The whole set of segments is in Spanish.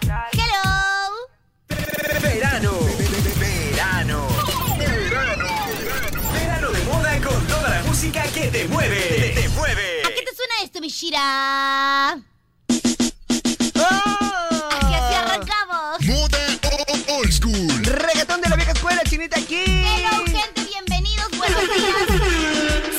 Hello. Verano. Verano. Verano. Verano de moda con toda la música que te mueve. Te, mueve. ¿A qué te suena esto, Mishira? ¡Oh! Que así arrancamos. Moda o- o- Old School. Reggaetón de la vieja escuela, chinita aquí. Hello, gente, bienvenidos, buenos días.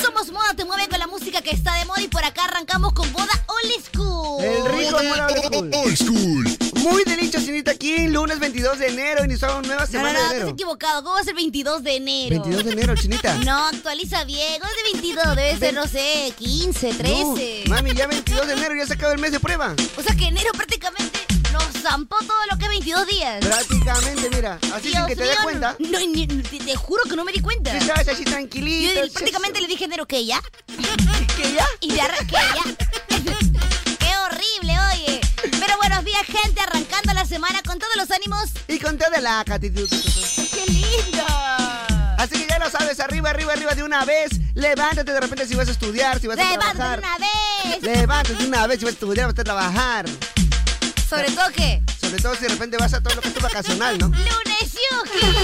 Somos Moda Te Mueve con la música que está de moda y por acá arrancamos con Boda Old School. El ritmo. Rico, Moda moda o- old o- Old School. Muy delicho, chinita aquí. Lunes 22 de enero, iniciamos nueva No, no, semana no, de estás enero. equivocado. ¿Cómo va a ser 22 de enero? 22 de enero, chinita. No, actualiza bien. ¿Cómo es de 22? Debe ser, no sé, 15, 13. No, mami, ya 22 de enero, ya se acaba el mes de prueba. O sea que enero prácticamente nos zampó todo lo que es 22 días. Prácticamente, mira. Así sin Dios que te mío, des cuenta. No, ni- te, te juro que no me di cuenta. Tú estás así Yo tranquilita. prácticamente le dije a enero que ya. que ya. Y de arra- que ya. Qué horrible, oye. Pero buenos días, gente, arrancando la semana con todos los ánimos. Y con toda la actitud. ¡Qué lindo! Así que ya lo sabes, arriba, arriba, arriba de una vez. Levántate de repente si vas a estudiar, si vas a ¡Levántate trabajar. una vez! Levántate de una vez si vas a estudiar, vas a trabajar. Sobre todo que. Sobre todo si de repente vas a todo lo que es tu vacacional, ¿no? ¡Lunes Yuki!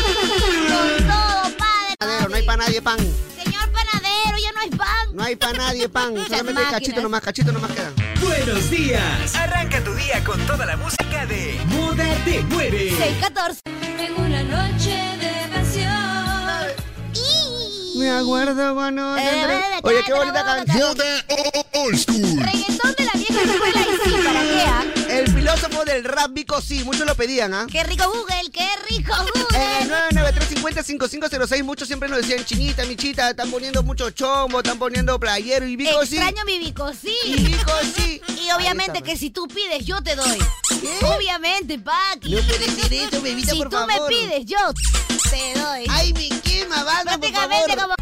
Con todo, padre. Panadero, no hay para nadie pan. Señor panadero, ya no hay pan. No hay para nadie pan. Solamente máquinas. cachito nomás, cachito nomás queda. Buenos días. Arranca tu día con toda la música de Moda te mueve. 6-14. En una noche de pasión. Y- Me acuerdo cuando. Eh, vale, Oye, qué cántala, bonita vamos, canción. Moda o- o- Old School. Reggaetón de la vieja escuela y sí, ¿para qué? ah? El filósofo del rap Vico sí, muchos lo pedían, ¿ah? ¡Qué rico Google! ¡Qué rico Eh, En Google! el 993-50-5506 muchos siempre nos decían, chinita, michita, están poniendo mucho chombo, están poniendo playero y Vico sí. Extraño mi bico, sí. Y Vico sí. Y obviamente que si tú pides, yo te doy. Obviamente, Paqui. No puedes decir eso, bebita, si por tú favor. me pides, yo te doy. Ay, mi quema, banda, por Prácticamente favor. como...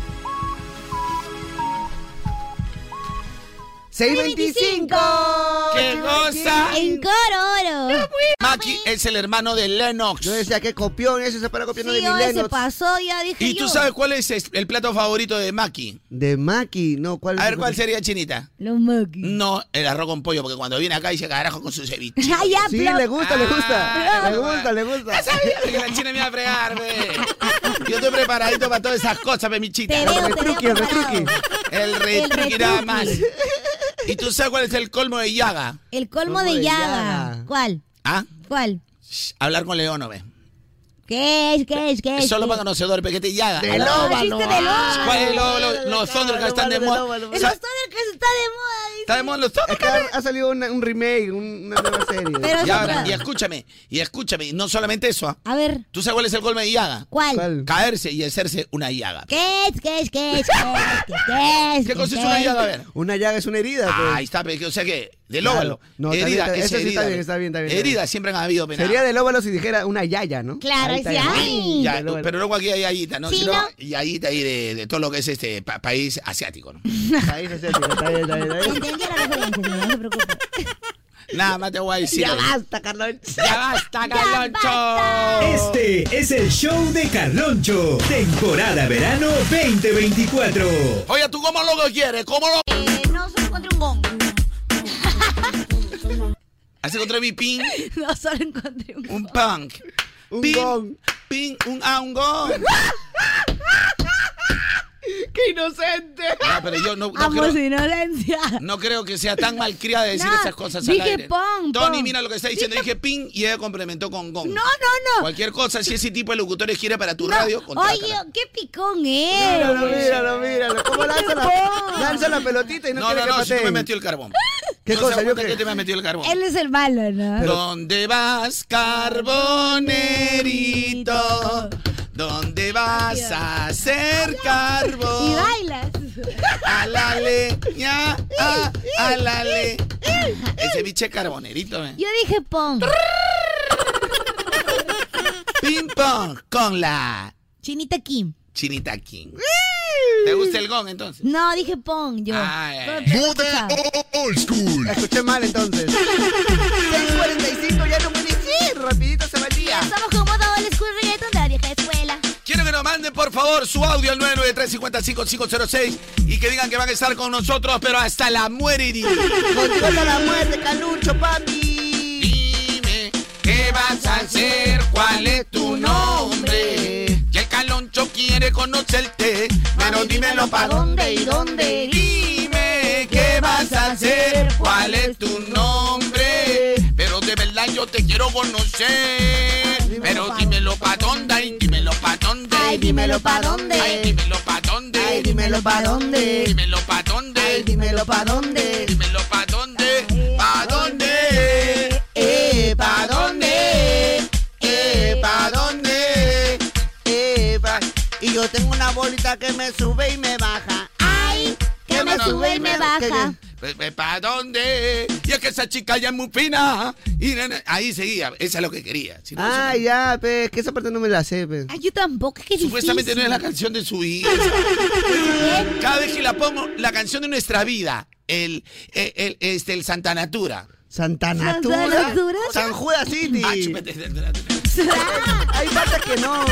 625. ¡Qué cosa! En coro oro. Maki es el hermano de Lennox. Yo decía que copión eso, se para copiando Sí, de hoy se Mileno. pasó, ya dije ¿Y yo. tú sabes cuál es es- el plato favorito de Maki? De Maki, no, ¿cuál A ver, ¿cuál sería chinita? Los maquis. No, el arroz con pollo, porque cuando viene acá dice carajo con su ceviche. Ya, ya, Sí, pero- le gusta, le gusta. Ah, le gusta, le gusta. Ya sabía que la china me iba a fregar, ve. Yo estoy preparadito para todas esas cosas, ve, mi chita. Te veo, te Retruqui, veo retruqui. preparado. El retruqui El nada retruqui. más. ¿Y tú sabes cuál es el colmo de Yaga? El colmo Colmo de de llaga. llaga. ¿Cuál? ¿Ah? ¿Cuál? Shh, Hablar con Leono, ve. ¿Qué es? ¿Qué es? ¿Qué es? Es solo ¿Qué para conocedor, pe, que te Yaga. De Ah, lobo, Ah, chiste de lobo. ¿Cuál es el lobo? Los- Los Thundercats están de moda. es? El ¿Sabes? pastor del que está de moda. dice. Está de moda los Thundercats. Es que ha, ha salido una- un remake, un- una nueva serie. Pero- Y ahora, y escúchame, y escúchame, y no solamente eso, ¿ah? A ver, ¿tú sabes cuál es el golpe de llaga? ¿cuál? ¿Cuál? Caerse y hacerse una llaga. ¿Qué es? ¿Qué es? ¿Qué es? ¿Qué es? ¿Qué es? ¿Qué cosa es una llaga? A ver. Una llaga es una herida. pues. Ah, ahí está, pe- o sea que, del óvalo. Claro. No, está bien, herida, está- que es eso sí herida. está bien, está bien, está bien, está bien. Herida siempre han habido, pe, Sería nada. del óvalo si dijera una yaya, ¿no? Claro, Ahí está, sí, ¿no? ay. Ya, Del óvalo. pero no cualquier yayita, ¿no? Sí, Sino ¿no? yayita ahí de, de todo lo que es este pa- país asiático, ¿no? Ahí está, está bien, está bien, está bien. Entendí la referencia, señor, no se preocupe. Nada más te voy a decir. Ya basta, Carlón. Ya basta, basta. Caloncho. Este es el show de Carloncho, temporada verano 2024. Oye, ¿tú cómo lo que quieres? ¿Cómo lo...? Eh, no, solo encontré un gong. Así encontré mi pin, No, solo encontré un un punk. Un pin, gong. Pin, un ah, un gong. ¡Qué inocente! No, Ah, pero yo no, no Amo creo... su inocencia. No creo que sea tan malcriada de decir No, esas cosas al dije aire. pon, Tony, pon. mira lo que está diciendo. Dije ping y ella complementó con gong. No, no, no. Cualquier cosa, si ese tipo de locutores quiere para tu No. radio, Oye, contrátala. qué picón es. Míralo, míralo, míralo. ¿Cómo lanza la, picón. lanza la pelotita y no, No, quiere no, no, que si tú me pateen? metió el carbón. ¿Qué No se cosa? da Yo cuenta creo- que te me metió el carbón. Él es el malo, ¿no? ¿Dónde vas, carbonerito? ¿Dónde vas a hacer Y carbón? bailas. A la leña, a, a la le. Ese biche carbonerito, eh. Yo dije pon. Ping pong con la Chinita Kim. Chinita King. ¿Te gusta el gong entonces? No, dije pon yo. Ay, ay, ay. Pero, Moda escucha, old school. La escuché mal entonces. 645, ya no puede ir. Rapidito se va el día. Estamos con moda old school reggaeton de la vieja escuela. Quiero que nos manden, por favor, su audio al 993-55506 y que digan que van a estar con nosotros, pero hasta la muerte. Contigo hasta la muerte, Calucho, papi. Dime, ¿qué vas a hacer? ¿Cuál es tu nombre? Y el caloncho quiere conocerte, pero dímelo para dónde y dónde? Dime, ¿qué vas a hacer? ¿Cuál es tu nombre? Pero de verdad yo te quiero conocer. Pero dímelo pa' dónde, ay, dímelo pa' dónde. Ay, dímelo pa' dónde. Ay, dímelo pa' dónde. Ay, dímelo pa' dónde. Dímelo pa' dónde. Ay, dímelo pa' dónde. Dímelo pa' dónde. Pa' dónde. Eh, pa' dónde. Eh, pa' dónde. Epa. eh, Y yo tengo una bolita que me sube y me baja. Ay, que me sube y me baja. Pe- pe- Pues, ¿Pa dónde? Y es que esa chica ya es muy fina. Y na- na- ahí seguía. Esa es lo que quería. Si no, eso no- Ah, ya, pe, es que esa parte no me la sé, pues. pe. Ay, yo tampoco, es que Supuestamente no difícil. es la canción de su hija. Cada vez que la pongo, la canción de nuestra vida, el, el, el- este, el Santa Natura. Santa Santa Natura. Natura. San Judas City. Ah, chúpate, Santa Natura. Hay partes que no,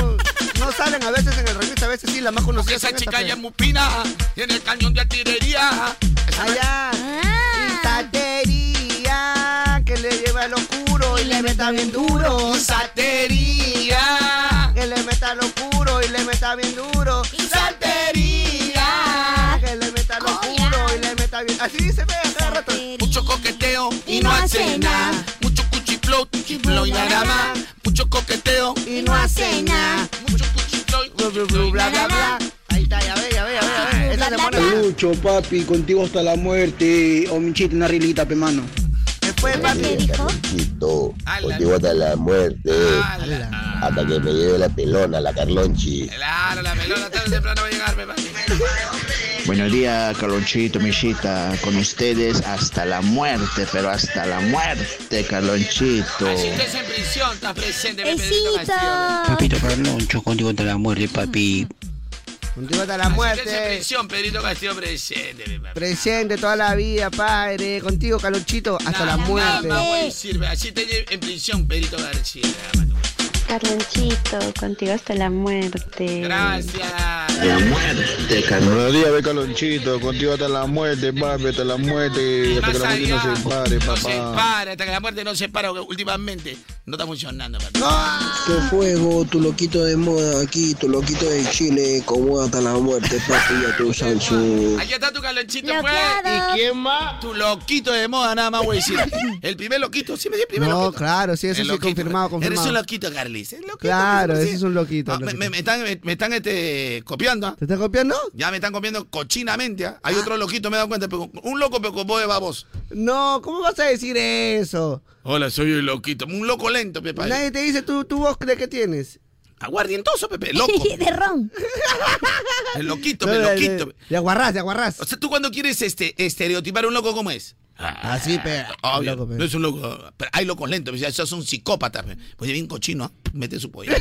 no salen a veces en el remix, a veces sí, la más Porque conocida. pues. esa son estas, chica pe. ya es muy fina. Tiene el cañón de artillería. Esa no es- Allá. Ah, Satería, que le lleva al oscuro y le meta bien duro. Santería. Que le meta al oscuro y le meta bien duro. Santería. Que le meta al oscuro y le meta bien. Así dice, ve, cada rato. Mucho coqueteo y no hace nada. Mucho cuchiflo, cuchiflo y nada más. Mucho coqueteo. Y no hace nada. Mucho cuchiflo y Bla, bla, cuchiflo bla, y bla, bla, nada más. bla. Ahí está, ya ve, ya ve, ya ve, ya ve. Esa se pone. Lucho, papi, contigo hasta la muerte. O mi chiste, una rilita, pe mano. Después, ¿qué papi. dijo? Quito, Ala. contigo hasta la muerte, Ala. hasta que me lleve la pelona, la Carlonchi. Claro, la pelona tarde o temprano va a llegar, me parece. Buenos días, Carlonchito, Michita. Con ustedes hasta la muerte, pero hasta la muerte, Carlonchito. Así estás en prisión, estás presente, mi Pedrito Castillo. Besito. Carloncho, contigo hasta la muerte, papi. Contigo hasta la Así estás en muerte. prisión, Pedrito Castillo, presente, mi papi. Presente toda la vida, padre. Contigo, Calonchito, hasta la muerte. Nada más puede sirve. Así te llevo en prisión, Pedrito García. Carlonchito, contigo hasta la Eh, muerte. Gracias. La muerte, Carloncho. Buenos días, ve Calonchito. Contigo hasta la muerte, papi, hasta la muerte. Hasta que Más la muerte allá, no se pare, no se papá. para, hasta que la muerte no se para. porque Últimamente no está funcionando, papi. Qué fuego, tu loquito de moda aquí, tu loquito de Chile. Como hasta la muerte, papi, ya tú, Sansu. Aquí está tu calonchito, pues. Bloqueado. Tu loquito de moda, nada más voy a decir. El primer loquito, sí me di el primer No, loquito. claro, sí, eso El sí, loquito. confirmado, Eres un confirmado. loquito, Carlis. Es loquito, Claro, sí. ese es un loquito, Ah, un me- loquito. Me, me están, me, me están este, copiando. ¿ah? ¿Te estás copiando? Ya me están copiando cochinamente. ¿ah? Hay otro loquito, me he dado cuenta. pero un loco, pero con voz de baboso. No, ¿cómo vas a decir eso? Hola, soy el loquito. Un loco lento, Pepe. Pues Nadie te dice, ¿tú, tú voz de qué tienes? Aguardientoso, Pepe. Loco. De ron. El loquito, No, pe, de- de- loquito. pe. De aguarrás, de aguarrás. O sea, tú cuando quieres este, estereotipar a un loco, ¿cómo es? Así, pero. ah, Obvio, loco, pe. no es un loco. Pero hay locos lentos, pe, esos son psicópatas. pe. Pues bien cochino, ¿ah? mete su pollo.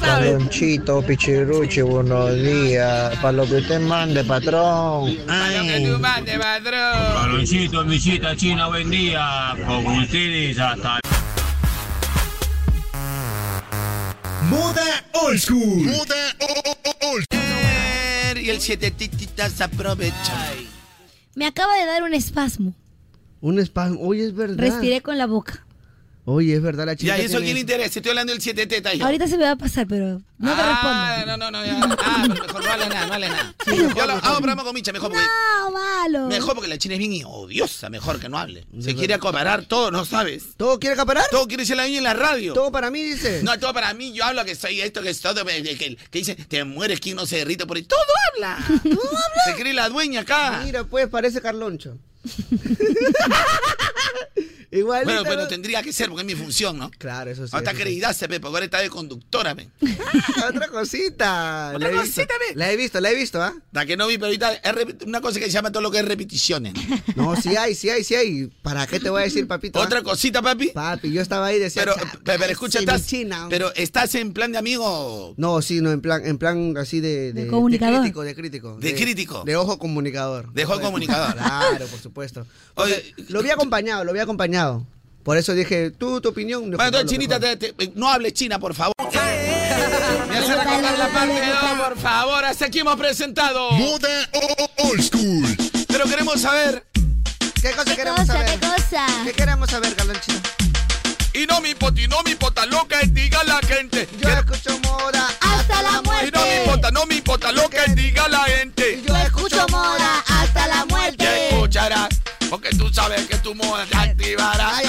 Carlonchito, pichiruche, buenos días. Para lo que usted mande, patrón. mandes, padrón. Calonchito, michita china, buen día. Con ustedes hasta Moda old school. Moda old Y el siete tititas aprovecha. Me acaba de dar un espasmo. Un spam. Oye, es verdad. Respiré con la boca. Oye, es verdad, la chica. Ya, ¿y eso a tiene- quién le interesa? Estoy hablando del siete tetas. yo. Ahorita se me va a pasar, pero no te ah, respondo. No, no, no. Ya. Ah, mejor no vale nada, no vale nada. Yo lo hago programa con Micha, mejor porque, No, malo. mejor porque la china es bien odiosa, mejor que no hable. Se quiere acomparar todo, ¿no sabes? ¿Todo quiere acaparar? Todo quiere ser la niña en la radio. Todo para mí, dice. No, todo para mí, yo hablo que soy esto, que es todo, que, que, que dice, te mueres, quien no se derrita por ahí. Todo habla. Todo habla. Se cree la dueña acá. Mira, pues, parece Carloncho. Igual. Bueno, pero tendría que ser, porque es mi función, ¿no? Claro, eso sí. No está eso sí. acreditaste, pe, porque ahora está de conductora, pe. Otra cosita. la he visto. La he visto, la he visto, ¿ah? La que no vi, pero ahorita es repi- una cosa que se llama todo lo que es repeticiones. ¿no? No, sí hay, sí hay, sí hay. ¿Para qué te voy a decir, papito? ah? Otra cosita, papi. Papi, yo estaba ahí decía. Pero, "Cha, pe- pero, escucha, ese mi estás, china". pero estás en plan de amigo No, sí, no, en plan, en plan así de, de, comunicador. de crítico, de crítico. de crítico. De ojo comunicador. De ojo Pues, comunicador. Claro, por supuesto. Oye, Lo vi acompañado, lo vi acompañado. Por eso dije, tú, tu opinión. bueno, entonces, lo chinita, mejor. te- te- no hables china, por favor. Me hace recordar la parte dos, por favor. Hasta aquí hemos presentado. Moda o- o- old school. Pero queremos saber, ¿Qué cosa ¿Qué queremos cosa? saber? ¿Qué cosa? ¿Qué queremos saber, Galonchito? y no me importa, y no me importa lo que diga la gente. Yo escucho moda ¡Hasta la Y no me muerte! importa, no me importa lo que diga la gente. Yo Escucho moda hasta la Y muerte. escucharás, porque tú sabes que tu moda te activará. ¡Ay!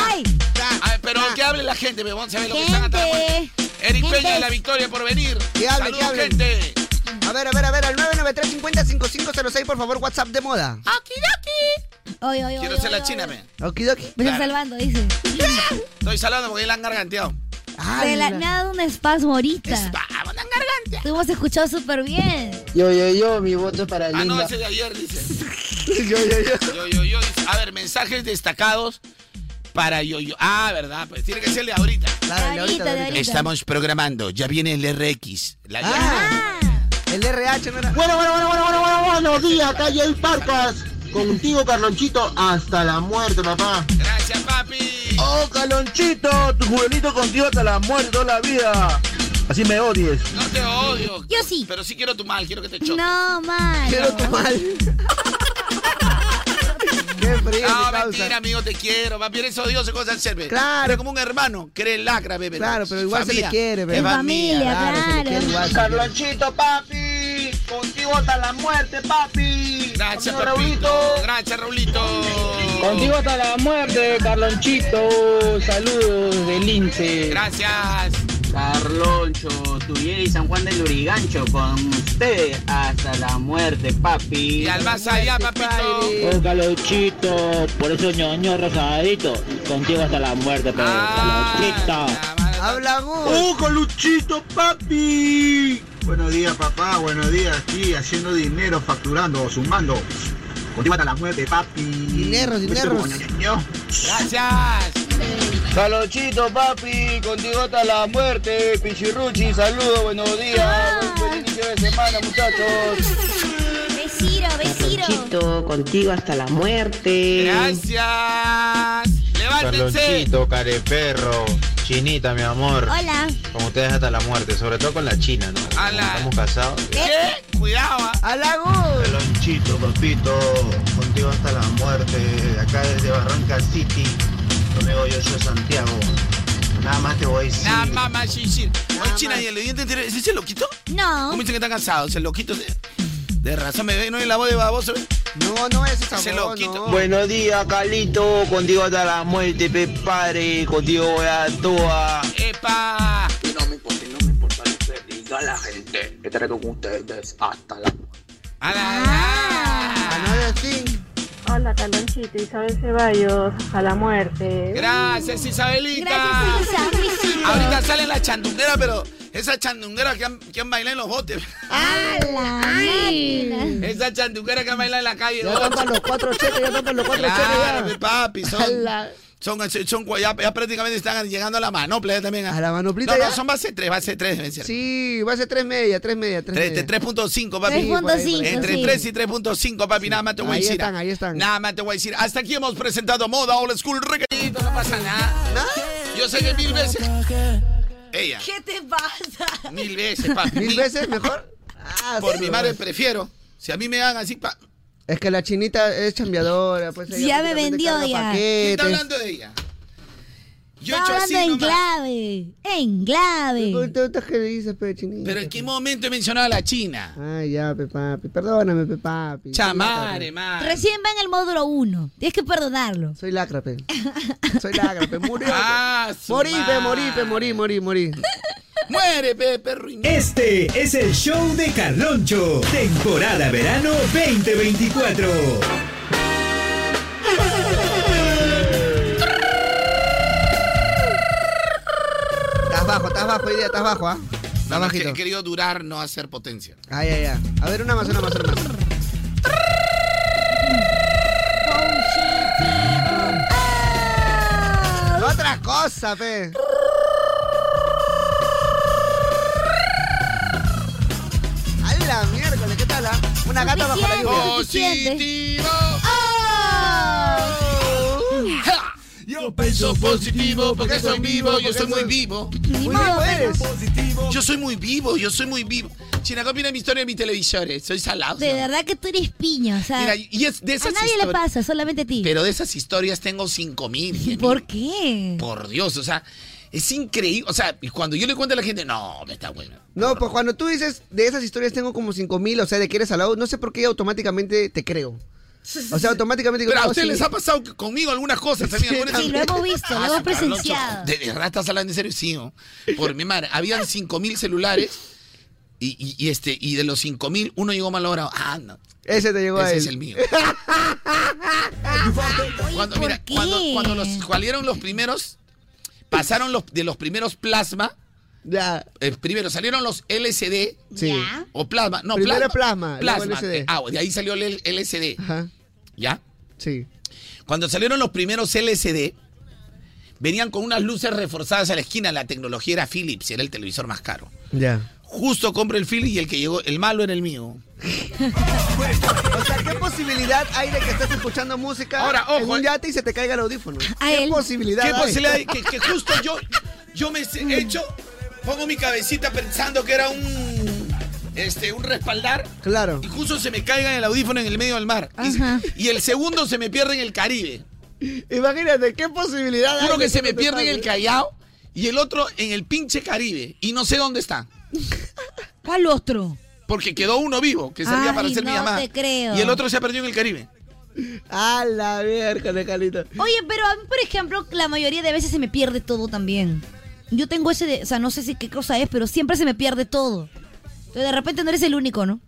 Ay, pero Ah. que hable la gente, me vamos a ver lo que están atrás. Gente. Eric Gente. Peña de la Victoria por venir. Que hable, Saludos, que hable. gente. A ver, a ver, a ver, al 993-50-5506, por favor, WhatsApp de moda. Oye, oye, Quiero oye, ser la oye, china, oye. me. Okidoki. Me está salvando, dice. Estoy salando porque la han garganteado. De la- Ala. me ha dado un espasmo ahorita. Vamos, ah, la han garganteado. Tú hemos escuchado súper bien. Yo, yo, yo, mi voto es para Ah, no, Linda. ese de ayer, dice. Yo, yo, yo. Yo, yo, yo. dice. A ver, mensajes destacados para yo, yo. Ah, verdad, pues tiene que ser de ahorita. Claro, el de ahorita, Ahorita, el de de ahorita. ahorita. Estamos programando, ya viene el RX. La Ah, el de RH no era. Bueno, bueno, bueno, bueno, bueno, bueno, buenos días, acá Jay Parcas. Contigo, Carlonchito, hasta la muerte, papá. Gracias, papi. Oh, Calonchito, tu juvenito contigo hasta la muerte toda la vida. Así me odies. No te odio. Yo sí. Pero sí quiero tu mal, quiero que te choque. No, mal. Quiero tu mal. Qué frío, No, mi causa. mentira, amigo, te quiero. Papi, eres odioso, cosas serve. Claro. Pero como un hermano, crees lacra, bebé. Claro, pero igual se le quiere, bebé. Es Es familia. familia. Claro, se le Claro. quiere igual, se le quiere. Carlonchito, papi. Contigo hasta la muerte, papi. Gracias, Conmigo, Raulito. Raulito. Gracias, Raulito. Contigo hasta la muerte, Carlonchito. Saludos del lince. Gracias. Carloncho, Turiel y San Juan del Urigancho, con usted hasta la muerte, papi. Y al más allá, papito. Oh, Carlonchito, por eso ñoño rosadito, contigo hasta la muerte, pero Ah. la madre. Habla Gus. ¡Oh, Caluchito, papi! Buenos días, papá. Buenos días. Aquí haciendo dinero, facturando, sumando. Contigo hasta la muerte, papi. Dineros, Este dineros. Gracias. Carlonchito, papi, contigo hasta la muerte, Pichirruchi, saludos, buenos días, buen, buen inicio de semana, muchachos. Besiro, besiro. contigo hasta la muerte. Gracias. Levántense. Carlonchito, careperro, chinita, mi amor. Hola. Como ustedes hasta la muerte, sobre todo con la china, ¿no? Como Ala. Estamos casados. ¿Qué? Cuidado. ah. Habla Gus. Carlonchito, papito, contigo hasta la muerte. Acá desde Barranca City, conmigo yo soy Santiago. Nada más te voy a decir. Nada más, más, sí, sí. Oye, China, ¿y el diente entero? ¿Es ese loquito? No. ¿Cómo dicen que está cansado? ¿Ese loquito? de- De razón, me ve, no es la voz de baboso. ¿ve? No, no es esa Se voz, lo quito. no. Buenos días, Calito, contigo hasta la muerte, pepare, contigo voy a toa. ¡Epa! no me importa, no me importa lo que diga la gente. Estaré con ustedes hasta la Ah. ¡Ala! A no decir. Hola, Carlonchito, Isabel Ceballos, hasta la muerte. Gracias, Isabelita. Gracias, Isa. Besito. Ahorita salen las chandungueras, pero esas chandungueras que han, que han bailado en los botes. ¡Hala! máquina. Esas chandungueras que han bailado en la calle. Ya tocan los cuatro cheques, ya tocan los cuatro Claro, cheques. pe, papi, son, Ala. son, son, son- ya, ya prácticamente están llegando a la manopla ya también. ¿ah? A la manoplita No, no, ya. son base 3, base 3 deben ya. ser. Sí, va a ser tres media, tres media, tres Tres- media. 3.5, papi. Sí, por ahí, por ahí. 3.5, Entre sí. 3 y 3.5, papi, nada más te voy a Ahí decir. están, ahí están. Nada más te voy a decir. Hasta aquí hemos presentado Moda Old School Requerito, no pasa nada. Yo sé que mil veces. Ella, ¿Qué te pasa? mil veces, papi. ¿Mil veces mejor? Ah, Por sí, mi pues. madre prefiero. Si a mí me dan así, pa... Es que la chinita es chambeadora, pues ella Ya me prácticamente vendió carga ya. ¿Quién está paquetes. hablando de ella? Yo he Está hecho así hablando en nomás. clave. En clave. ¿Tú- tú- tú qué dices, pe, chinita? Pero en qué momento he mencionado a la China. Ay, ya, pe, papi. Perdóname, pe, papi. Chamare, madre. Recién va en el módulo 1. Tienes que perdonarlo. Soy lacra, pe. Soy lacra, pe. Murió. pe. Ah, su morí, pe, madre. morí, pe, morí, morí, morí. Muere, pe, perro. y- Este es el show de Carloncho, temporada verano 2024. bajo, estás bajo hoy día, estás bajo, ¿ah? No, Estás no, es que bajito. he querido durar, no hacer potencia. Ay, ay, ay. Ah, A ver, una más, una más, una más. Otra cosa, fe. ¡A la miércoles! ¿Qué tal, ah? Una gata bajo la lluvia. Oh, Positivo. ¡Ah! Oh. Yo pienso positivo porque soy vivo, yo soy muy vivo. pues. Muy vivo eres. Yo soy muy vivo, yo soy muy vivo. Chinaco, mira mi historia en mis televisores, soy salado. De verdad que tú eres piña, o sea. Mira, y es de esas a nadie le histori- pasa, solamente a ti. Pero de esas historias tengo 5000. ¿Por qué? Por Dios, o sea, es increíble. O sea, y cuando yo le cuento a la gente, no, me está bueno. No, pues cuando tú dices de esas historias tengo como 5000, o sea, de que eres al lado, no sé por qué automáticamente te creo. O sea, automáticamente digo, Pero a no, ustedes sí. les ha pasado que- conmigo algunas cosas también. Sí, algunas- sí, lo hemos visto, lo Ah, hemos su Carloncho, presenciado. De verdad estás hablando en serio, sí. ¿no? Por mi madre, habían 5000 celulares y, y- y este, y de los 5000 uno llegó mal logrado. Ah, no. Ese te llegó a Ese él. es el mío. Cuando, mira, cuando, cuando los salieron los primeros, pasaron los de los primeros plasma. eh, primero salieron los LCD Sí. Ya. o plasma. No, Primero plasma, plasma. luego Plasma. LCD. eh, ah, de ahí salió el LCD. Ajá. ¿Ya? Sí. Cuando salieron los primeros LCD, venían con unas luces reforzadas a la esquina. La tecnología era Philips, era el televisor más caro. Ya. Justo compré el Philips y el que llegó, el malo era el mío. O sea, ¿qué posibilidad hay de que estés escuchando música Ahora, ojo, eh. en un yate y se te caiga el audífono? ¿Qué posibilidad ¿Qué hay? posibilidad hay? Que, que justo yo, yo me Mm. he hecho, pongo mi cabecita pensando que era un, este, un respaldar. Claro. Y justo se me caiga el audífono en el medio del mar. Y, se- y el segundo se me pierde en el Caribe. Imagínate, ¿qué posibilidad hay? Uno de que se no me te pierde en pague? el Callao y el otro en el pinche Caribe. Y no sé dónde está. ¿Cuál otro? Porque quedó uno vivo que salía Ay, para hacer mi no llamada. te creo. Y el otro se perdió en el Caribe. A la miércoles, Calito. Oye, pero a mí, por ejemplo, la mayoría de veces se me pierde todo también. Yo tengo ese de, o sea, no sé si qué cosa es, pero siempre se me pierde todo. Entonces, de repente no eres el único, ¿no?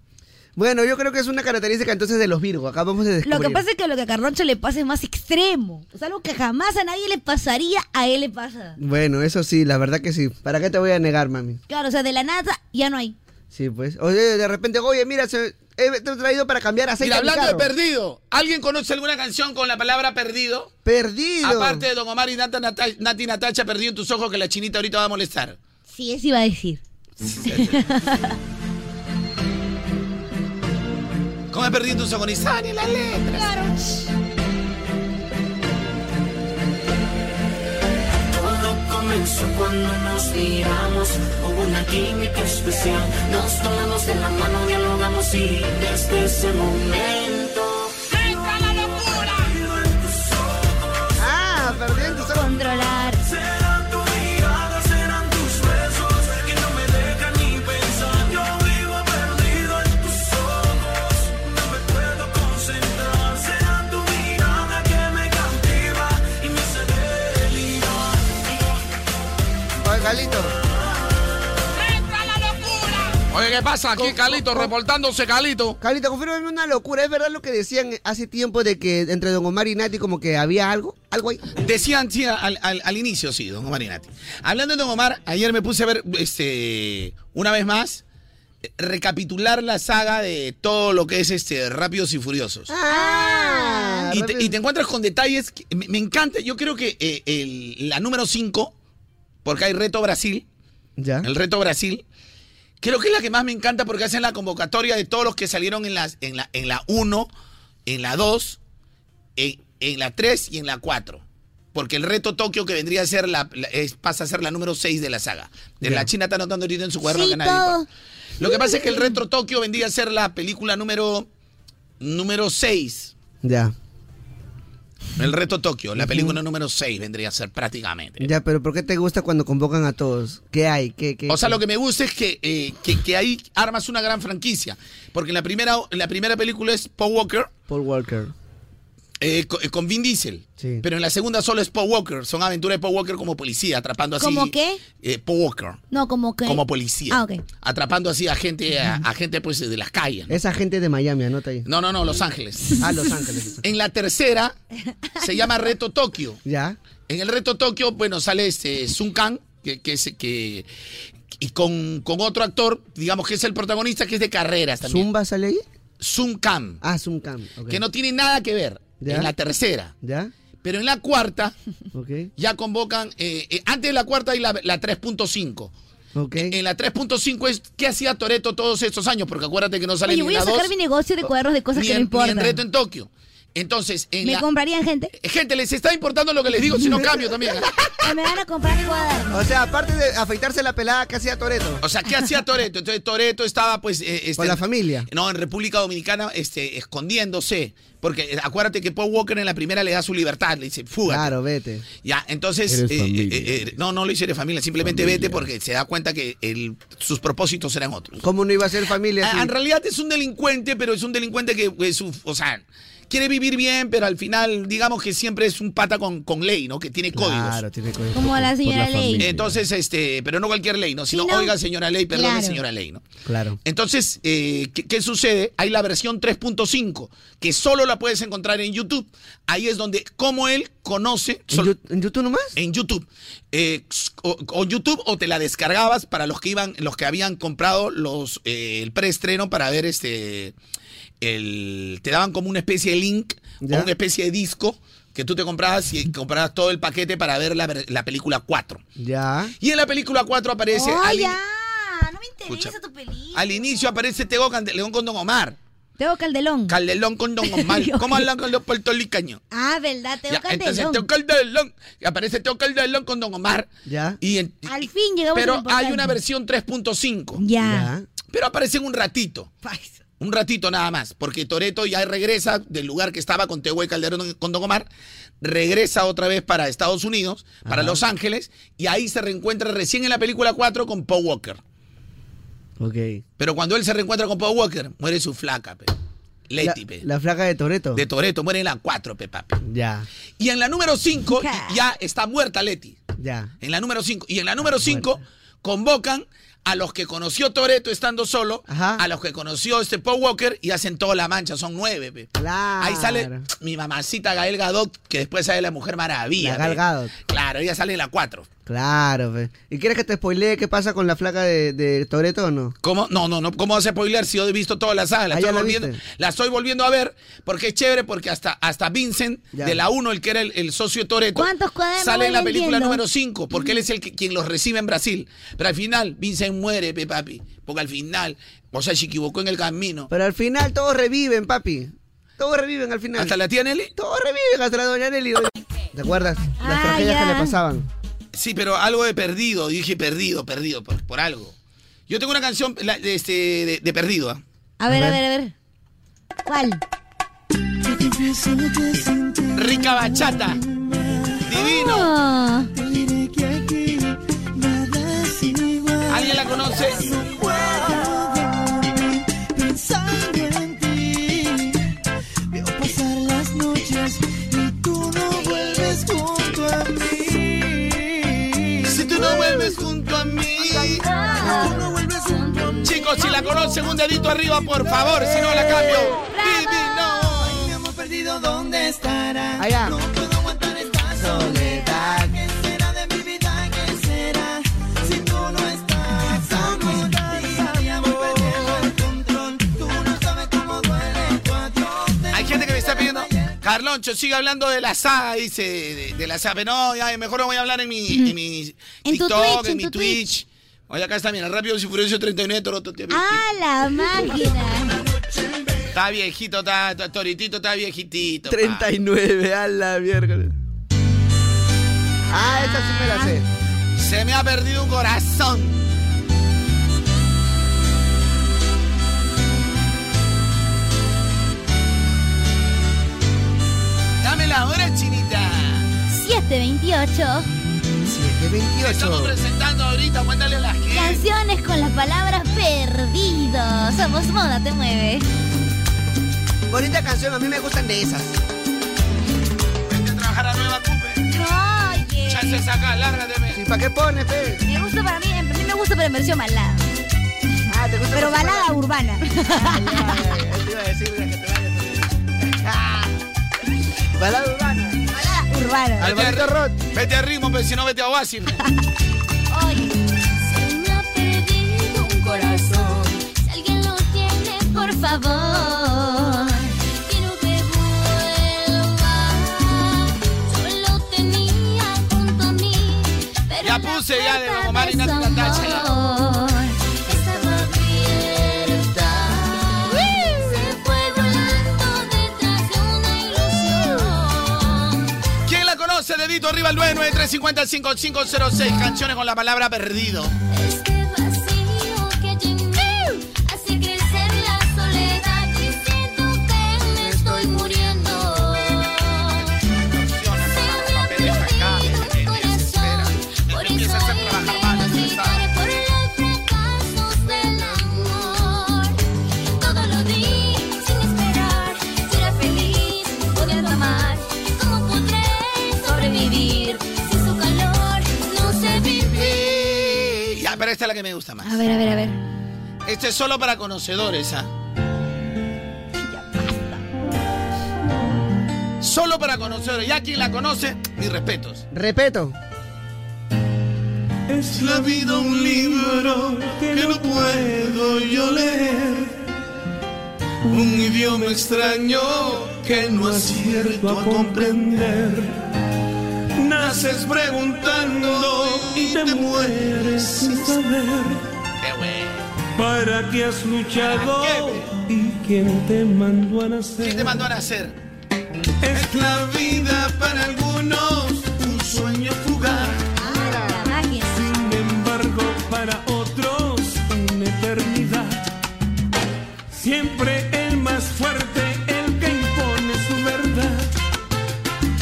Bueno, yo creo que es una característica entonces de los Virgo. Acá vamos a descubrir. Lo que pasa es que lo que a Carroncho le pasa es más extremo. Es algo que jamás a nadie le pasaría, a él le pasa. Bueno, eso sí, la verdad que sí. ¿Para qué te voy a negar, mami? Claro, o sea, de la nada ya no hay. Sí, pues. Oye, de repente, oye, mira, se- he te he traído para cambiar aceite. Mira, a mi hablando de carro. perdido, ¿alguien conoce alguna canción con la palabra perdido? Perdido. Aparte de Don Omar y Nata- Nata- Nati Natacha, perdido en tus ojos que la chinita ahorita va a molestar. Sí, eso iba a decir. ¿Cómo es perdido en tus ojos? Ni sabe ni la letra. Claro. Todo comenzó cuando nos miramos, hubo una química especial. Nos tomamos de la mano, dialogamos y desde ese momento. ¡Entra la locura! Ah, perdiendo solo. Controlar. Serán tu mirada, serán tus besos que no me dejan ni pensar. Yo vivo perdido en tus ojos, no me puedo concentrar. Será tu mirada que me cautiva y me hace delirar. Oye, Calito. Oye, ¿qué pasa? Aquí Calito, reportándose Calito. Calito, confírmame una locura. ¿Es verdad lo que decían hace tiempo de que entre Don Omar y Nati como que había algo? ¿Algo ahí? Decían, sí, al, al- al inicio, sí, Don Omar y Nati. Hablando de Don Omar, ayer me puse a ver, este, una vez más, eh, recapitular la saga de todo lo que es este Rápidos y Furiosos. Ah, Ah. y, te, y te encuentras con detalles. que me, me encanta. Yo creo que eh, el- la número 5, porque hay Reto Brasil. Ya. El Reto Brasil. Creo que es la que más me encanta porque hacen la convocatoria de todos los que salieron en, las, en, la, en la 1, en la 2, en, en la 3 y en la 4. Porque el reto Tokio que vendría a ser la, la- es- pasa a ser la número 6 de la saga. De la China está anotando ahorita en su cuaderno Sí, que nadie todo. importa. Lo que pasa es que el Retro Tokio vendría a ser la película número número 6. Ya. El Reto Tokio, la película número 6 vendría a ser prácticamente. Ya, pero ¿por qué te gusta cuando convocan a todos? ¿Qué hay? ¿Qué, qué, O sea, lo que me gusta es que, eh, que, que ahí armas una gran franquicia. Porque en la primera, en la primera película es Paul Walker Paul Walker. eh, co- eh, con, Vin Diesel. Sí. Pero en la segunda solo es Paul Walker. Son aventuras de Paul Walker como policía, atrapando así. ¿Cómo qué? eh, Paul Walker. No, como que. Como policía. Ah, ok. Atrapando así a gente, a, a gente pues de las calles. ¿no? Esa gente de Miami, anota ahí. No, no, no, Los Ángeles. Ah, Los Ángeles. En la tercera se llama Reto Tokio. Ya. En el Reto Tokio, bueno, sale este Sun Kang, que, que, se- que- y con, con otro actor, digamos que es el protagonista, que es de carreras también. ¿Zumba sale ahí? Zoom Cam. Ah, Zoom Cam. ok. Que no tiene nada que ver ¿Ya? en la tercera. ¿Ya? Pero en la cuarta Ok. ya convocan, eh, eh, antes de la cuarta hay la, la 3.5. En la 3.5 es qué hacía Toreto todos estos años, porque acuérdate que no sale Oye, ni voy en a la sacar dos, mi negocio de cuadros de cosas ni que no en- ni en importan. Reto en Tokio. Entonces, en ¿Me la- comprarían gente? gente, les está importando lo que les digo, si no cambio también. ¿eh? Me van a comprar cuadros. O sea, aparte de afeitarse la pelada que hacía Toreto. O sea, ¿qué hacía Toreto? Entonces Toreto estaba pues... eh, este, Con la familia. No, en República Dominicana este, escondiéndose. Porque eh, acuérdate que Paul Walker en la primera le da su libertad, le dice, fuga. Claro, vete. Ya, entonces... Eres eh, eh, no, no lo hice de familia, simplemente vete porque se da cuenta que el- sus propósitos eran otros. ¿Cómo no iba a ser familia? Ah, si- En realidad es un delincuente, pero es un delincuente que, eh, su- o sea, quiere vivir bien, pero al final, digamos que siempre es un pata con, con ley, ¿no? Que tiene códigos. Claro, tiene código. Como a la Por señora Ley. familia. Entonces, este, pero no cualquier ley, ¿no? Sino, Sí, no. oiga, señora ley, perdone, Claro. señora ley, ¿no? Claro. Entonces, eh, ¿qué, qué sucede? Hay la versión 3.5, que solo la puedes encontrar en YouTube. Ahí es donde, como él conoce... ¿En YouTube nomás? En YouTube. Eh, o, o YouTube o te la descargabas para los que iban, los que habían comprado los eh, el preestreno para ver este... El, te daban como una especie de link Ya. o una especie de disco que tú te comprabas y comprabas todo el paquete para ver la, ver- la película 4. Ya. Y en la película 4 aparece. Oh, al, in- ya. Escucha. Al inicio aparece Tego León con Don Omar. Teo Caldelón. Mm. Caldelón con Don Omar. ¿Cómo hablan con los puertorriqueños? Ah, ¿verdad? Teo Ya, entonces Caldelón. Teo Caldelón. y Aparece Teo Caldelón con Don Omar. Ya. Y en- Al fin llegamos a lo pero hay importante. una versión 3.5. Ya. Pero aparece en un ratito. Un ratito nada más, porque Toreto ya regresa del lugar que estaba con Tehuel Calderón con Don Omar, regresa otra vez para Estados Unidos, para Los Ángeles, y ahí se reencuentra recién en la película 4 con Paul Walker. Ok. Pero cuando él se reencuentra con Paul Walker, muere su flaca, pe. Leti, pe. La flaca de Toreto. De Toreto, muere en la 4, pe, papi. Ya, Y en la número 5 ya está muerta Leti. ya. En la número 5. Y en la número 5 convocan a los que conoció Toreto estando solo, a los que conoció este Paul Walker y hacen toda la mancha, son nueve. pe. Ahí sale mi mamacita Gael Gadot, que después sale la Mujer Maravilla. La Gal pe. Gadot. Claro, ella sale en la 4. Claro, fe. ¿Y quieres que te spoilee qué pasa con la flaca de, de Toreto o no? ¿Cómo? No, no, no. ¿Cómo vas a spoiler si yo he visto toda la saga? La, Ah, estoy ya la volviendo, viste. la estoy volviendo a ver porque es chévere porque hasta, hasta Vincent de la 1, el que era el, el socio de Toreto, ¿Cuántos cuadernos sale en la voy película vendiendo? número 5 porque él es el que, quien los recibe en Brasil. Pero al final Vincent muere, pe, papi. Porque al final, o sea, se equivocó en el camino. Pero al final todos reviven, papi. Todos reviven al final. ¿Hasta la tía Nelly? Todos reviven, hasta la doña Nelly. doña- ¿Te acuerdas? Las Ah, tragedias que ya. le pasaban. Sí, pero algo de perdido. Dije perdido, perdido, por, por algo. Yo tengo una canción la- de, este, de, de perdido. ¿ah? A ver, a ver, a ver. ¿Cuál? Rica bachata. Divino. ¿Alguien la conoce? Pensando en ti, veo pasar las noches y tú no vuelves junto a mí. Si tú no vuelves junto a mí, Ah. Chicos, si la conocen, un dedito arriba, por favor. Si no, la cambio. Divino. Mi amor perdido, ¿dónde estará? Allá. No puedo aguantar esta soledad. ¿Qué será de mi vida? ¿Qué será? Si tú no estás aquí. Mi amor perdido el control. Tú no sabes cómo duele tu atroz. Hay gente que me está pidiendo. Carloncho, sigue hablando de la saga, dice, de, de la saga. Pero No, ya, mejor no voy a hablar en mi, en mi En tu TikTok, Twitch, en, en mi tu Twitch. Oye, acá está, mira, rápido y furioso 39, Toroto. tío. ¡Ah, la máquina! Está viejito, está, está- Toritito está viejitito. pa. 39, a la miércoles. Ah, esa sí me la sé. Se me ha perdido un corazón. Dame la hora, chinita. 728. Te Estamos presentando ahorita, cuéntale a la gente. Canciones con las palabras perdidos. Somos Moda Te Mueve. Bonita canción, a mí me gustan de esas. Trabajar a nueva Oye. Chance saca, lárgateme. ¿Y para qué pones, fe? Me gusta para mí, a mí me gusta pero en versión balada. Ah, te gusta Pero versión balada urbana. Te iba a decir, mira, que te vayas. Ah. Balada urbana. Balada urbana. pues, Vete a ritmo, pero si no, vete a Oasis. hoy. Se me ha perdido un corazón. Si alguien lo tiene, por favor. Quiero que vuelva. Yo lo tenía junto a mí. Pero Ya la puse, ya, de puerta Don Omar y su Nati Natasha, ya. amor Estaba abierta. Se fue volando detrás de una ilusión. ¿Quién la conoce? Dedito arriba al 993505506. Canciones con la palabra perdido. Este vacío que llené hace crecer la soledad y siento que me estoy muriendo. Se me ha perdido el eh, corazón, por eso hoy quiero gritar por los fracasos del amor. Todo lo di sin esperar, será feliz podiendo amar. ¿Cómo podré sobrevivir si su calor no se vivir? Ya, pero esta es la que me gusta más. A ver, a ver, a ver. Este es solo para conocedores, ¿ah? Solo para conocedores. Ya quien la conoce, mis respetos. Repeto. Es la vida un libro que no puedo yo leer. Un idioma extraño que no acierto a comprender. Naces preguntando y te mueres sin saber. Eh, ¿Para qué has luchado? ¿Y quién te mandó a nacer? ¿Quién te mandó a nacer? Es la vida para algunos un sueño fugaz. Sin embargo, para otros una eternidad. Siempre el más fuerte, el que impone su verdad.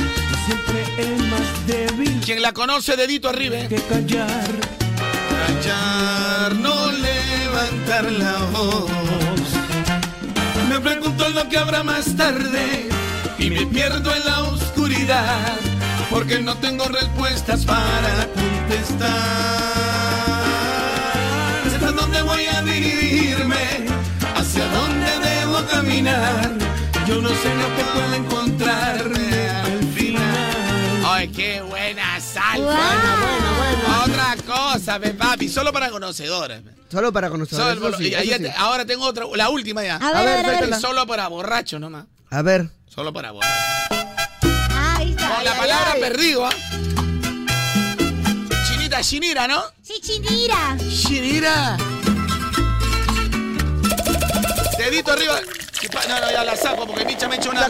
Y Siempre el más débil. Quien la conoce, dedito arriba. eh. Que callar. Callar, no levantar la voz. Me pregunto lo que habrá más tarde y me pierdo en la oscuridad porque no tengo respuestas para contestar. ¿Hasta dónde voy a dirigirme? ¿Hacia dónde debo caminar? Yo no sé lo que puedo encontrarme al final. ¡Ay, qué buena salsa! Buena, Otra cosa, pe, papi. Solo para conocedores. pe. Solo para conocer. Solo- eso sí, y ahí eso te- sí. Ahora tengo otra, la última ya. A ver, A ver, a ver, suéltala. Solo para borracho nomás. A ver. Solo para borracho. Ahí Con la palabra perdido, ¿ah? Chinita, chinira, ¿no? Sí, Chinira. Chinira. Dedito arriba. Y pa- No, no, ya la saco porque Micha me ha hecho una.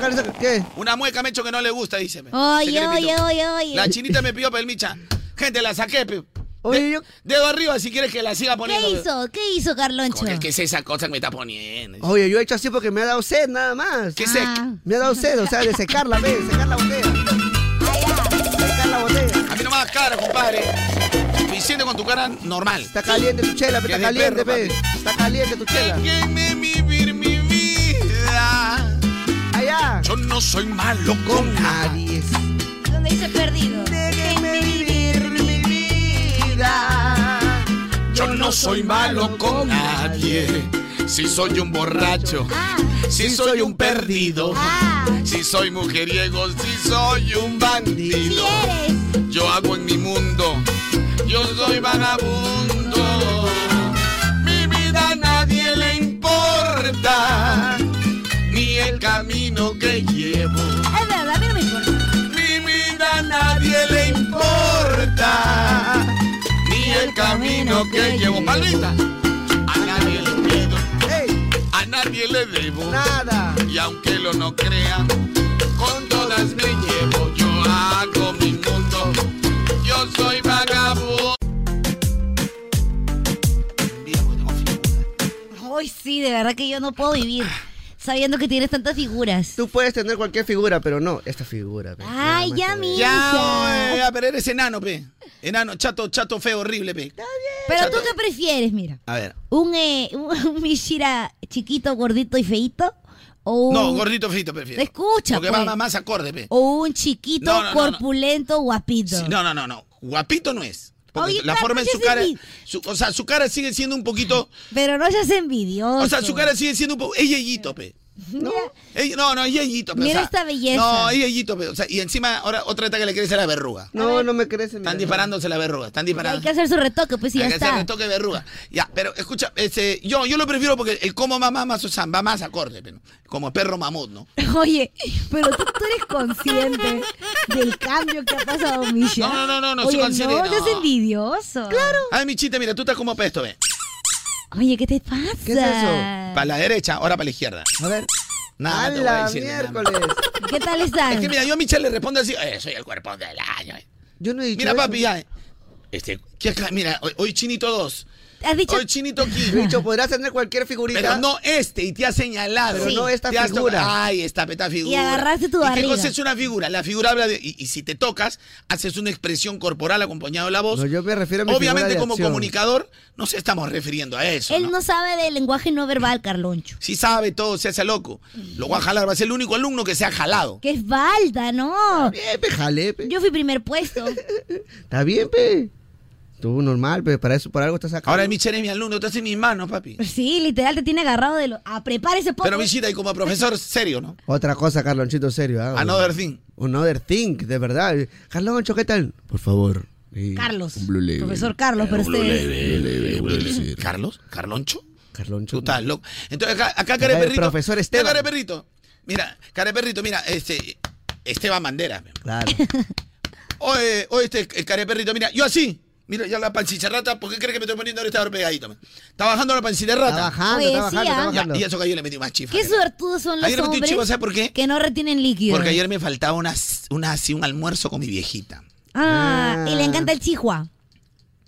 Una mueca me ha hecho que no le gusta, dice. pe. Oye, Secretito. oye, oye, oye. La chinita me pidió para el Micha. Gente, la saqué, pe. De- Dedo arriba si quieres que la siga poniendo. ¿Qué pe. hizo? ¿Qué hizo Carloncho? Porque, ¿Qué es esa cosa que me está poniendo? Oye, yo he hecho así porque me ha dado sed nada más. ¿Qué sed? Ah. Me ha dado sed, o sea, de secarla, ¿ves? Secar la botella. Secar la botella. A mí no me hagas cara, compadre. Vicente con tu cara normal. Está caliente tu chela, pe, Que está es de caliente, perro, pe. Está caliente tu chela. Déjenme vivir mi vida. Allá. Yo no soy malo con nadie. ¿Dónde dice perdido? Déjenme vivir mi vida. Yo no soy malo con nadie. Si soy un borracho, Ah, si soy un perdido, si soy mujeriego, si soy un bandido. Yo hago en mi mundo, yo soy vagabundo. Mi vida a nadie le importa, ni el camino que llevo. Es verdad, pero me importa. Mi vida a nadie le importa, ni el camino que llevo. Palmita, a nadie le pido, a nadie le debo. Nada. Y aunque lo no crean, con todas me llevo. Yo hago mi mundo, yo soy vagabundo. Hoy sí, de verdad que yo no puedo vivir sabiendo que tienes tantas figuras. Tú puedes tener cualquier figura, pero no esta figura, pe. Ay, ya, mi Ya, oye, ya, pero eres enano, pe. Enano, chato, chato feo, horrible, pe. Pero tú qué prefieres, mira. A ver. ¿Un, eh, un, un Mishira chiquito, gordito y feito? O un, No, gordito feito prefiero. Escucha, Porque pues. va más acorde, pe. O un chiquito, No, no, no, no. corpulento, guapito. Sí, No, no, no, no. Guapito no es. Porque Oye, la claro, forma de yo su sí cara. vi. su- o sea, su cara sigue siendo un poquito. Pero no seas envidioso. O sea, su cara sigue siendo un poco. Es yeyito, pe. No, Ey, no, no, es yeyito. pero, Mira o sea, esta belleza. No, es yeyito. pero, o sea, y encima, ahora otra que le crece la verruga. No, no me crece. Están disparándose la verruga, están disparando. Hay que hacer su retoque, pues y ya Hay que hacer está. retoque de verruga. Ya, pero escucha, este, yo, yo lo prefiero porque el como más más más o sea, va más acorde, pero, como perro mamut, ¿no? Oye, pero tú, tú eres consciente del cambio que ha pasado, Misha. No, no, no, no, no, soy Oye, consciente, No, no. seas envidioso. Claro. Ay, mi chita, mira, tú estás como pesto, ve. Oye, ¿qué te pasa? ¿Qué es Ah. Para la derecha, ahora para la izquierda. A ver. Nada, te voy a ¡Hala, decir, nada más. miércoles! ¿Qué tal están? Es que mira, yo a Michelle le respondo así, eh, soy el cuerpo del año. Yo no he dicho Mira, eso. papi, ya. eh. Este, ¿qué acá? Mira, hoy, hoy Chinito 2. ¿Has dicho? Hoy Chinito 15. He dicho, podrás tener cualquier figurita. Pero no este, y te ha señalado. Pero Sí. no esta Te has figura. tocado. Ay, esta peta figura. agarraste tu ¿Y ¿Qué barriga. cosa es una figura? La figura habla de. Y, y si te tocas, haces una expresión corporal acompañado de la voz. No, yo me refiero a mi figura Obviamente, de como acción. comunicador, no se estamos refiriendo a eso. Él ¿no? no sabe del lenguaje no verbal, Carloncho. Si sabe todo, se hace loco. Lo va a jalar, va a ser el único alumno que se ha jalado. Que es balda, ¿no? Jalepe. Yo fui primer puesto. Está bien, pe. Tú normal, pe. Para eso, por algo estás acá. Ahora Michelle es mi alumno, estás en mis manos, papi. Sí, literal te tiene agarrado de lo. A prepárese poco. Pero Michita, y como profesor, serio, ¿no? Otra cosa, Carlonchito, serio. ¿ah? Another thing. Another thing, de verdad. Carloncho, ¿qué tal? Por favor. Y Carlos. un Blue Label. Profesor Carlos, pero este, usted. ¿Carlos? ¿Carloncho? Carloncho. Tú estás loco. Entonces acá, acá Acá el Careperrito. profesor Esteban. Acá Careperrito. Mira, Careperrito, mira, este. Esteban Bandera. Claro. Oye, oye, este el Careperrito, mira, yo así. Mira, ya la pancicharrata, ¿por qué crees que me estoy poniendo ahora ahora pegadito? man? Está bajando la pancicharrata. Está bajando, Oye, está sí, bajando, está ¿ah? bajando. Y eso que ayer le metí más chifa. Qué suertudos son los Ayer metí un hombres chivo, ¿sabes por qué? que no retienen líquido. Porque ayer me faltaba una, una, así, un almuerzo con mi viejita. Ah, Ah. y le encanta el chihuahua.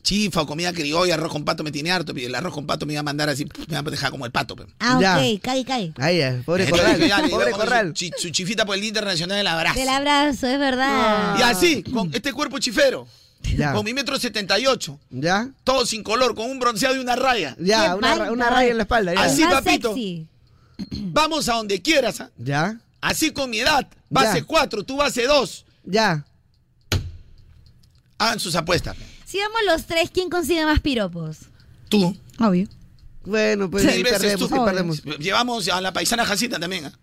Chifa o comida criolla, arroz con pato me tiene harto. pero El arroz con pato me iba a mandar así, me iba a dejar como el pato. pe. Ah, Ya. ok, cae, cae. Ahí, eh, pobre Entonces Corral. dije, ya, le iba a pobre poner su Corral. chi- Su, chifita por el Día Internacional del Abrazo. Del abrazo, es verdad. Y así, con este cuerpo chifero. Ya. Con mi metro 78. Ya. Todo sin color, con un bronceado y una raya. Ya, una, ra- una raya en la espalda. Ya. Así, papito. Vamos a donde quieras. ¿ah? Ya. Así con mi edad. Base Ya. 4, tú base 2. Ya. Hagan sus apuestas. Si vamos los tres, ¿quién consigue más piropos? Tú. Obvio. Bueno, pues Mil ahí veces perdemos, tú. ahí perdemos. Llevamos a la paisana Jacita también. ¿ah?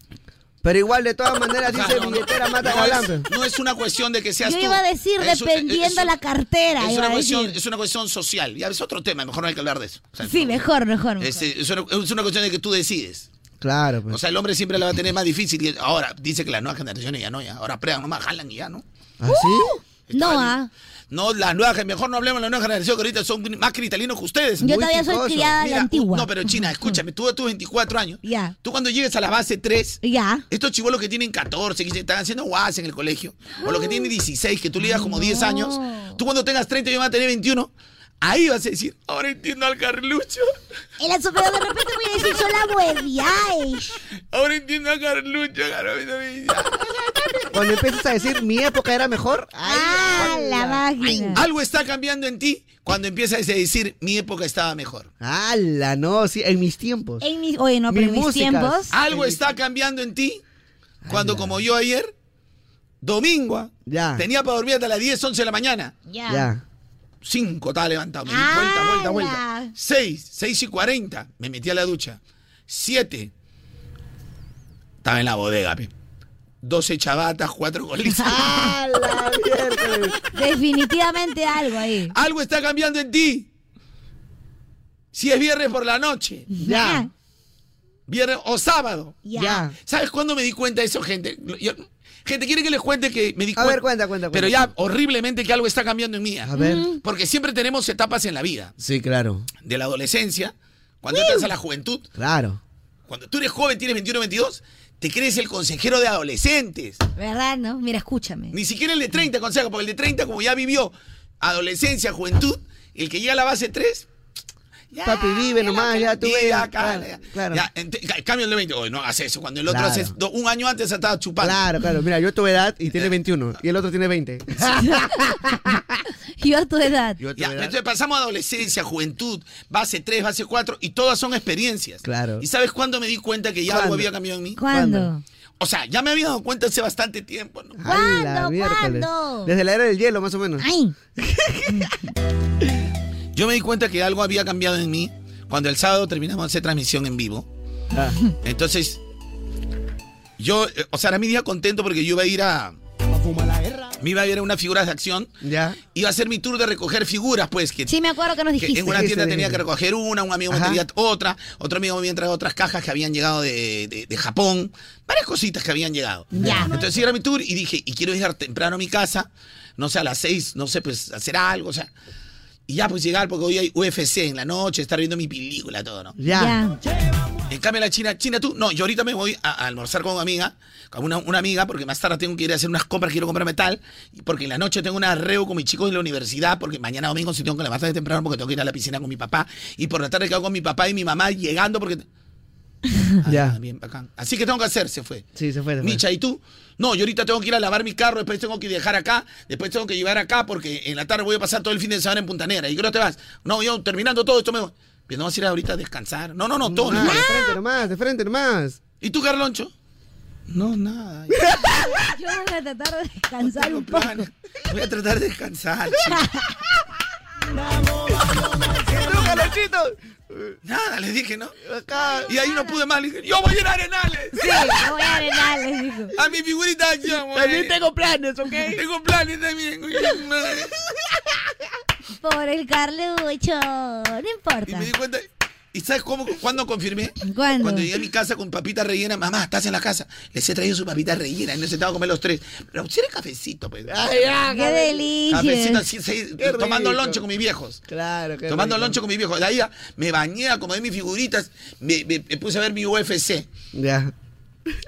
Pero igual, de todas maneras, O sea, dice no, no, billetera mata no galán. es, no es una cuestión de que seas Yo tú. iba a decir, Es un- dependiendo es- la cartera. eh, Es iba una, a cuestión, decir. es una cuestión social. Ya es otro tema, mejor no hay que hablar de eso. O sea, Sí, mejor, mejor. es, es una, es una cuestión de que tú decides. Claro, pues. O sea, el hombre siempre la va a tener más difícil. Y ahora, dice que las nuevas generaciones ya no, ya. Ahora pregan nomás, jalan y ya, ¿no? ¿Ah, ¡Uh! no, ah. No, las nuevas, gen- mejor no hablemos de la nueva generación, que ahorita son más cristalinos que ustedes. Yo Muy todavía soy picosos. criada de la Mira, antigua. No, pero China, escúchame, tú a tus 24 años, Ya. tú cuando llegues a la base 3, Ya. estos chivolos que tienen 14, que están haciendo guas en el colegio, o los que tienen 16, que tú le das como 10 años, tú cuando tengas 30 yo voy a tener 21, ahí vas a decir, ahora entiendo al Carlucho, El asopero de repente voy a decir yo la hueviae. ahora entiendo al Carlucho, Carlucho, Cuando empiezas a decir mi época era mejor, ay, Ah, la máquina. Algo está cambiando en ti cuando empiezas a decir, mi época estaba mejor. ala, no, sí, en mis tiempos. En mis- oye, no, pero en Mis mis músicas. tiempos. Algo está cambiando en ti cuando, como yo ayer, domingo, ah, Ya. tenía para dormir hasta las 10, 11 de la mañana. Ya. Ya. 5 estaba levantado. Me di ¡Hala! vuelta, vuelta, vuelta. 6, 6 y 40. Me metí a la ducha. 7. Estaba en la bodega, pe. 12 chavatas, 4 golizas. Ah. ¡Hala, miércoles! Definitivamente algo ahí. Algo está cambiando en ti. Si es viernes por la noche. Ya. Viernes o sábado. Ya. ¿Sabes cuándo me di cuenta de eso, gente? Lo- yo- gente, quiere que les cuente que me di A cuenta. ver, cuenta, cuenta, cuenta. Pero ya horriblemente que algo está cambiando en mí. A ver. Porque siempre tenemos etapas en la vida. Sí, claro. De la adolescencia, cuando entras a la juventud, Claro. cuando tú eres joven, tienes 21, 22, te crees el consejero de adolescentes. ¿Verdad, no? Mira, escúchame. Ni siquiera el de 30 conseja, porque el de 30, como ya vivió adolescencia, juventud, el que llega a la base 3, Papi, vive nomás, ya tú ves. ya, acá, Claro, ya, claro. ya, ent- ca- cambio el de 20, hoy no hace eso, cuando el otro Claro. hace do- un año antes estaba chupando. Claro, claro. Mira, yo tuve edad y tiene 21. Y el otro tiene 20. Yo a tu edad. Yo tuve Ya, edad. entonces pasamos a adolescencia, juventud, base 3, base 4, y todas son experiencias. Claro. ¿Y sabes cuándo me di cuenta que ya algo ¿Cuándo? había cambiado en mí? ¿Cuándo? O sea, ya me había dado cuenta hace bastante tiempo, ¿no? ¡Hala, miércoles! Desde la era del hielo, más o menos. Ay. Yo me di cuenta que algo había Ah. cambiado en mí cuando el sábado terminamos de hacer transmisión en vivo. Entonces, Yo, eh, o sea, era mi día contento porque yo iba a ir a. Me iba a ir a unas figuras de acción. Mm. Ya. Iba a hacer mi tour de recoger figuras, pues. Que, Sí, me acuerdo que nos que dijiste. en una tienda tenía que recoger una, un amigo me tenía otra, otro amigo me traía otras cajas que habían llegado de, de- de Japón, varias cositas que habían llegado. Ya. Entonces iba a mi tour y dije, y quiero llegar temprano a mi casa, no sé, a las seis, no sé, pues hacer algo, o sea. Y ya, pues llegar, porque hoy hay UFC en la noche, estar viendo mi película, todo, ¿no? Ya. En cambio, la China, China tú, no, yo ahorita me voy a, a almorzar con una amiga, con una, una amiga, porque más tarde tengo que ir a hacer unas compras, quiero comprar metal, y porque en la noche tengo un arreo con mis chicos de la universidad, porque mañana domingo sí tengo que levantarme temprano porque tengo que ir a la piscina con mi papá, y por la tarde quedo con mi papá y mi mamá llegando porque... Ah, ya. Bien, bacán. Así que tengo que hacer, se fue. Sí, se fue. se fue. Micha, ¿y tú? No, yo ahorita tengo que ir a lavar mi carro, después tengo que dejar acá, después tengo que llevar acá, porque en la tarde voy a pasar todo el fin de semana en Puntanera. ¿Y creo te vas? No, yo terminando todo esto me voy. Pero no vas a ir ahorita a descansar. No, no, no, todo. Ah, no. de frente nomás, de frente nomás. ¿Y tú, Carloncho? No, nada. Yo voy a tratar de descansar un poco. Voy a tratar de descansar. Nada, les dije, ¿no? Y ahí no pude más. Le dije, yo voy a ir a Arenales. Sí, voy a Arenales, dijo. A mi figurita ya, voy a También ir. tengo planes, ¿ok? Tengo planes también. Por el Carlucho. No importa. Y me di cuenta. ¿Y sabes cómo, cuándo confirmé? ¿Cuándo? Cuando llegué a mi casa con papita rellena. Mamá, estás en la casa. Les he traído su papita rellena. Y nos sentamos a comer los tres. Pero si era cafecito, pues. Ay, ya, Qué cabe- delicias. Cafecito así, así, Qué tomando rico. lonche con mis viejos. Claro, qué tomando rico. lonche con mis viejos. De ahí a- me bañé, acomodé mis figuritas. Me, me- me puse a ver mi UFC. Ya.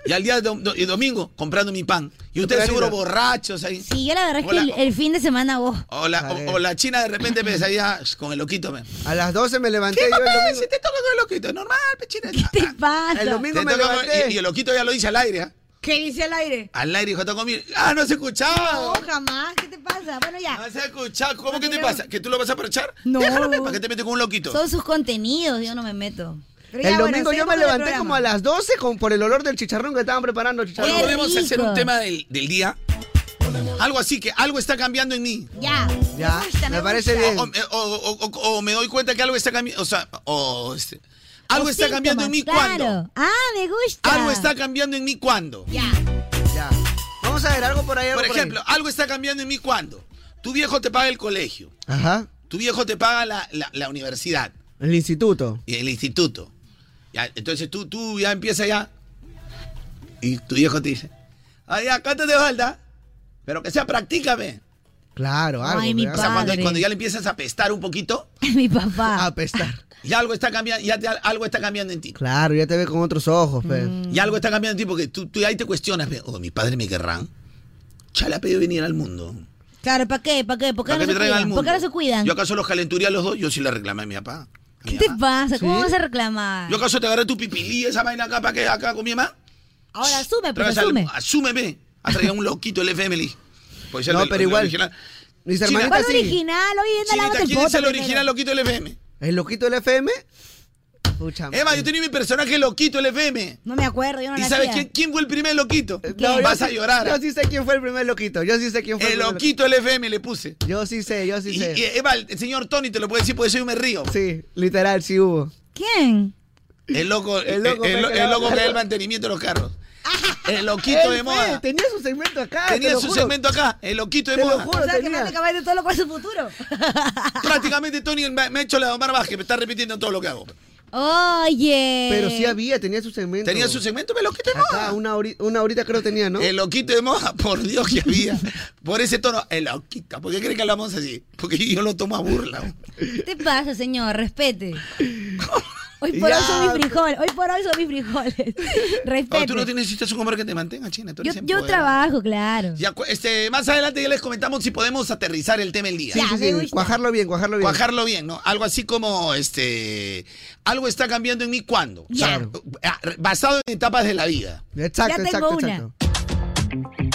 Y al día de dom- do- y domingo, comprando mi pan. Y ustedes seguro Clarita. borrachos ahí. Sí, yo la verdad es que el, el fin de semana vos. O la, o- o la china de repente me salía con el loquito. Me. A las 12 me levanté ¿Qué, yo el papá? domingo. Si te toca con el loquito, normal, pechina. ¿Qué te pasa? El domingo me Te toca- levanté. Y, y el loquito ya lo dice al aire, ¿ah? ¿Qué dice al aire? Al aire, hijo, está conmigo. ¡Ah, no se escuchaba! No, jamás. ¿Qué te pasa? Bueno, ya. No se escuchaba. ¿Cómo que te pasa? ¿Que tú lo vas a aprovechar? No. Déjalo, pe, ¿Para qué te metes con un loquito? Son sus contenidos, yo no me meto. Pero ya, El bueno, domingo yo seguimos me con el levanté como programa. a las 12 con, por el olor del chicharrón que estaban preparando. Hoy Chicharrón. podemos hacer un tema del, del día. Algo así, que algo está cambiando en mí. Ya. Ya, me parece bien. O, o- o- o- o me doy cuenta que algo está cambiando. O sea, o, este, algo O está cambiando en mí síntomas, cuando. claro. Ah, me gusta. Algo está cambiando en mí cuando. Ya. Ya. Vamos a ver algo por ahí. algo Por por ahí. ejemplo, algo está cambiando en mí cuando. Tu viejo te paga el colegio. Ajá. Tu viejo te paga la, la- la universidad El instituto. y el instituto. Ya, entonces tú, tú ya empiezas ya. Y tu viejo te dice, ay, ya, cántate balda. Pero que sea, practícame. Claro, algo. O sea, ¿verdad? cuando, cuando ya le empiezas a apestar un poquito, Mi papá. Ah, Apestar. ya algo está cambiando, ya, te- algo está cambiando en ti. Claro, ya te ve con otros ojos, pe. Mm. Y algo está cambiando en ti porque tú, tú ahí te cuestionas, ve, oh, mis padres me querrán. Ya le ha pedido venir al mundo. Claro, ¿para qué? ¿Para qué? ¿Por qué, ¿Para no qué me se traen al cuidan? mundo? ¿Por qué no se cuidan? ¿Yo acaso los calenturía a los dos? Yo sí le reclamé a mi papá. ¿Qué te pasa? ¿Cómo ¿Sí? vas a reclamar? ¿Yo acaso te agarré tu pipilí, esa vaina acá, para que acá con mi mamá? Ahora asume, pero Traes al- Ah, pues asume. asúmeme. Ha traído un loquito el FM, Lee. Pues ya No, lo- pero lo igual. original. Mis China, hermanitas ¿Cuál sí. original? Oye, anda, Chinita, lávate el ¿quién es poto el primero. original loquito del FM? ¿El loquito del FM? Pucha. Emma, yo tenía mi personaje loquito el FM. No me acuerdo, yo no ¿Y la sabes hacía. quién, quién fue el primer loquito? No, yo Vas a sí- llorar. Yo sí sé quién fue el primer loquito. Yo sí sé quién fue El loquito del FM le puse. Yo sí sé, yo sí Y, sé. y, eh, Eva, el señor Tony te lo puede decir, porque yo me río. Sí, literal, sí hubo. ¿Quién? El loco, el, El loco el- fue el que lo- loco que da el mantenimiento de los carros. El loquito Él de fue, moda. Tenía su segmento acá. Tenía te lo su juro. segmento acá, el loquito de Te lo moda. juro, O sea, que tenía. no te acabas de todo lo cual es su futuro. Prácticamente Tony me me ha hecho la de Omar Vázquez, me está repitiendo todo lo que hago. Oye. Pero sí había, tenía su segmento. Tenía su segmento, me loquito de Acá, una, hori- una horita creo tenía, ¿no? ¡Oh! El loquito de moda, por Dios que había. Por ese tono, el loquito. ¿Por qué creen que hablamos así? Porque yo lo tomo a burla. ¿Qué te pasa, señor? Respete. Hoy por hoy Ya, son mis frijoles. Hoy por hoy son mis frijoles. Oh, Respete. tú no tienes- necesitas un hombre que te mantenga, China. Tú yo, eres yo empoderada. trabajo, claro. Ya, cu- este, más adelante ya les comentamos si podemos aterrizar el tema el día. Sí, sí, sí, Cuajarlo bien, cuajarlo bien. Cuajarlo bien, ¿no? Algo así como, este, algo está cambiando en mí cuando. O sea, ah, re- basado en etapas de la vida. Exacto, Ya exacto, tengo una. exacto.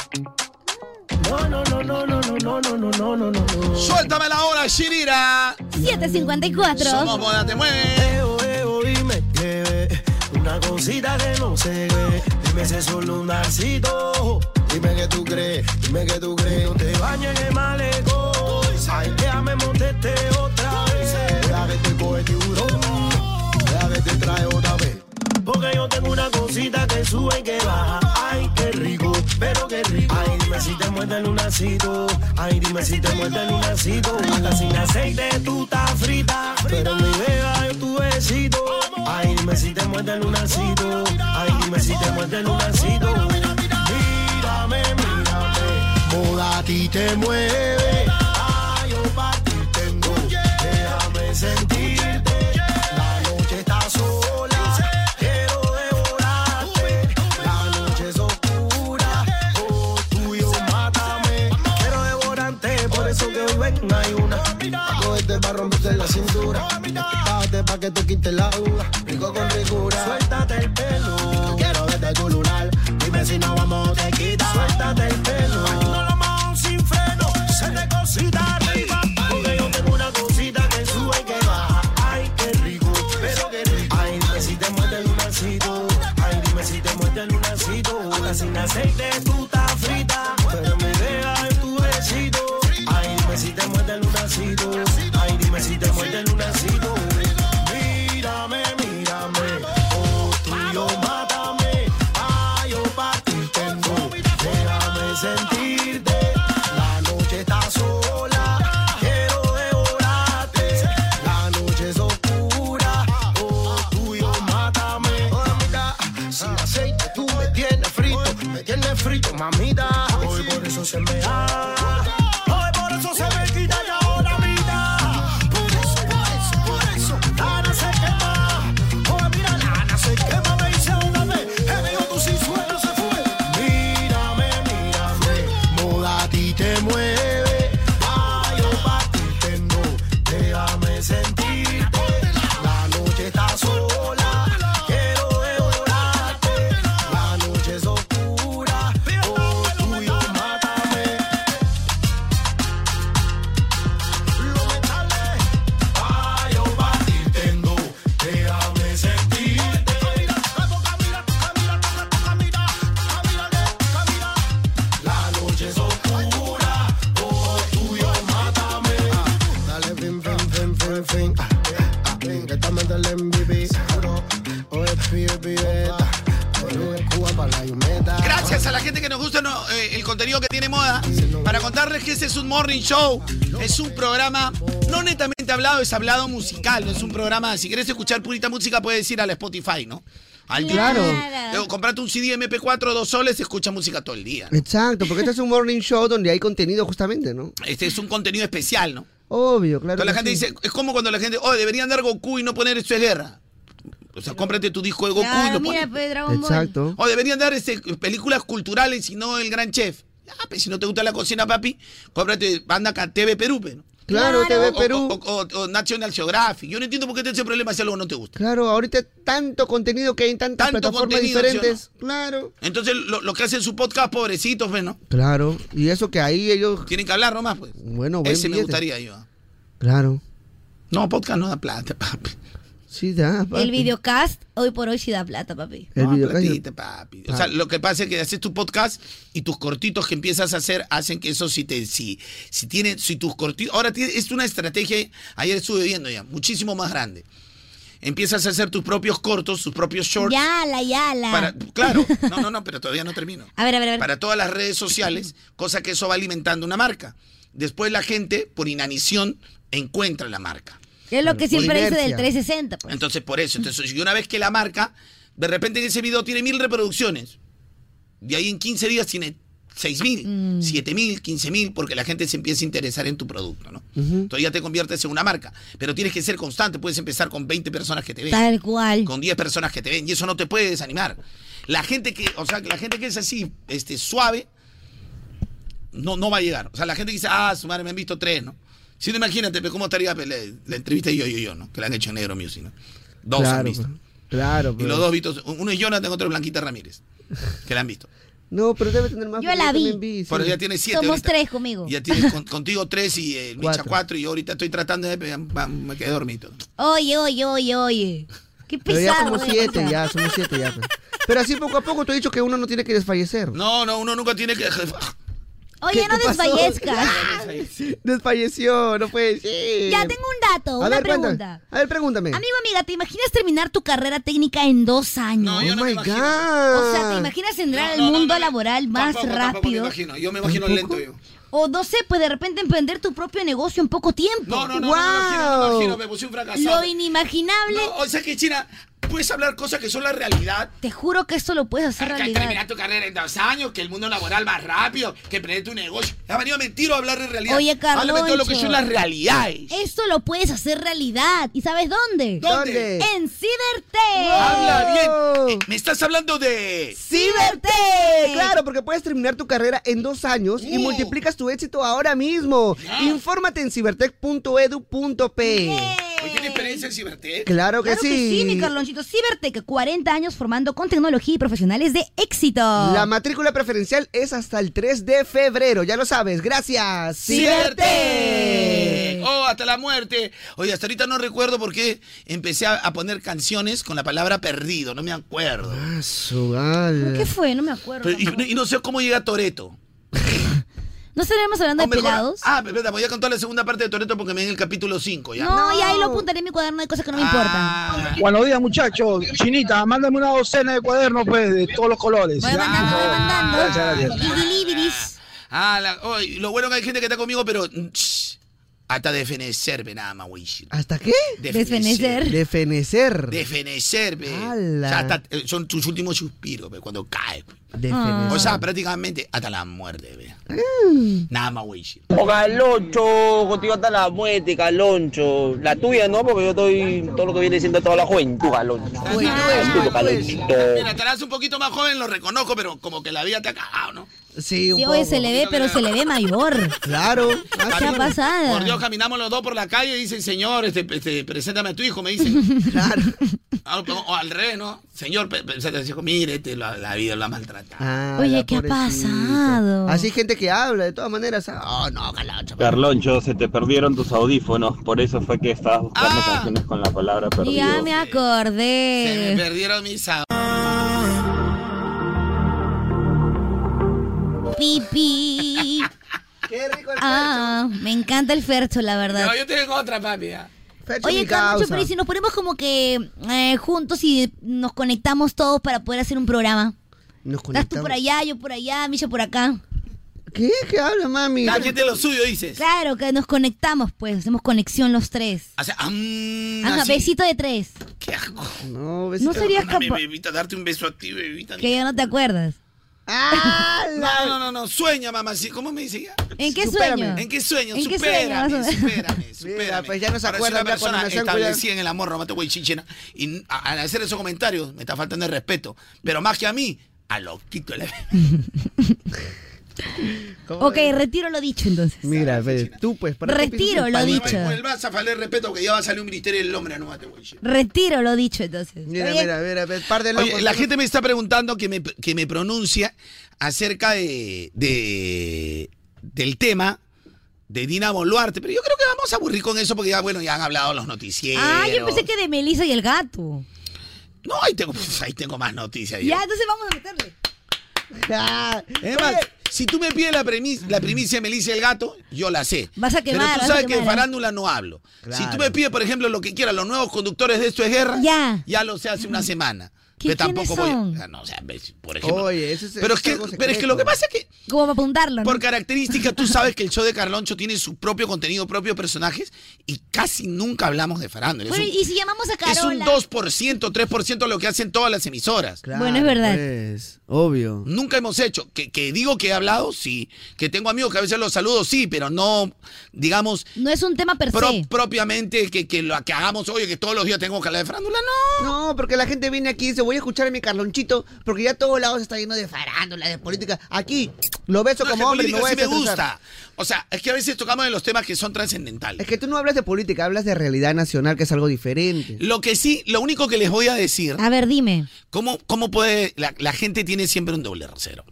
No, no, no, no, no, no, no, no, no, no, no. Suéltame la hora, Shirira. 754. Somos Moda Te Mueve. dime que una cosita que no se ve. Dime si es solo un narcito. Dime que tú crees, dime que tú crees. No te bañes en el malecón. Ay, déjame montarte otra vez. Deja que te coge tiburón. Deja que te trae otra vez. Porque que yo tengo una cosita que sube y que baja. Ay, qué rico, pero qué rico. Ay, dime si te muerde el lunacito. Ay, dime si te muerde el lunacito. Hasta sin aceite tú estás frita. Pero mi beba es tu besito. Ay, dime si te muerde el lunacito. Ay, dime si te muerde el lunacito. Mírame, mírame. Moda a ti te mueve. Ay, yo pa' ti tengo. Déjame sentirte. La noche está sola, quiero devorarte. La noche es oscura, oh tuyo, mátame. Quiero devorarte, Eh, por eso que hoy ven hay una. este Cogete pa' romperte la cintura. Bájate pa' que te quite la duda. Rico con ricura. Suéltate el pelo. Yo quiero verte tu lunar. Dime si no vamos te quita. Suéltate el pelo. lo más sin freno. Se te cosita arriba. Porque yo tengo una cosita que sube y que baja. Ay, qué rico. Pero qué rico. Ay, dime si te muerde el lunacito. Ay, dime si te muerde el lunacito. Hasta sin aceite tú estás frita. Pero me deja en tu besito. Ay, dime si te muerde el lunacito. Ay, dime si te muerde el lunacito. Mírame, mírame. Oh, tú y yo mátame. Ay, yo pa' ti tengo. Déjame sentirte. La noche está sola. Quiero devorarte. La noche es oscura. Oh, tuyo, mátame. Oh, mira, sin aceite tú me tienes frito. Me tienes frito, mamita. Hoy por eso se me da. Hoy por eso se me quita y ahora mira. Por eso, por eso, por eso. Ana se quema. Oh, mira, la Ana se quema. Me dice una vez. Que digo tú sin suelo se fue. Mírame, mírame. Moda a ti te mueve. Ay, yo pa' ti tengo. Déjame sentirte. La noche está sola. Quiero devorarte. La noche es oscura. Oh, tuyo, mátame. Lo metale. Ay, yo pa' ti tengo. Déjame sentirte. La noche es oscura, oh tuyo, mátame. Dale, fin, fin, fin, fin, fin. Ah, ah, fin, que estamos del MVP. Seguro, o es pibeta. Perú es Cuba para la yumeta. Gracias a la gente que nos gusta no, eh, el contenido que tiene moda. Para contarles que este es un morning show. Es un programa no netamente hablado, es hablado musical. No es un programa. Si quieres escuchar purita música, puedes ir al Spotify, ¿no? Al Claro. Luego, comprate un CD MP4, dos soles, escucha música todo el día. Exacto, porque este es un morning show donde hay contenido justamente, ¿no? Este es un contenido especial, ¿no? Obvio, claro. Entonces la que gente sí. dice, es como cuando la gente, oh, deberían dar Goku y no poner esto es guerra. O sea, cómprate tu disco de Goku y Claro, lo mira, pones. pues, Dragon Ball. Exacto. O deberían dar este, películas culturales y no el gran chef. Ah, pues si no te gusta la cocina, papi, cómprate banda acá, TV Perú, pues, ¿no? Claro, TV O- o- Perú. O, o- o National Geographic. Yo no entiendo por qué te ese problema si algo no te gusta. Claro, ahorita tanto contenido que hay en tantas plataformas contenido, ¿sí o no? diferentes. Claro. Entonces, lo, lo que hacen su podcast, pobrecitos, pues, ¿no? Claro, y eso que ahí ellos, Tienen que hablar nomás, pues. bueno, buen Ese me billete. gustaría yo. ah. Claro. No, podcast no da plata, papi. Sí, da. papi. El videocast hoy por hoy sí da plata, papi. El No, videocast. platita, papi. O sea, lo que pasa es que haces tu podcast y tus cortitos que empiezas a hacer hacen que eso si te si si tienen si tus cortitos ahora tiene- es una estrategia ayer estuve viendo ya muchísimo más grande. Empiezas a hacer tus propios cortos, tus propios shorts. Yala, yala. Para, claro, no, no, no, pero todavía no termino. A ver, a ver, a ver. Para todas las redes sociales, cosa que eso va alimentando una marca. Después la gente, por inanición, encuentra la marca. Es lo que Por siempre dice inercia. del 360. pues. Entonces, por eso. Entonces, y una vez que la marca, de repente en ese video tiene mil reproducciones. De ahí en 15 días tiene 6 Mm. mil, 7 mil, 15 mil, porque la gente se empieza a interesar en tu producto, ¿no? Entonces ya te conviertes en una marca. Pero tienes que ser constante. Puedes empezar con 20 personas que te ven. Tal cual. Con 10 personas que te ven. Y eso no te puede desanimar. La gente que, o sea, la gente que es así, este, suave, no, no va a llegar. O sea, la gente que dice, ah, su madre, me han visto tres, ¿no? Si no, imagínate, pues, ¿cómo estaría pues, la, la entrevista de yo, yo, yo, ¿no? Que la han hecho en Negro Music, ¿no? Dos han claro, visto. pues. Claro, Y pues. los dos vistos, uno es Jonathan, otro es Blanquita Ramírez, que la han visto. No, pero debe tener más. Yo la porque vi. también sí. Por eso ya tiene siete. Somos ahorita. tres conmigo. Ya tienes con- contigo tres y el Micha Cuatro. cuatro. Y yo ahorita estoy tratando de. pe- pa- Me quedé dormido. Oye, oye, oye, oye. Qué Pero ya pesado. eh. somos güey. siete, ya, somos siete, ya. pues. Pero así poco a poco tú has dicho que uno no tiene que desfallecer. No, no, uno nunca tiene que. Oye, ¿Qué no te pasó? desfallezcas. Desfalleció, no puede ser. Ya tengo un dato, A una ver, cuéntame. pregunta. A ver, pregúntame. Amigo, amiga, ¿te imaginas terminar tu carrera técnica en dos años? No, yo no Oh me my imagino. God. O sea, ¿te imaginas entrar al mundo laboral más Tampoco, rápido? tampoco me imagino. Yo me imagino lento yo. O no sé, pues de repente emprender tu propio negocio en poco tiempo. No, no, no, no, me imagino, no me imagino, me puse un fracasado. Lo inimaginable. No, o sea que China, puedes hablar cosas que son la realidad. Te juro que esto lo puedes hacer Que realidad. terminar tu carrera en dos años, que el mundo laboral más rápido, que emprender tu negocio. Ha venido a mentir o a hablar de realidad. Oye, ¡Eh! Carlos. Háblame todo lo que son las realidades. Esto lo puedes hacer realidad. ¿Y sabes dónde? ¿Dónde? En Ciberte. Habla bien. Eh, Me estás hablando de. ¡Ciberte! Claro, porque puedes terminar tu carrera en dos años y Uh. multiplicas tu éxito ahora mismo. Infórmate en cibertech.edu.p. Oye, ¿Tiene experiencia en Cibertec? Claro que Claro que sí, mi sí. Carlonchito. Cibertech, 40 años formando con tecnología y profesionales de éxito. La matrícula preferencial es hasta el 3 de febrero, ya lo sabes. Gracias. ¡Cibertec! ¡Oh, hasta la muerte! Oye, hasta ahorita no recuerdo por qué empecé a, a poner canciones con la palabra perdido, no me acuerdo. Ah, ¿Qué fue? No me acuerdo. Pero- y, y no sé cómo llega Toreto. ¿No estaremos hablando de pelados? Ah, pero verdad, voy a contar la segunda parte de Toreto porque me en el capítulo 5 ya. Ah, No, y ahí lo apuntaré en mi cuaderno de cosas que no me importan. Buenos días, muchachos. Chinita, mándame una docena de cuadernos, pues, de todos los colores. Gracias, gracias. Ah, la- oh, y lo bueno que hay gente que está conmigo, pero. mm, shh, hasta defenecerme nada más, güey. Ah, ¿Hasta qué? Desfenecer. Defenecer. Defenecerme. Ala. eh, son tus últimos suspiros, pe, cuando cae. pe. Ah. Defenecer. O sea, prácticamente hasta la muerte, pe. Mm. Nada más, güey. O Caloncho, contigo hasta la muerte, Caloncho. La tuya no, porque yo estoy todo lo que viene siendo toda la juventud, Caloncho. Estúpido, Calonchito. Mira, estarás un poquito más joven, lo reconozco, pero como que la vida te ha cagado, ¿no? Sí, Sí, oye, se le ve, pero se le ve mayor. Claro. ¿Qué ha pasado? Por Dios, caminamos los dos por la calle y dicen, señor, este, este, preséntame a tu hijo, me dicen. Ah, Claro. O, o al revés, ¿no? Señor, pe- pe- preséntame a su hijo, mire, este, la, la vida lo ha maltratado. Ah. Oye, ¿qué ha pasado? Ah, Así hay gente que habla, de todas maneras. ah, Oh, no, galacho. Carloncho, se te perdieron tus audífonos, por eso fue que estabas Ah, buscando canciones con la palabra Ya perdida. me acordé. Me perdieron mis a- Pipi. Qué rico Ah, me encanta el fercho, la verdad. No, yo tengo otra, papi. ¿ah? ya. Oye, Carlos, pero ¿y si nos ponemos como que eh, juntos y nos conectamos todos para poder hacer un programa. Nos Estás tú por allá, yo por allá, Misha por acá. ¿Qué? ¿Qué habla, mami? Cada quien tiene lo suyo, dices. Claro, que nos conectamos, pues, hacemos conexión los tres. O sea, mm, Ajá, así. besito de tres. No, No serías Perdóname, capaz- bebita, darte un beso a ti, bebita. Que ya no te acuerdas. No, no, no, no, sueña, mamá. sí, ¿Cómo me decía? ¿En qué Supérame. sueño? ¿En qué sueño? ¿En qué supérame, sueño, más o menos? supérame, supérame. pues ya no se Ahora, acuerdan, ya soy una cuando persona nacían, cuidado. establecida en el amor romántico y chichena. Y a- al hacer esos comentarios me está faltando el respeto. Pero más que a mí, a loquito. le- Ok, retiro lo dicho entonces. Mira, ve, tú pues. ¿para qué Retiro piensas lo en dicho. palabras? Pues vas a faltar el respeto que ya va a salir un ministerio del hombre, no mate, güey. Retiro lo dicho entonces. Mira, Oye, mira, mira, ve, par de locos. Oye, la gente me está preguntando que me, que me pronuncia acerca de, de- del tema de Dina Boluarte, pero yo creo que vamos a aburrir con eso porque ya, bueno, ya han hablado los noticieros. Ah, yo pensé que de Melissa y el gato. No, ahí tengo, pues, ahí tengo más noticias. yo. Ya, entonces vamos a meterle. Ah, Es Eh. más, si tú me pides la, premis- la primicia de Melissa y el gato, yo la sé. Vas a quemar, vas Pero a tú sabes que de quemar, ¿eh? farándula no hablo. Claro. Si tú me pides, por ejemplo, lo que quieras, los nuevos conductores de Esto es Guerra, ya, lo sé hace una semana. ¿Qué- Pero tampoco quiénes voy son? a... Ah, No, o sea, ves, por ejemplo... Oye, eso es- pero, eso este es que, es algo pero es que secreto. lo que pasa es que... Como para apuntarlo, ¿no? Por característica, tú sabes que el show de Carloncho tiene su propio contenido, propios personajes, y casi nunca hablamos de farándula. Es Bueno, un- y si llamamos a Carola. es un 2%, 3% lo que hacen todas las emisoras. Bueno, es verdad. pues, obvio. Nunca hemos hecho. Que, que digo que he hablado, sí. Que tengo amigos que a veces los saludo, sí, pero no, digamos, No es un tema per se. pro- propiamente que, que lo que hagamos, oye, que todos los días tengo que hablar de farándula. No. No, porque la gente viene aquí y dice, voy a escuchar a mi Carlonchito, porque ya todos lados está lleno de farándula, de política. Aquí, lo beso No, es que como hombre, y política me voy sí a me desestresar. gusta. O sea, es que a veces tocamos en los temas que son trascendentales. Es que tú no hablas de política, hablas de realidad nacional, que es algo diferente. Lo que sí, lo único que les voy a decir. A ver, dime. ¿Cómo, cómo puede.? La, la gente tiene siempre un doble rasero.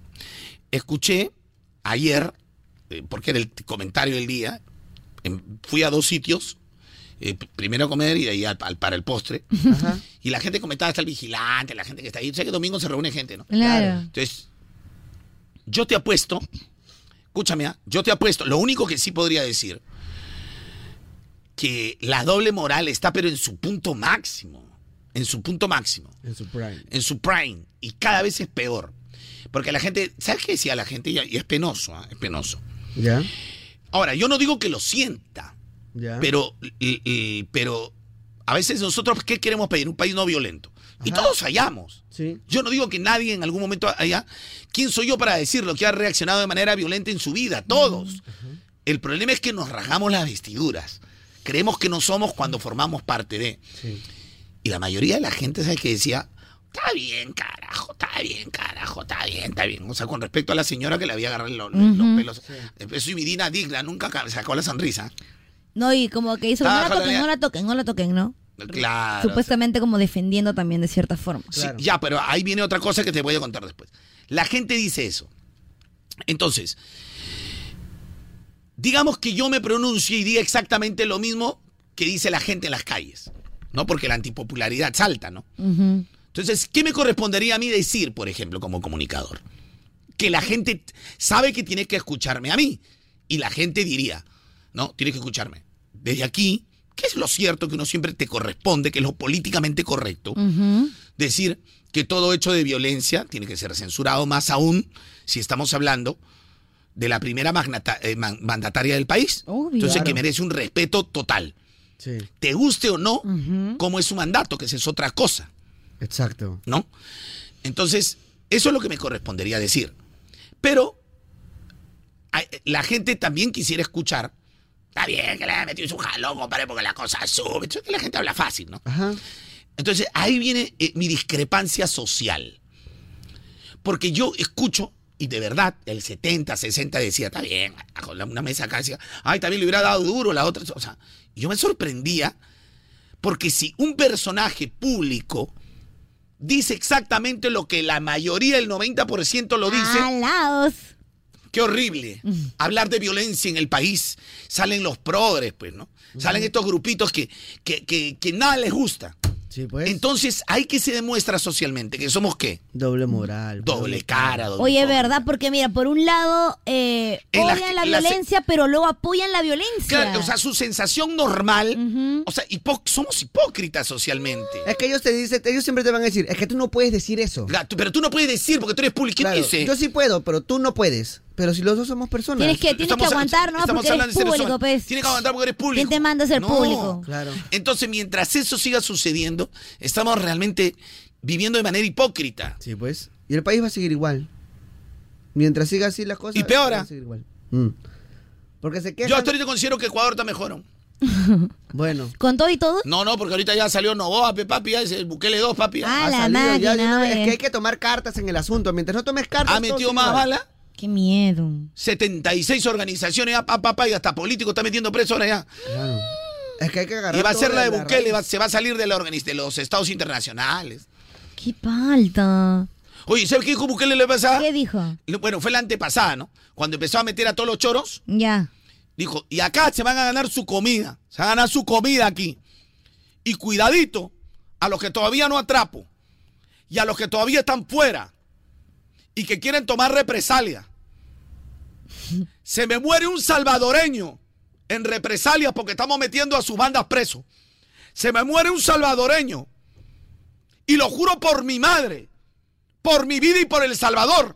Escuché ayer, eh, porque era el t- comentario del día, em, fui a dos sitios. eh, p- primero a comer y de ahí al- al- para el postre. Y la gente comentaba hasta el vigilante, la gente que está ahí. Sé que domingo se reúne gente, ¿no? Claro. Entonces, yo te apuesto escúchame, ¿ah? yo te apuesto, lo único que sí podría decir, que la doble moral está pero en su punto máximo, en su punto máximo, En su prime. en su prime, y cada vez es peor. Porque la gente, ¿sabes qué decía la gente? Y y es penoso, ¿ah? es penoso. ¿Ya? Ahora, yo no digo que lo sienta, Ah. ¿Ya? pero, y- y- pero a veces nosotros, ¿qué queremos pedir? Un país no violento. Y todos fallamos. Sí. Yo no digo que nadie en algún momento haya. ¿Quién soy yo para decir lo que ha reaccionado de manera violenta en su vida? Todos. El problema es que nos rasgamos las vestiduras. Creemos que no somos cuando formamos parte de. Sí. Y la mayoría de la gente, ¿sabes qué decía? Está bien, carajo, está bien, carajo, está bien, está bien. O sea, con respecto a la señora que le había agarrado lo- los, Ujú. pelos. Es su Midina digna, nunca ca- sacó la sonrisa. No, y como que hizo, no la Ah, toquen, jalaría. no la toquen, no la toquen, ¿no? Claro. Supuestamente como defendiendo también de cierta forma. Sí, ya, pero ahí viene otra cosa que te voy a contar después. La gente dice eso. Entonces, digamos que yo me pronuncie y diga exactamente lo mismo que dice la gente en las calles, ¿no? Porque la antipopularidad salta, ¿no? Ujú. Entonces, ¿qué me correspondería a mí decir, por ejemplo, como comunicador? Que la gente t- sabe que tiene que escucharme a mí. Y la gente diría, no, tienes que escucharme. Desde aquí, ¿qué es lo cierto que uno siempre te corresponde, que es lo políticamente correcto? Mm. decir que todo hecho de violencia tiene que ser censurado, más aún si estamos hablando de la primera magnata- eh, man- mandataria del país. Entonces, que Claro. merece un respeto total. Sí. Te guste o no, como es su mandato, que esa es otra cosa, Exacto. ¿no? Entonces, eso es lo que me correspondería decir. Pero a- la gente también quisiera escuchar. Está bien que le haya metido su jalón, compadre, porque la cosa sube. Eso es que la gente habla fácil, ¿no? Entonces, ahí viene eh, mi discrepancia social. Porque yo escucho, y de verdad, el 70, 60 decía, está bien, con la- una mesa acá decía, ay, también le hubiera dado duro, la otra. O sea, y yo me sorprendía, porque si un personaje público dice exactamente lo que la mayoría, el 90% lo dice. Qué horrible. Hablar de violencia en el país. Salen los progres, pues, ¿no? Salen estos grupitos que, que, que- que nada les gusta. pues. Entonces, hay que se demuestra socialmente que somos qué? Doble moral. pues. Doble cara. doble- Oye, ¿verdad? Porque mira, por un lado eh, En la- odian la, la se- violencia, pero luego apoyan la violencia. Claro, o sea, su sensación normal. O sea, hipo- somos hipócritas socialmente. Es que ellos te dicen, ellos siempre te van a decir, es que tú no puedes decir eso. Pero tú no puedes decir porque tú eres público. ¿Quién Claro, dice? Yo sí puedo, pero tú no puedes. Pero si los dos somos personas. Tienes que- tienes que Estamos- aguantar, ¿no? estamos Porque eres hablando de seres público, humanos. pues. Tienes que aguantar porque eres público. ¿Quién te manda a ser No. público? Claro. Entonces, mientras eso siga sucediendo, estamos realmente viviendo de manera hipócrita. Sí, pues. Y el país va a seguir igual. Mientras siga así las cosas. Y peora. va a seguir igual. Mm. Porque se Yo quejan. hasta ahorita considero que Ecuador está mejor. aún. Bueno. ¿Con todo y todo? No, no, porque ahorita ya salió Novoa, pe, papi, ya es el Bukele 2, papi. Ah, Ha salido ya de una vez. Es eh. que hay que tomar cartas en el asunto. Mientras no tomes cartas. Ah, ¿Ha todo metido sigue más igual. bala? Qué miedo. 76 organizaciones, ya, pa, pa, pa, y hasta políticos está metiendo preso ahora ya. Es que hay que agarrar. Y va a todo ser la de las Bukele, raíz. va- se va a salir de, la organiz- de los estados internacionales. Qué Ah. falta. Oye, ¿sabes qué dijo Bukele la vez pasada? ¿Qué dijo? Lo- Bueno, fue la antepasada, ¿no? Cuando empezó a meter a todos los choros, Ya. dijo, y acá se van a ganar su comida, se van a ganar su comida aquí. Y cuidadito a los que todavía no atrapo y a los que todavía están fuera y que quieren tomar represalia. Se me muere un salvadoreño en represalias porque estamos metiendo a sus bandas presos. Se me muere un salvadoreño. Y lo juro por mi madre, por mi vida y por El Salvador,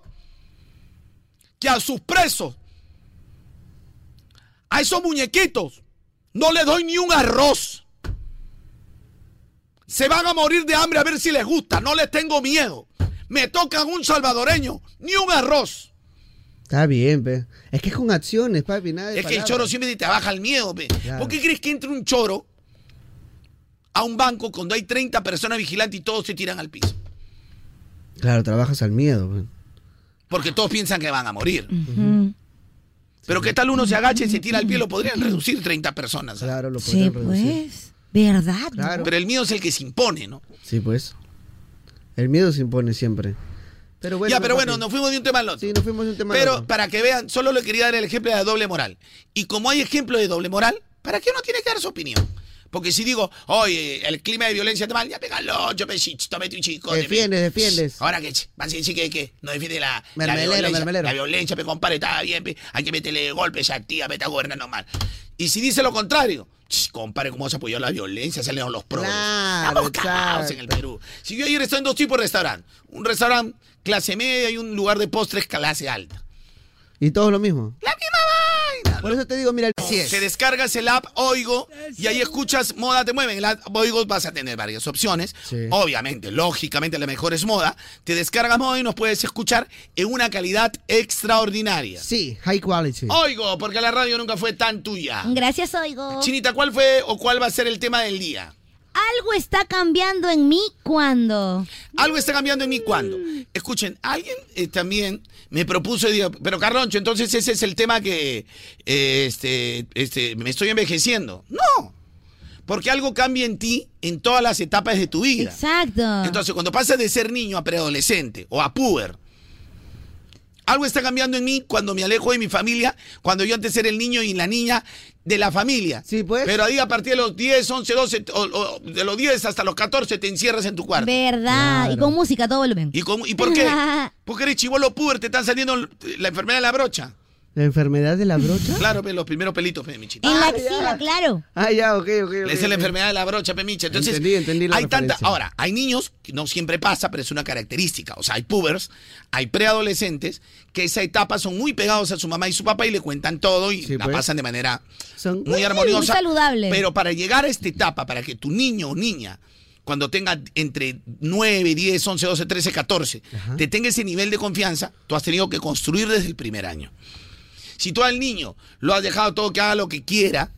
que a sus presos a esos muñequitos no les doy ni un arroz. Se van a morir de hambre a ver si les gusta. No les tengo miedo. Me tocan un salvadoreño, ni un arroz. Está bien, pe. Es que es con acciones, papi. Nada de Es que el palabras. choro siempre te baja el miedo. pe. Claro. ¿Por qué crees que entra un choro a un banco cuando hay 30 personas vigilantes y todos se tiran al piso? Claro, trabajas al miedo, pe. Porque todos piensan que van a morir. Pero que tal uno se agacha y se tira al pie, lo podrían reducir 30 personas. Claro, lo Sí, podrían reducir. pues. ¿Verdad? Pero el miedo es el que se impone, ¿no? Sí, pues. El miedo se impone siempre. Pero bueno, ya, pero papi. bueno, nos fuimos de un tema al otro. Sí, nos fuimos de un tema al Pero otro. para que vean, solo le quería dar el ejemplo de la doble moral. Y como hay ejemplo de doble moral, ¿para qué uno tiene que dar su opinión? Porque si digo, oye, el clima de violencia está mal, ya pega el ocho, pe, chi, tómate un chico. Defiendes, pe. defiendes. Ahora que ch, vas a decir que, que no defiende la, la Mermelero, violencia. mermelero. La violencia, pe, compadre, está bien, pe, hay que meterle golpes a tía, pe, está gobernando mal. Y si dice lo contrario, ch, compadre, ¿cómo vas a apoyar la violencia? Salen los progres. Estamos cagados en el Perú. Si yo ayer estoy en dos tipos de restaurantes. Un restaurante clase media y un lugar de postres clase alta. Y todo lo mismo. Por eso te digo, mira, Te descargas el app Oigo y ahí escuchas Moda Te Mueve. En el app Oigo vas a tener varias opciones. Obviamente, lógicamente, la mejor es Moda. Te descargas Moda y nos puedes escuchar en una calidad extraordinaria. Sí, high quality. Oigo, porque la radio nunca fue tan tuya. Gracias, Oigo. Chinita, ¿cuál fue o cuál va a ser el tema del día? Algo está cambiando en mí cuando. Algo está cambiando en mí cuando. Escuchen, alguien eh, también me propuso, y digo, pero Carloncho, entonces ese es el tema que eh, este, este, me estoy envejeciendo. No. Porque algo cambia en ti en todas las etapas de tu vida. Exacto. Entonces, cuando pasas de ser niño a preadolescente o a puber, algo está cambiando en mí cuando me alejo de mi familia, cuando yo antes era el niño y la niña de la familia. Sí, pues. Pero ahí a partir de los 10, 11, 12, o- o de los 10 hasta los 14 te encierras en tu cuarto. Verdad. Y con música a todo volumen. ¿Y, cómo- ¿Y por qué? Porque eres chivolo puber, te están saliendo la enfermedad de la brocha. ¿La enfermedad de la brocha? Claro, pe, los primeros pelitos, pe, mi chita. En la axila, claro. Ah, ya, ok, ok. Esa es la enfermedad de la brocha, pemicha. Entonces, Entendí, entendí la hay tanta. referencia. Ahora, hay niños, que no siempre pasa, pero es una característica. O sea, hay pubers, hay preadolescentes que esa etapa son muy pegados a su mamá y su papá y le cuentan todo y la pues. pasan de manera Son muy armoniosa. muy saludable. Pero para llegar a esta etapa, para que tu niño o niña, cuando tenga entre 9, 10, 11, 12, 13, 14, te tenga ese nivel de confianza, tú has tenido que construir desde el primer año. Si tú al niño lo has dejado todo que haga lo que quiera,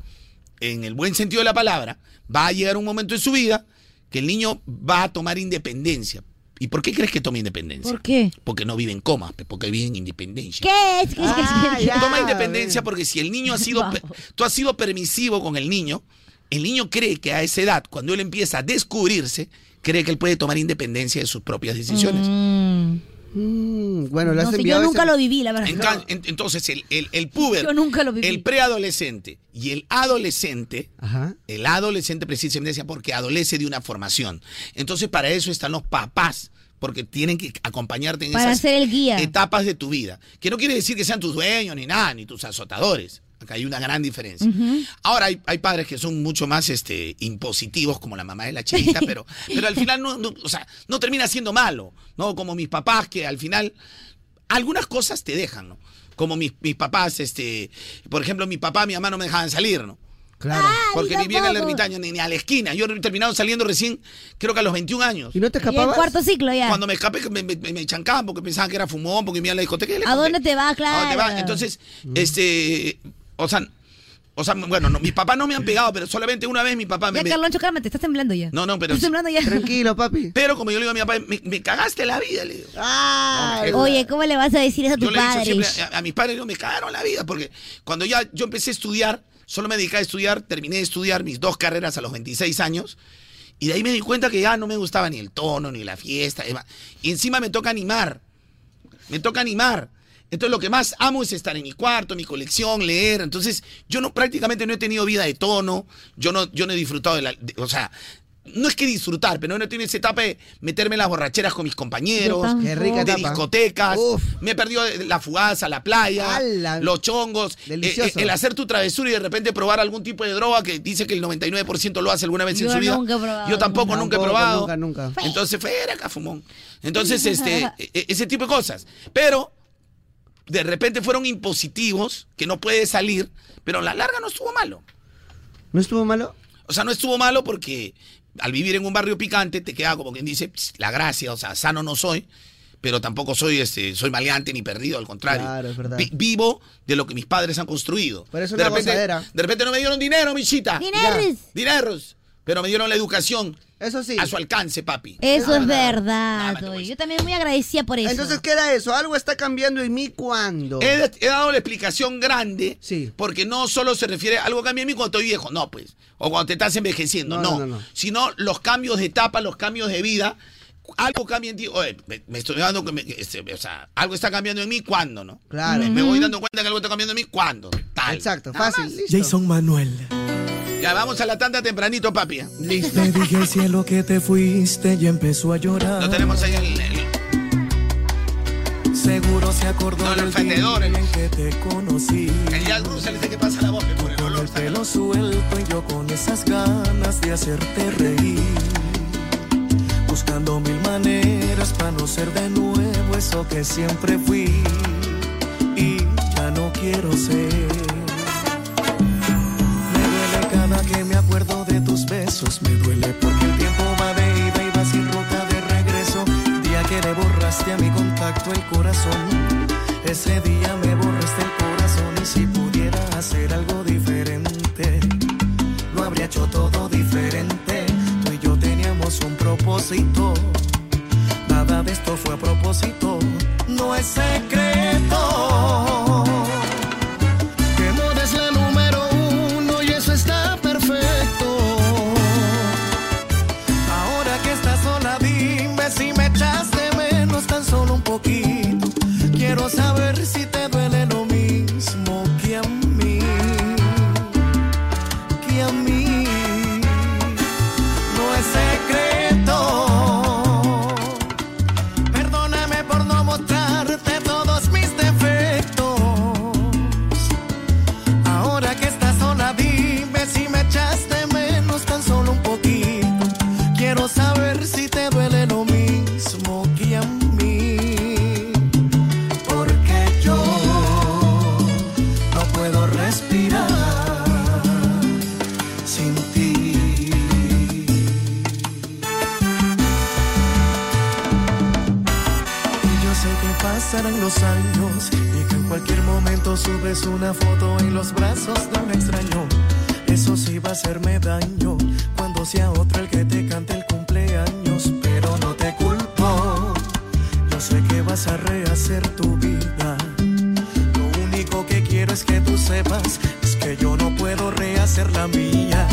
en el buen sentido de la palabra, va a llegar un momento en su vida que el niño va a tomar independencia. ¿Y por qué crees que toma independencia? ¿Por qué? Porque no vive en comas, pe, porque vive en independencia. ¿Qué es? ¿Qué es? ¿Qué es? Ah, ¿Qué es? Toma independencia porque si el niño ha sido, pe- tú has sido permisivo con el niño, el niño cree que a esa edad, cuando él empieza a descubrirse, cree que él puede tomar independencia de sus propias decisiones. Mm, Mm, bueno, lo has No sé, yo enviado nunca ese- lo viví, la verdad. En ca- en- entonces, el, el, el puber, Yo nunca lo viví. el preadolescente y el adolescente, Ajá. el adolescente precisamente decía porque adolece de una formación. Entonces, para eso están los papás, porque tienen que acompañarte en Para esas ser el guía. etapas de tu vida. Que no quiere decir que sean tus dueños ni nada, ni tus azotadores. Acá hay una gran diferencia. Ujú. Ahora hay, hay padres que son mucho más este, impositivos, como la mamá de la chinita, pero, pero al final no, no- o sea, no termina siendo malo, ¿no? Como mis papás, que al final algunas cosas te dejan, ¿no? Como mis, mis papás, este, por ejemplo, mi papá, mi mamá no me dejaban salir, ¿no? Ah, Claro. Ah, Porque ni bien al tampoco. ermitaño, ni, ni a la esquina. Yo he terminado saliendo recién, creo que a los 21 años. ¿Y no te escapabas? ciclo ya. Cuando me escapé, que me, me, me chancaban porque pensaban que era fumón, porque me iban a la discoteca. y le ¿A conté. dónde te vas, ¿A claro? Mm. dónde vas? Entonces, este, o sea, o sea, bueno, no, mis papás no me han pegado, pero solamente una vez mi papá me... Ya, me- Carloncho, cálmate, te estás temblando ya. no, no, pero... Estás temblando ya. Tranquilo, papi. Pero como yo le digo a mi papá, me, me cagaste la vida, le digo. Oye, ¿cómo le vas a decir eso a tu Yo le he dicho padre? siempre "Ah, a, a mis padres, no, me cagaron la vida, porque cuando ya yo empecé a estudiar, solo me dedicaba a estudiar, terminé de estudiar mis dos carreras a los 26 años, y de ahí me di cuenta que ya no me gustaba ni el tono, ni la fiesta, es más, y encima me toca animar, me toca animar. Entonces lo que más amo es estar en mi cuarto, mi colección, leer. Entonces yo no prácticamente no he tenido vida de tono, yo no, yo no he disfrutado de la... de- o sea, no es que disfrutar, pero no tiene esa etapa de meterme en las borracheras con mis compañeros, Yo tampoco. Qué rica de etapa. discotecas, me he perdido la fugaza, la playa, ¡Hala! los chongos, eh, Delicioso. eh, el hacer tu travesura y de repente probar algún tipo de droga que dice que el 99% lo hace alguna vez en Yo su vida. nunca he probado. Yo tampoco, nunca he Tampoco, probado. nunca, nunca. Entonces fue era cafumón. Entonces, este, e- e- ese tipo de cosas. Pero de repente fueron impositivos, que no puede salir, pero a la larga no estuvo malo. ¿No estuvo malo? O sea, no estuvo malo porque al vivir en un barrio picante te queda como quien dice, "Ps, la gracia, o sea, sano no soy, pero tampoco soy este, soy maleante ni perdido, al contrario. Claro, es verdad. Vi- vivo de lo que mis padres han construido. Pero es de una repente, gozadera. de repente no me dieron dinero, michita. Dineros. Ya. Dineros. Pero me dieron la educación. Eso sí. A su alcance, papi. Eso es verdad, oye. Yo también muy agradecida por eso. Entonces queda eso. Algo está cambiando en mí cuando. He, he dado la explicación grande, porque no solo se refiere a algo que cambia en mí cuando estoy viejo, no, pues, o cuando te estás envejeciendo, No, no, no, no, no. sino los cambios de etapa, los cambios de vida, algo cambia en ti, oye, me, me estoy dando, que me- este, o sea, algo está cambiando en mí, ¿cuándo, no? Claro. Me, me voy dando cuenta que algo está cambiando en mí, ¿cuándo? Tal. Exacto, fácil. Jason Manuel. Ya vamos a la tanda tempranito, papi. Listo. Le dije al cielo que te fuiste y empezó a llorar. No tenemos ahí el. Seguro se acordó No, el del día alfajor. en que te conocí. El Jack Russell dice que pasa la voz que por el Con el pelo suelto y yo con esas ganas de hacerte reír. Buscando mil maneras para no ser de nuevo eso que siempre fui. Y ya no quiero ser. duele cada que me acuerdo de tus besos. Me duele porque el tiempo va de ida y va sin ruta de regreso. Día que le borraste a mi contacto el corazón. Ese día me borraste el corazón y si pudiera hacer algo diferente, lo habría hecho todo diferente. Tú y yo teníamos un propósito. Nada de esto fue a propósito. No es secreto. Que moda es la número uno y eso está perfecto. Ahora que estás sola, dime si me echas de menos tan solo un poquito. Quiero saber si te duele lo mismo que a mí. Que a mí. No es secreto. Perdóname por no mostrarte todos mis defectos. Ahora que estás sola, dime si me echaste menos tan solo un poquito. Quiero saber si te duele lo mismo que a mí. Porque yo no puedo respirar sin ti. Y yo sé que pasarán los años y que en cualquier momento subes una foto en los brazos de un extraño. Eso sí va a hacerme daño cuando sea otro el que te cante el cumpleaños, pero no te culpo. Yo sé que vas a rehacer tu vida. Lo único que quiero es que tú sepas es que yo no puedo rehacer la mía.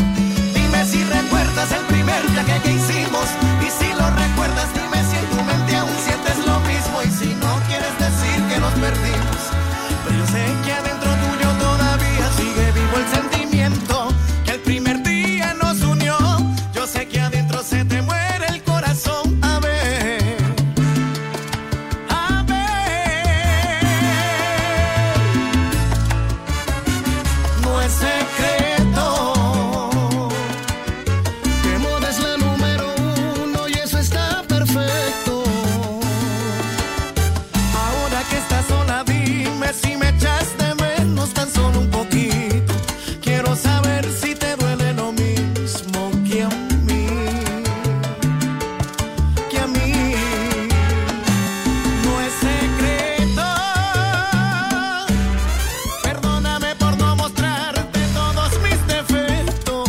Dime si recuerdas el primer viaje que hicimos y si lo recuerdas dime si en tu mente aún sientes lo mismo y si no quieres decir que nos perdimos. Pero yo sé que adentro tuyo todavía sigue vivo el sentimiento que el primer día nos unió. Yo sé que adentro se te muere el corazón. A ver, a ver. No es secreto. Que moda es la número uno y eso está perfecto. Ahora que estás sola, dime si me echas de menos tan solo un poquito. Quiero saber si te duele lo mismo que a mí. Que a mí no es secreto. Perdóname por no mostrarte todos mis defectos.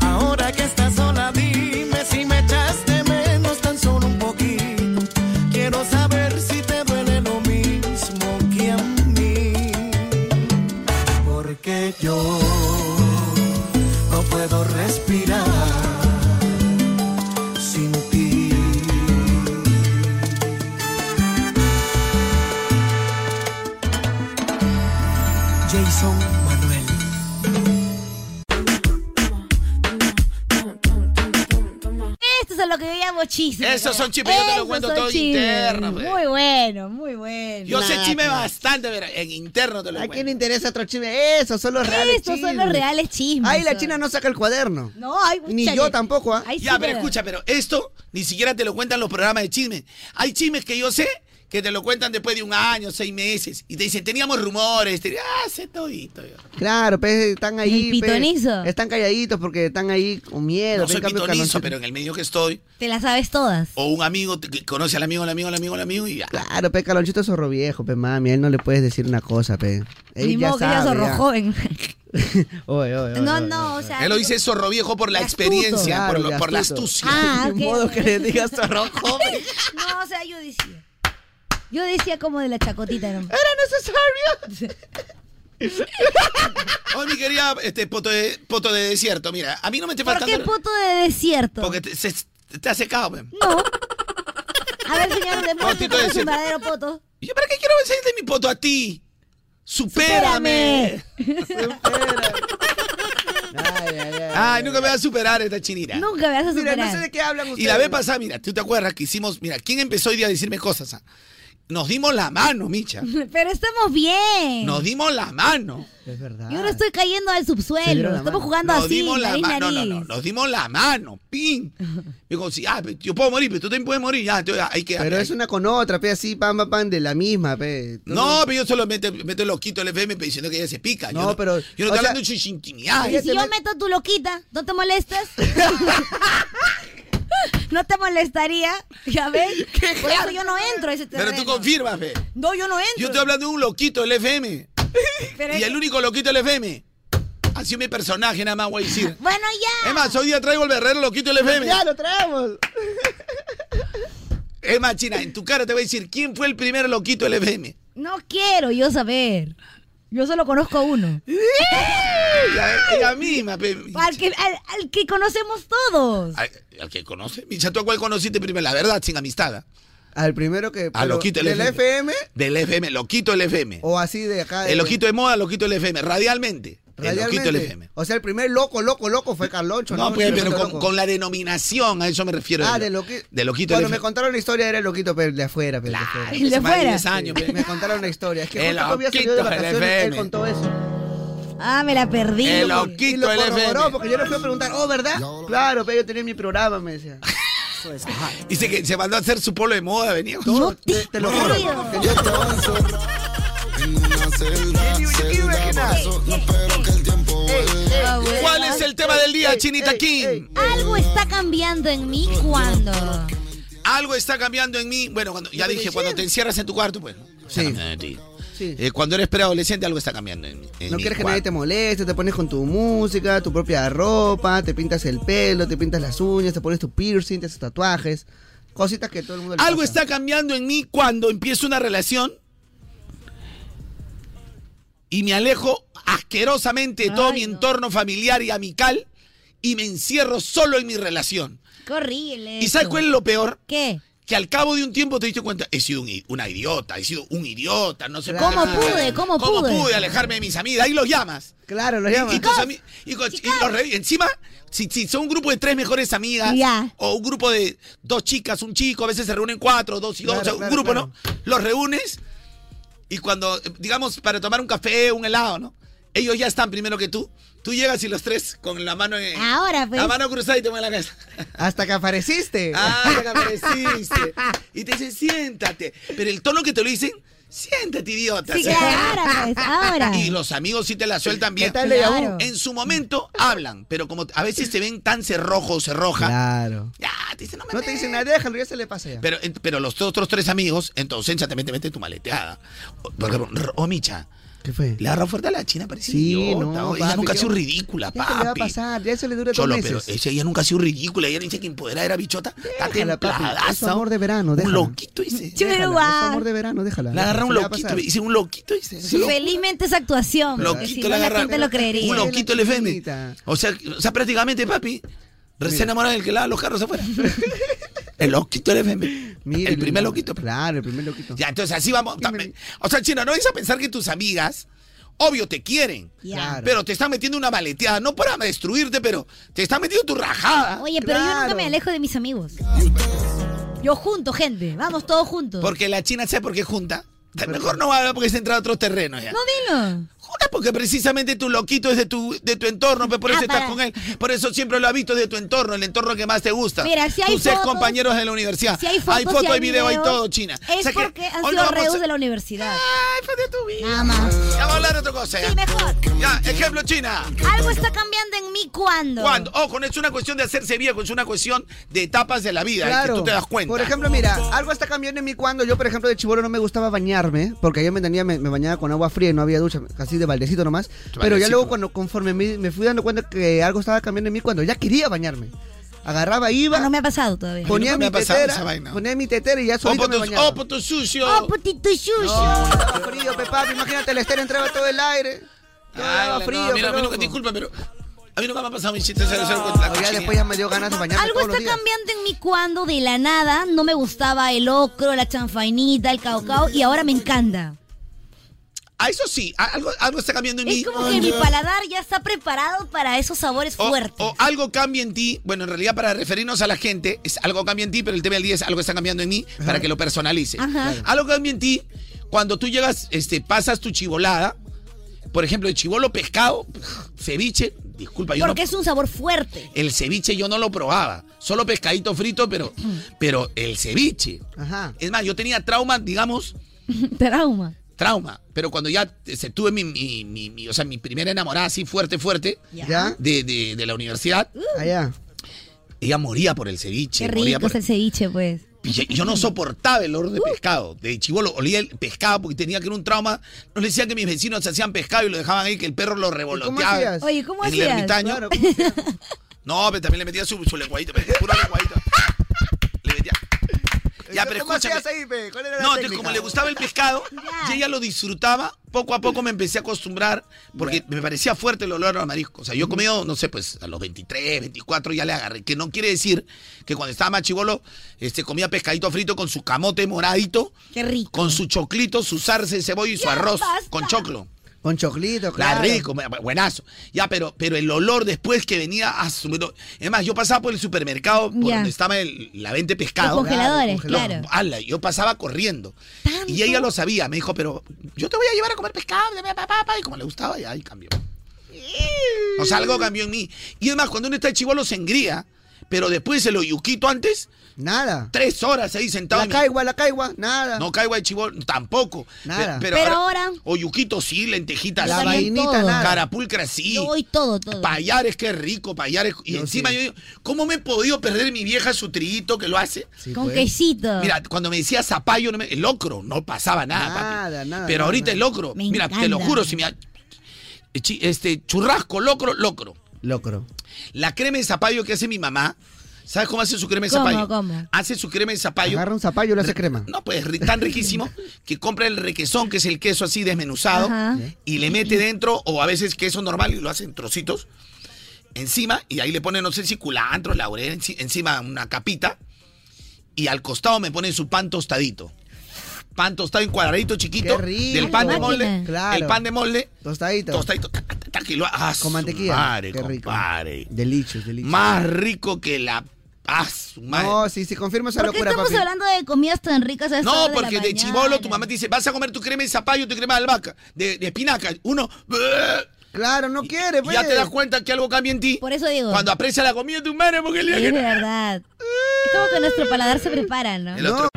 Ahora que estás sola, dime si me echas de menos tan solo un poquito. Quiero saber si te duele lo mismo que a mí. Porque yo no puedo respirar sin ti. Jason Manuel. Esto es a lo que veíamos chistes. Esos son chismes, yo te lo Esos cuento son todo chismes. interno, pues. Muy bueno, muy bueno. Yo sé Nada, chisme nada. bastante, pero en interno te lo ¿A cuento. quién le interesa otro chisme? Esos son los reales Estos chismes. son los reales chismes. Ahí la china no saca el cuaderno. No, hay Ni yo tampoco, ¿ah? Ya, pero escucha, pero esto ni siquiera te lo cuentan los programas de chismes. Hay chismes que yo sé que te lo cuentan después de un año, seis meses, y te dicen, teníamos rumores, te- ah, sé todito. yo. Claro, pues están ahí. El pe, pitonizo. están calladitos porque están ahí con miedo. No pe, soy en cambio, pitonizo, Carlonchito- pero en el medio que estoy, Te la sabes todas. o un amigo te- que conoce al amigo, al amigo, al amigo, al amigo, y ya. Claro, pe, Calonchito es zorro viejo, pe, mami. A él no le puedes decir una cosa, pe. Él Ni ya modo que ella sabe, zorro ya. joven. Oye, oye, oye, No, oye. no, o sea. Él lo dice zorro viejo por la experiencia, Claro, por, lo- y por la astuto. astucia. Ah, Ni modo que le digas zorro joven. No, o sea, yo decía. Yo decía como de la chacotita, ¿no? ¡Era necesario! Hoy mi querida este, poto, de, poto de desierto, mira, a mí no me esté ¿Por faltando... qué puto de desierto? Porque te, se, te pues. ha secado, pe. No. A ver, señor, demuestre Potito cuál es su desierto. verdadero poto. ¿Y yo para qué quiero decirte mi poto a ti? ¡Supérame! Ay, nunca me va a superar esta chinita. Nunca me vas a superar. Mira, no sé de qué hablan ustedes. Y la vez pasada, mira, tú te acuerdas que hicimos, mira, ¿quién empezó hoy día a decirme cosas? ah? Nos dimos la mano, Micha. Pero estamos bien. Nos dimos la mano. Es verdad. Yo no estoy cayendo al subsuelo. Estamos jugando Nos así, dimos la nariz, mano. nariz. No, no, no. Nos dimos la mano. Pin. Digo, sí, ah, pero yo puedo morir, pero tú también puedes morir. Ya, entonces ah, hay que. Pero es una con otra, pe, así, pam, pam, pam, de la misma, pues. pe. No, pero yo solo meto, meto loquito el FM diciendo que ella se pica. No, yo no, pero- Yo no o estoy sea- hablando de sus intimidades. Y si yo meto tu loquita, ¿no te molestas? ¿No te molestaría? ¿Ya ves? Por eso yo no entro a ese Pero tú terreno. confirmas, fe. No, yo no Yo entro. estoy hablando de un loquito del FM. Pero Y el único loquito del FM. Ha sido mi personaje, nada más voy a decir. Bueno, ya. Es más, hoy día traigo el verdadero loquito del FM. Ya lo traemos. Es más, China, en tu cara te voy a decir quién fue el primer loquito del FM. No quiero yo saber. Yo solo conozco a uno. Ella, ella misma, pe. Al que, al- al que conocemos todos. Ay, Al que conoce. Micha, ¿tú a cuál conociste primero? La verdad, sin amistad. ¿ah? Al primero que. A loquito Ah, el ¿Del Oh, FM. FM? Del FM, loquito del FM. O así de acá. de- El loquito de moda, loquito del FM. Radialmente. El Radialmente. loquito del FM. O sea, el primer loco, loco, loco fue Carloncho. No, pues, pero con, Loco. con la denominación, a eso me refiero. Ah, yo. de loquito. De loquito Cuando del me FM. contaron la historia era el loquito pe, de afuera. pe, de afuera. el de Ah, Hace más de afuera. 10 años, Sí, pe. Me contaron la historia. Es que El justo cuando había salido de loquito del vacaciones, él FM. contó eso. Ah, me la perdí. El Y lo loquito del corroboró, FM. porque yo le fui a preguntar, oh, ¿verdad? Claro, pero yo tenía mi programa, me decía. Dice que se mandó a hacer su polo de moda, venía. te, te lo juro. Yo estaba encerrado en una celda, celda, paso, no espero que el tiempo Eh, vuelva. ¿Cuál es el tema del día, Chinita King? Algo está cambiando en mí cuando. Algo está cambiando en mí. Bueno, cuando, ya dije, cuando te encierras en tu cuarto, pues. Sí. Eh, cuando eres preadolescente, algo está cambiando en mí. en No mí. quieres que Guau. nadie te moleste, te pones con tu música, tu propia ropa, te pintas el pelo, te pintas las uñas, te pones tu piercing, te haces tatuajes, cositas que todo el mundo le Algo pasa. está cambiando en mí cuando empiezo una relación y me alejo asquerosamente de todo mi entorno familiar y amical y me encierro solo en mi relación. Qué horrible. ¿Y sabes eso. cuál es lo peor? ¿Qué? Que al cabo de un tiempo te diste cuenta, he sido un i- una idiota, he sido un idiota, no sé ¿Cómo por qué me- pude? ¿Cómo pude? alejarme de mis amigas? Ahí los llamas. Claro, los Y- llamas. Y, tus ami- y con- y los re- encima, si, si son un grupo de tres mejores amigas, Ya. o un grupo de dos chicas, un chico, a veces se reúnen cuatro, dos y dos, Claro, o sea, un claro, grupo, claro. ¿no? Los reúnes y cuando, eh, digamos, para tomar un café, un helado, ¿no? Ellos ya están primero que tú. Tú llegas y los tres con la mano en- Ahora, pues. Eh, la mano cruzada y te mueven la cabeza. Hasta que apareciste. Ah, ya apareciste. Y te dicen, siéntate. Pero el tono que te lo dicen, siéntate, idiota. Sí, claro, pues, ahora. Y los amigos sí te la sueltan bien. ¿Qué tal, Leia? Claro. En su momento hablan, pero como a veces te ven tan cerrojo o cerroja. Claro. No te dicen nada, déjalo, ya se le pasa ya. Pero, eh, pero los otros tres amigos, entonces también te meten tu maleteada. O- Por ejemplo, R- o Micha. ¿Qué fue? Le agarró fuerte a la China, parece Sí, idiota. no, o- ella papi, nunca ha yo- sido ridícula, Ya se le va a papi. pasar, ya se le dura Cholo, dos pero meses. ese- ella nunca ha sido ridícula. Ella dice que empodera era bichota. Está Déjala, papi, templadaza. oh. es su amor de verano, Un déjala. loquito, dice. Déjala, es su amor de verano, déjala. La agarra Se un le va a loquito, pasar. dice un loquito, dice. Sí, Felizmente esa actuación. porque si no, Loquito la la agarra. gente lo creería. Un loquito le vende. O sea, o sea, prácticamente, papi, recién enamorado del que lava los carros afuera. El loquito le vende. el primer loquito. pues. Claro, el primer loquito. Ya, entonces así vamos. O sea, Chino, no vayas a pensar que tus amigas, obvio, te quieren. Ya. Claro. Pero te están metiendo una maleteada, no para destruirte, pero te están metiendo tu rajada. Oye, pero yo nunca me alejo de mis amigos. Yo junto, gente. Vamos todos juntos. Porque la China sabe por qué junta. Mejor no va a hablar porque se entra a otro terreno ya. No, dilo. Junta porque precisamente tu loquito es de tu, de tu entorno, pues por eso Ah, estás para. con él. Por eso siempre lo has visto de tu entorno, el entorno que más te gusta. Mira, si hay Tus ex fotos- compañeros de la universidad. Si hay fotos, Ah, hay, foto, si hay video, hay videos, todo, China. Es O sea que porque han hoy sido vamos a- reus de la universidad. Ay, fue de tu vida. Ah. Nada más. Ya vamos a hablar de otra cosa. Sí, mejor. Ya, ejemplo, China. Algo está cambiando en mí cuando. Cuando, ojo, no es una cuestión de hacerse viejo, es una cuestión de etapas de la vida, es Claro. que tú te das cuenta. Por ejemplo, mira, algo está cambiando en mí cuando yo, por ejemplo, de chivolo no me gustaba bañarme, porque yo me tenía, me, me bañaba con agua fría y no había ducha, casi de baldecito nomás. Pero ya Baldecito. luego cuando conforme me, me fui dando cuenta que algo estaba cambiando en mí cuando ya quería bañarme. Agarraba, iba. No me ha pasado todavía. Ponía A mí mi nunca me ha pasado tetera, esa vaina. ponía mi tetera y ya solito me Opo, bañaba. oh, puto sucio. putito sucio. No, frío, pe, papi, imagínate, el estero entraba todo el aire. Ay, daba no, frío, mira, a mí pero- nunca- disculpa, pero a mí nunca me ha pasado mi chiste 00 con la Ya cochinilla. después ya me dio ganas de bañarme Algo todos los está días. cambiando en mí cuando de la nada no me gustaba el ocro, la chanfainita, el caucao y ahora me encanta. a Ah, eso sí, a- algo, algo está cambiando en mí. Es como que mi paladar ya está preparado para esos sabores Oh, O- fuertes. O, algo cambia en ti. Bueno, en realidad, para referirnos a la gente, es algo cambia en ti, pero el tema del día es algo está cambiando en mí para que lo personalice. Ajá. Algo cambia en ti cuando tú llegas, este, pasas tu chivolada. Por ejemplo, el chivolo pescado, ceviche, disculpa, yo no- Porque es un sabor fuerte. el ceviche yo no lo probaba. Solo pescadito frito, pero, pero el ceviche. Ajá. Es más, yo tenía trauma, digamos, Trauma. trauma. Pero cuando ya este, tuve mi, mi- mi- mi- o sea, mi primera enamorada así fuerte, fuerte, Ya. De, de- de la universidad, Allá. ella moría por el ceviche. Qué moría rico por- es el Uh. ceviche, pues. y yo- y yo no soportaba el olor de pescado. De chivolo, olía el pescado porque tenía que era un trauma. No le decía que mis vecinos hacían pescado y lo dejaban ahí, que el perro lo revoloteaba. hacías? Oye, ¿cómo en el hacías? ermitaño. Claro, no, pero también le metía su, su lenguadita, pe, pura lenguadita. Le metía. Ya, pero ¿Cómo escúchame. hacías ahí, pe? ¿Cuál era la No, entonces, técnica? como le gustaba el pescado, y ella lo disfrutaba, poco a poco me empecé a acostumbrar, porque me parecía fuerte el olor a marisco. O sea, yo he comido, no sé, pues a los 23, 24 ya le agarré. Que no quiere decir que cuando estaba más chivolo, este, comía pescadito frito con su camote moradito. Qué rico. Con su choclito, su zarce de cebolla y su Ya arroz basta. con choclo. Con choclito, La claro. rico, bu- buenazo. Ya, pero, pero el olor después que venía a su- no, Es más, yo pasaba por el supermercado por Ya. donde estaba el- la venta de pescado. Los congeladores, Los- claro. ala, yo pasaba corriendo. Y ella lo sabía. Me dijo, pero yo te voy a llevar a comer pescado. bla, bla, bla, bla, Y como le gustaba, ya, y cambió. O sea, algo cambió en mí. Y es más, cuando uno está chivolo se engría, pero después el oyuquito antes. Nada. Tres horas ahí sentado. La caigua, la caigua, nada. No caigua de chivolo, tampoco. Nada. Pe- Pero, Pero ahora. Oyuquito sí, lentejitas La sí. vainita, Todo. nada. Carapulcra sí. Yo voy todo, todo. Payares, qué rico, payares. Y encima yo digo, ¿cómo me he podido perder mi vieja su trillito que lo hace? Con pues. Ah. quesito. Mira, cuando me decía zapallo, no me- el locro, no pasaba nada, papi. Nada, nada. Pero nada, ahorita nada. el locro, Me mira, te lo encanta. juro, si me. ha- chi- Este, churrasco, locro, locro. Locro. La crema de zapallo que hace mi mamá. ¿Sabes cómo hace su crema de ¿Cómo, zapallo? cómo? Hace su crema de zapallo. Agarra un zapallo y le hace crema. No, pues ri- tan riquísimo que compra el requesón, que es el queso así desmenuzado, Ajá. y le mete dentro, o a veces queso normal y lo hace en trocitos, encima, y ahí le pone, no sé si culantro, laurel, enci- encima una capita, y al costado me pone su pan tostadito. Pan tostado en cuadradito chiquito, Qué rico. del pan de Máquina. molde, el Claro. pan de molde, Tostadito. tostadito, ta, ta, ta, ta, que lo ah, su Con mantequilla. madre, Qué rico. compadre. Delicious, delicious. Más rico que la... Ah, su madre. No, sí, sí, confirma esa ¿Por qué locura, estamos papi. hablando de comidas tan ricas a esta hora No, de la porque de, mañana? chivolo tu mamá te dice, vas a comer tu crema de zapallo, tu crema de albahaca, de, de espinaca. Uno, claro, no quiere, pues. Ya te das cuenta que algo cambia en ti. Por eso digo. Cuando aprecia la comida de tu madre, porque el día Es que... de verdad. Es como que nuestro paladar se prepara, ¿no? El otro.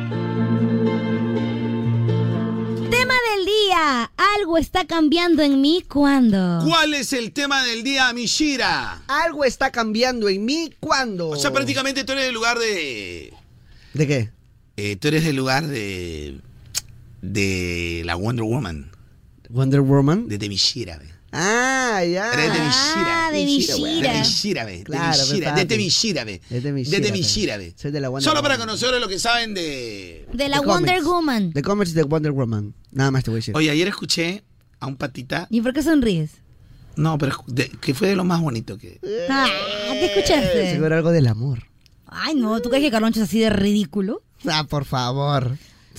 Tema del día. Algo está cambiando en mí cuando. ¿Cuál es el tema del día, Mishira? Algo está cambiando en mí cuando. O sea, prácticamente tú eres del lugar de... ¿De qué? eh, tú eres del lugar de... De la Wonder Woman, Wonder Woman. de, de Mishira. ve. Ah, ya. Eres de Mishira. Ah, de De Mishira. Mishira, ve. Claro, de Mishira, ve, de papi. Mishira, ve. Es de mi Desde mi Shira, Shira, pe. ve. Soy de la Wonder Solo para Woman. conocer lo que saben de... De la De Wonder cómics. Woman. The Commerce de Wonder Woman. Nada más te voy a decir. Oye, ayer escuché a un patita. ¿Y por qué sonríes? No, pero escu- de- que fue de lo más bonito que. Ah, ¿te escuchaste? Seguro algo del amor. Ay, no, ¿tú crees que Carloncho es así de ridículo? Ah, por favor.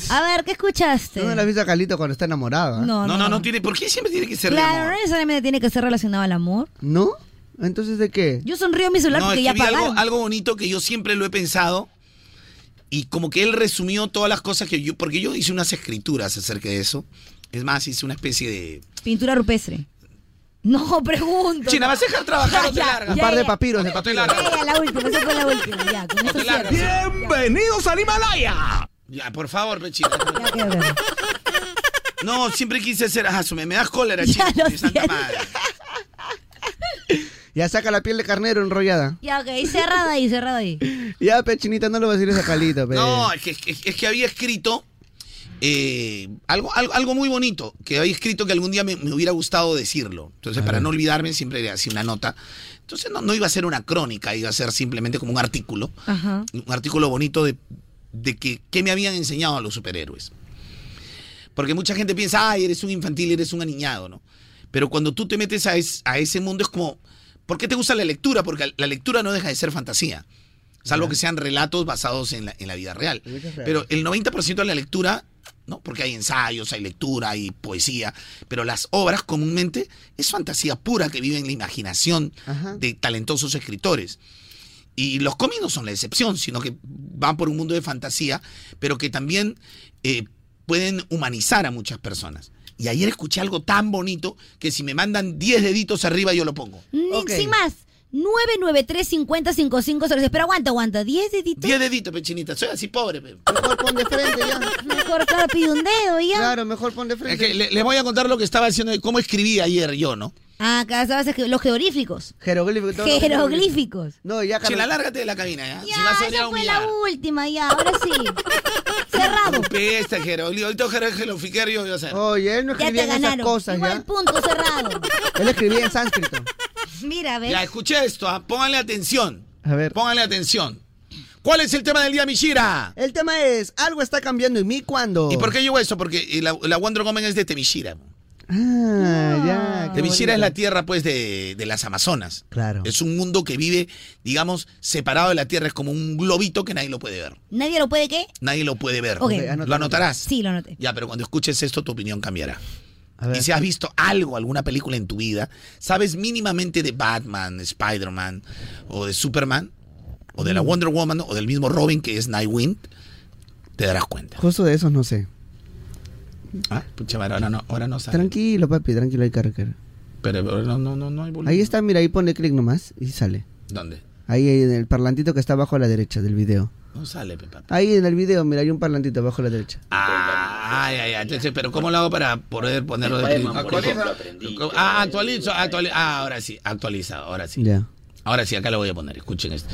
A ver, ¿qué escuchaste? ¿Tú no lo has visto a Calito cuando está enamorado? ¿ah? No, No, no, no, tiene. ¿Por qué siempre tiene que ser de Claro, no amor? necesariamente tiene que ser relacionado al amor. ¿No? ¿Entonces de qué? Yo sonrío a mi celular No, es porque que ya vi algo, pagaron. algo bonito que yo siempre lo he pensado. Y como que él resumió todas las cosas que yo. Porque yo hice unas escrituras acerca de eso. Es más, hice una especie de. Pintura rupestre. No, pregunto. China, vas a dejar trabajar o te Ya, largas? Un ya, par ya. de papiros de Estoy papel. largo. Ya, ya, la última, esa fue la última. Ya, con esto cierro. Bienvenidos al Himalaya. Ya, por favor, pechito. Ya quebró. No, siempre quise ser. Ajá, su- me, me das cólera, chico. de Santa madre. Ya saca la piel de carnero enrollada. Ya, ok, cerrada ahí, cerrada ahí. Ya, pechinita, no lo vas a decir a Calito, pe. No, es que, es que- es que había escrito eh, algo, algo, algo muy bonito, que había escrito que algún día me, me hubiera gustado decirlo. Entonces, para no olvidarme, siempre le hacía una nota. Entonces, no, no iba a ser una crónica, iba a ser simplemente como un artículo, Ajá. un artículo bonito de, de que, qué me habían enseñado a los superhéroes. Porque mucha gente piensa, ay, eres un infantil, eres un aniñado, ¿no? Pero cuando tú te metes a, es- a ese mundo es como, ¿por qué te gusta la lectura? Porque la lectura no deja de ser fantasía, salvo que sean relatos basados en la, en la vida real. Pero Pero el 90% de la lectura ¿no? Porque hay ensayos, hay lectura, hay poesía, pero las obras comúnmente es fantasía pura que vive en la imaginación de talentosos escritores. Y los cómics no son la excepción, sino que van por un mundo de fantasía, pero que también eh, pueden humanizar a muchas personas. Y ayer escuché algo tan bonito que si me mandan 10 deditos arriba yo lo pongo. Ni- Sin más. 993 50 5506. Pero aguanta, aguanta. 10 deditos. 10 deditos, pechinita. Soy así pobre. pe. Pon de frente ya. Mejor pide un dedo ya. Claro, mejor pon de Es frente. que le, les voy a contar lo que estaba haciendo, cómo escribí ayer yo, ¿no? Ah, acá estabas escri- los jeroglíficos. Jeroglíficos. todo lo que- Jeroglíficos. No, ya Chela, lárgate de la cabina, ¿ya? Ya, si vas a venir esa a fue humillar. la última, ya. Ahora sí. Cerrado. Pe, este jeroglífico. Ahorita jeroglificario yo voy a hacer. Oh, Oye, él no Ya te escribía en esas ganaron. cosas, Igual ¿ya? Punto cerrado. Él escribía en sánscrito. Mira, Ya, ¿ves? escuché esto, ¿ah? pónganle atención. A ver. Pónganle atención. ¿Cuál es el tema del día, Mishira? El tema es, algo está cambiando en mí cuando... ¿Y por qué llevo eso? Porque eh, la, la Wonder Woman es de Temishira. Ah, ya. qué Temishira es bonito. la tierra, pues, de, de las Amazonas. Claro. Es un mundo que vive, digamos, separado de la tierra. Es como un globito que nadie lo puede ver. ¿Nadie lo puede qué? Nadie lo puede ver. Ok. ¿Lo anotarás? Sí, lo anoté. Ya, pero cuando escuches esto, tu opinión cambiará. Y si has visto algo, alguna película en tu vida, sabes mínimamente de Batman, Spider-Man, o de Superman, o de la Wonder Woman, o del mismo Robin que es Nightwing, te darás cuenta. Justo de esos no sé. Ah, pucha madre, ahora no, ahora no sale. Tranquilo, papi, tranquilo, hay carretera. Pero pero no, no, no, no hay volumen. Ahí está, mira, ahí ponle clic nomás y sale. ¿Dónde? Ahí, ahí en el parlantito que está abajo a la derecha del video. No sale, Pepa. Ahí en el video, mira, hay un parlantito abajo a la derecha. Ah, ya, ya. Entonces, pero ¿cómo lo hago para poder ponerlo de Spiderman, por Actualiza. ejemplo, Ah, actualizo, actuali- Ah, ahora sí, actualiza, ahora sí. Ya. Ahora sí, acá lo voy a poner, escuchen esto.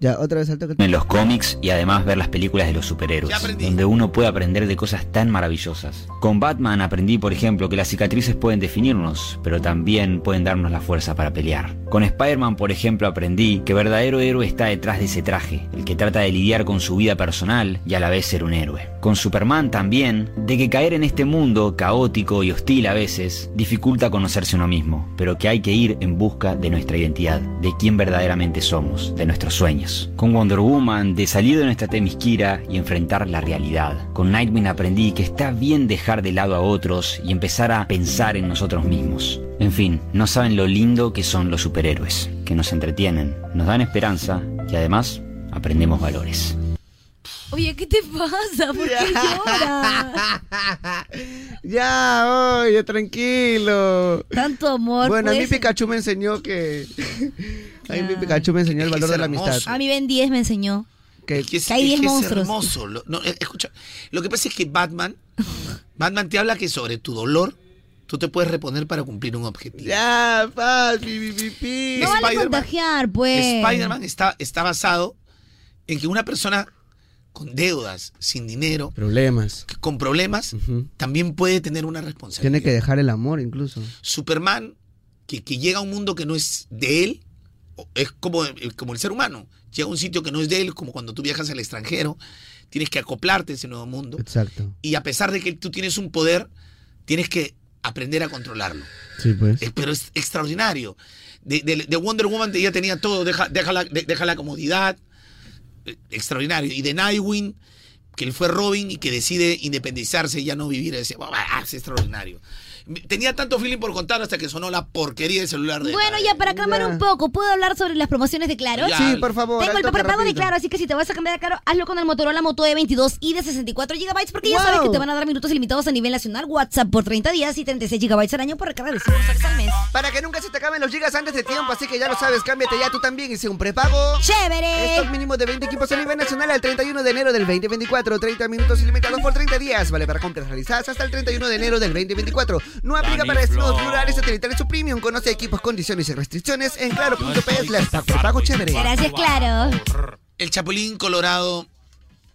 Ya, otra vez alto que... en los cómics y además ver las películas de los Ya superhéroes, aprendí. donde uno puede aprender de cosas tan maravillosas. Con Batman aprendí, por ejemplo, que las cicatrices pueden definirnos, pero también pueden darnos la fuerza para pelear. Con Spider-Man, por ejemplo, aprendí que verdadero héroe está detrás de ese traje, el que trata de lidiar con su vida personal y a la vez ser un héroe. Con Superman también, de que caer en este mundo caótico y hostil a veces dificulta conocerse uno mismo, pero que hay que ir en busca de nuestra identidad, de quién verdaderamente somos, de nuestros sueños. Con Wonder Woman, de salir de nuestra temisquira y enfrentar la realidad. Con Nightwing aprendí que está bien dejar de lado a otros y empezar a pensar en nosotros mismos. En fin, no saben lo lindo que son los superhéroes, que nos entretienen, nos dan esperanza y además aprendemos valores. Oye, ¿qué te pasa? ¿Por qué lloras? Ya, oye, tranquilo. Tanto amor. Bueno, a mí pues. Pikachu me enseñó que... a mí mi Pikachu me enseñó el valor de la amistad. A mí Ah, Ben 10 me enseñó. Que, que es, Que hay es diez que es monstruos. hermoso. Lo, no, eh, escucha, lo que pasa es que Batman, Batman te habla que sobre tu dolor, tú te puedes reponer para cumplir un objetivo. Ya, papi, mi, mi, mi. No vale Spider-Man. contagiar, pues. Spider-Man está, está basado en que una persona con deudas, sin dinero, Problemas. con problemas, también puede tener una responsabilidad. Tiene que dejar el amor incluso. Superman, que, que llega a un mundo que no es de él, o- es como, el- como el ser humano. Llega a un sitio que no es de él, como cuando tú viajas al extranjero, tienes que acoplarte a ese nuevo mundo. Exacto. Y a pesar de que tú tienes un poder, tienes que aprender a controlarlo. Sí, pues. Eh, Pero es extraordinario. De, de- de Wonder Woman ya tenía todo, deja, deja, la, de- deja la comodidad. Eh, Extraordinario. Y de Nightwing, que él fue Robin y que decide independizarse y ya no vivir. Decía, "Bah, bah, Ah, es extraordinario. Me- Tenía tanto feeling por contar hasta que sonó la porquería del celular de. Bueno, ya para aclamar un poco, ¿puedo hablar sobre las promociones de Claro? Ya. Sí, por favor, Tengo el alto que pago de rapidito. Claro, así que si te vas a cambiar a Claro, hazlo con el Motorola Moto E22 y de 64 GB, porque ya Wow. sabes que te van a dar minutos ilimitados a nivel nacional, WhatsApp por 30 días y 36 GB al año por recarga de 100 soles al mes. Para que nunca se te acaben los gigas antes de tiempo, así que ya lo sabes, cámbiate ya tú también y sé un prepago. ¡Chévere! Estos mínimos de 20 equipos a nivel nacional al 31 de enero del 2024. 30 minutos ilimitados por 30 días. Vale para compras realizadas hasta el 31 de enero del 2024. No aplica para destinos plurales, satelitales o premium. Conoce equipos, condiciones y restricciones en claro.p. prepago chévere. Gracias, Claro. El Chapulín Colorado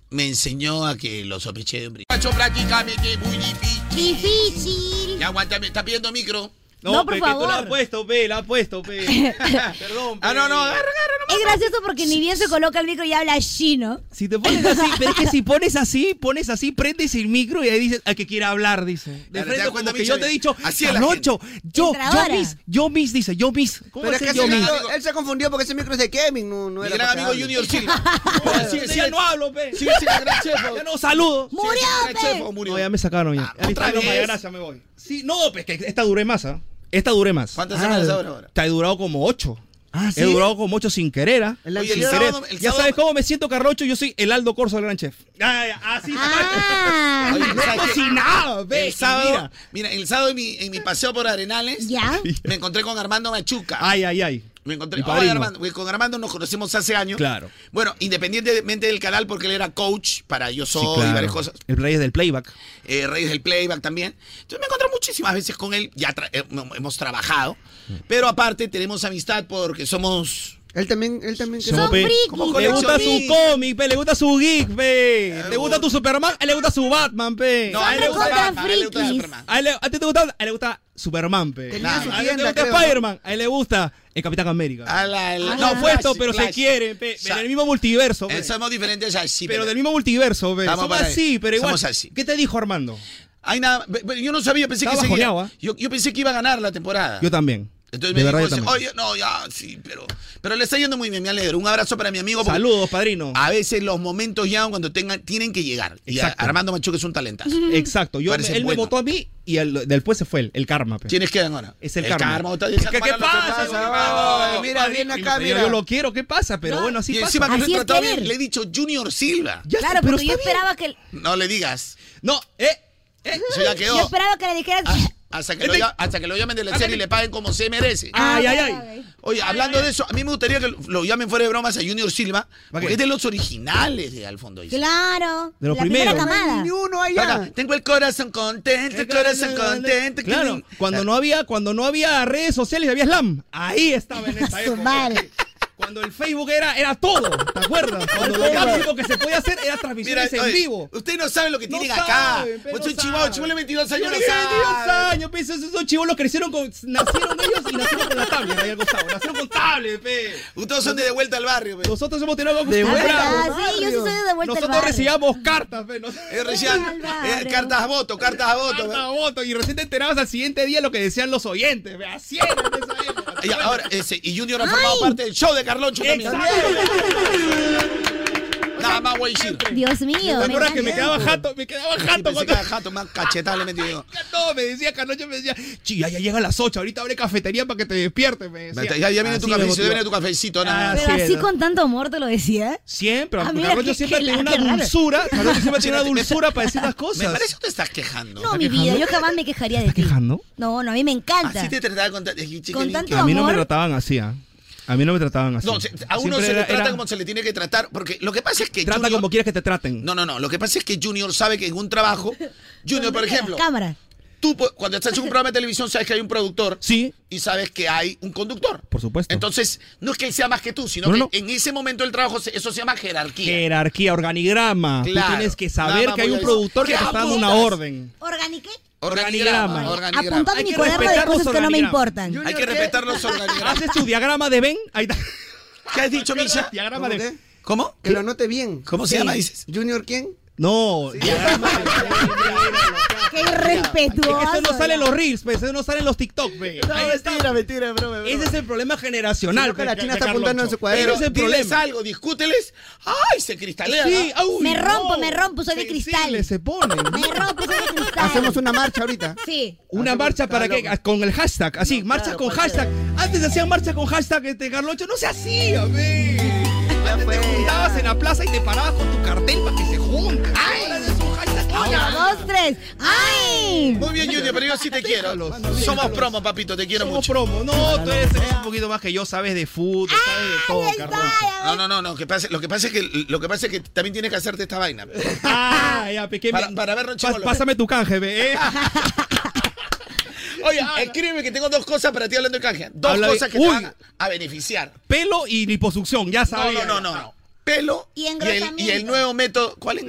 me enseñó a que lo sospeché de un brillo. Muchacho, prácticamente muy difícil. Difícil. Ya aguántame, está pidiendo micro. No, por pe, favor. que tú lo has puesto, pe, lo has puesto, pe. Perdón, pe. Ah, no, no, agarra. Es gracioso porque ni bien se coloca el micro y habla chino. Si te pones así, pero es que si pones así, pones así, prendes el micro y ahí dices, a que quiere hablar, dice. De Claro, te frente, das como cuenta, que Micho, yo te he dicho, así es la Carloncho, yo, yo Entradora. mis, yo mis, dice, yo mis. ¿Cómo Pero va es a que ser ese yo mis? micro- él se confundió porque ese micro es de Kevin, no, no Mi era gran para amigo que hable. Junior Silva. Sigue, sigue, no hablo, pe. Sigue siendo gran chef. Ya no saludo. Murió, pe. No, ya me sacaron ya. Ahí está, Ah, otra no, vez. vaya, gracias, me voy. Sí, no, pues que esta duré más, ¿ah? Esta duré más. ¿Cuántas semanas Ah, ahora, ahora? Te he durado como ocho. Ah, ¿sí? He durado como ocho sin querer, ¿ah? El Oye, el Sin sábado- querer. el Ya sábado- sabes cómo me siento, Carrocho. Yo soy el Aldo Corso del Gran Chef. Ay, así Oye, Ah, no ¿sabes qué? cocinaba, ve, Ah. El sábado, mira. mira. el sábado en mi, en mi paseo por Arenales, me encontré con Armando Machuca. Ay, ay, ay. Me encontré Mi Hola, padrino. Armando. Porque con Armando nos conocimos hace años. Claro. Bueno, independientemente del canal, porque él era coach para Yo Soy Sí, claro. y varias cosas. El rey es del playback. eh, Reyes del Playback también. Entonces me encontré muchísimas veces con él, ya tra- eh, no, hemos trabajado, pero aparte tenemos amistad porque somos... Él también, él también... Somos pe- Le gusta su cómic, pe, le gusta su geek, pe. Le gusta tu Superman, a él le gusta su Batman, pe. No, a él le gusta Son Batman, a él le gusta frikis. Superman. A él le- a ti te gusta, a él le gusta Superman, pe. Tenía su a él le tienda, gusta creo, ¿no? Spider-Man, a él le gusta el Capitán América. A la- la- no, la- opuesto, Clash, pero Clash. se quieren, pe. Sa- En el mismo multiverso, pe. Eh, somos diferentes así. Pero del mismo multiverso, pe. Estamos Somos para ahí. así, pero igual. Somos así. ¿Qué te dijo Armando? Hay nada, pe- pero yo no sabía, pensé Estaba que seguía. bajoneado, ¿ah? Yo, yo pensé que iba a ganar la temporada. Yo también. Entonces De me verdad dijo, yo ese, también. oye, no, ya, sí, pero, pero le está yendo muy bien, me alegro. Un abrazo para mi amigo. porque Saludos, padrino. A veces los momentos llegan cuando tengan, tienen que llegar. Y a- Exacto. Armando Machuca es un talentazo. Ah, Exacto. Yo, Parece él bueno. me votó a mí y al- después se fue el, el karma, pe. Tienes que ganar ahora. Es el, El karma. karma, otra- ¿Qué, qué Para lo que pasa? pasa, huevón? huevón. Mira, Yo- viene yo- acá, yo- mira. yo Yo lo lo quiero, ¿qué pasa? Pero bueno, así y pasa. encima que lo he tratado bien, le he dicho Junior Silva. Claro, pero porque yo esperaba que. No le digas. No, eh, eh. Eso ya quedó. Ah, Yo esperaba que le dijeras. Hasta que, lo, Este- lla- hasta que lo llamen del exterior y le paguen como se merece. Ay, ay, Oye, hablando de eso, a mí me gustaría que lo- lo llamen fuera de bromas a Junior Silva, porque es de los originales de Al fondo. Dice. Claro. De los primeros. camada. Ni uno allá. Acá, Tengo el corazón contento, Este el corazón contento. Eh. Claro, cuando no había, cuando no había redes sociales, había slam. Ahí estaba en esa época. Cuando el Facebook era, era todo, ¿te acuerdas? Cuando lo máximo que se podía hacer era transmisiones Mira, en oye, vivo. Ustedes no saben lo que No tienen acá. saben, pero Vos sos no chivado, saben. chivado de 22 Yo le años. no di 22 saben. años, pe, esos esos chivolos crecieron con. Nacieron ellos y nacieron con la tabla, ahí al costado. Nacieron con tablet, pe. Ustedes son de, de vuelta al barrio. pe. Nosotros hemos tenido Ah, algo De vuelta acostumbrado. al Sí, yo sí soy de vuelta al Nosotros barrio. recibíamos cartas, pe. Nosotros- Eh, recién, eh, cartas a voto, cartas a voto. Cartas a voto. Y recién te enterabas al siguiente día lo que decían los oyentes. pe. Así era. Y ahora, ese, y Junior ha formado parte del show de Carloncho también. Nada más voy a decir. Dios mío. ¿Te acuerdas que me quedaba pues. jato? Me quedaba Sí, jato pensé cuando. que era jato, más cachetada le metí yo. No, me decía Carlocho, me decía, chi, ya, ya llega a las 8, ahorita abre cafetería para que te despiertes. Me decía. Ya, ya viene tu Así me cafecito, ya motivó. viene tu cafecito. nada. Pero así con tanto amor te lo decía. Siempre, Ah, mira, Carlocho qué- siempre qué tiene una la- qué raro. dulzura, Carlocho siempre tiene una dulzura para decir las Me cosas. parece que te estás quejando. No, mi vida, yo jamás me quejaría de ti. quejando? No, no, a mí me encanta. Así te trataba con, ta- eh, chiquilín. Con tanto A mí no me amor. trataban así, ¿ah? A mí no me trataban así. No, se- a uno Siempre se le era- trata era- como se le tiene que tratar, porque lo que pasa es que Trata Junior- como quieres que te traten. No, no, no, lo que pasa es que Junior sabe que en un trabajo, Junior, por ejemplo, Cámara. tú pu- cuando estás en un programa de televisión sabes que hay un productor sí. y sabes que hay un conductor. Por supuesto. Entonces, no es que él sea más que tú, sino No, que no. en ese momento del trabajo se- eso se llama jerarquía. Jerarquía, organigrama. Claro. Tú tienes que Nada saber más que hay voy un a decir. productor que ¿Qué te está dando una apuntas? orden. ¿Organiqué? Organigrama. organigrama. Apuntado en mi cuaderno de cosas que no me importan. Hay que respetar los organigramas. Haces tu diagrama de Ben. Ahí está. ¿Qué has dicho, Misha? Diagrama ¿Cómo de. qué? ¿Cómo? Que lo anote bien. ¿Cómo se Sí. llama, dices? ¿Junior quién? No, diagrama de- Qué irrespetuoso. Eso no sale en los reels, pe, eso no sale en los TikTok, pe. No, Ahí está. mentira, mentira, broma, broma. Ese es el problema Si generacional. no, que pe, la china está Carloncho. apuntando en su cuaderno. Ese es Pero el diles problema. algo, discúteles. ¡Ay, se cristalea! Sí, ¿no? au, Me no. rompo, me rompo, soy de cristal. Se pone. Me rompo, soy de cristal. Hacemos una marcha ahorita. Sí. Una marcha para qué? Con el hashtag, así, marchas con hashtag. Antes hacían marchas con hashtag, este Carloncho, no se hacía, ve. Antes te juntabas en la plaza y te parabas con tu cartel para que se junten. Ahora es un hashtag. Una, dos, tres. ¡Ay! Muy bien, Junior, pero yo sí te quiero. Somos promo, papito, te quiero Somos mucho. promo. No, tú eres eres un poquito más que yo, sabes de fútbol, sabes de todo, Carloncho. No, no, no, no. Que pasa, lo, que pasa es que, lo que pasa es que también tienes que hacerte esta vaina. Ah, ya, pequeño. Para, para vernos Pas- chivolos. Pásame tu canje, ve. eh. Oye, escríbeme que tengo dos cosas para ti hablando de canje. Dos Habla bien. cosas que Uy. te van a beneficiar. Pelo y liposucción, ya No, sabes. no, no, no. no. Pelo Y y el, y el engrosamiento. nuevo método. ¿Cuál es?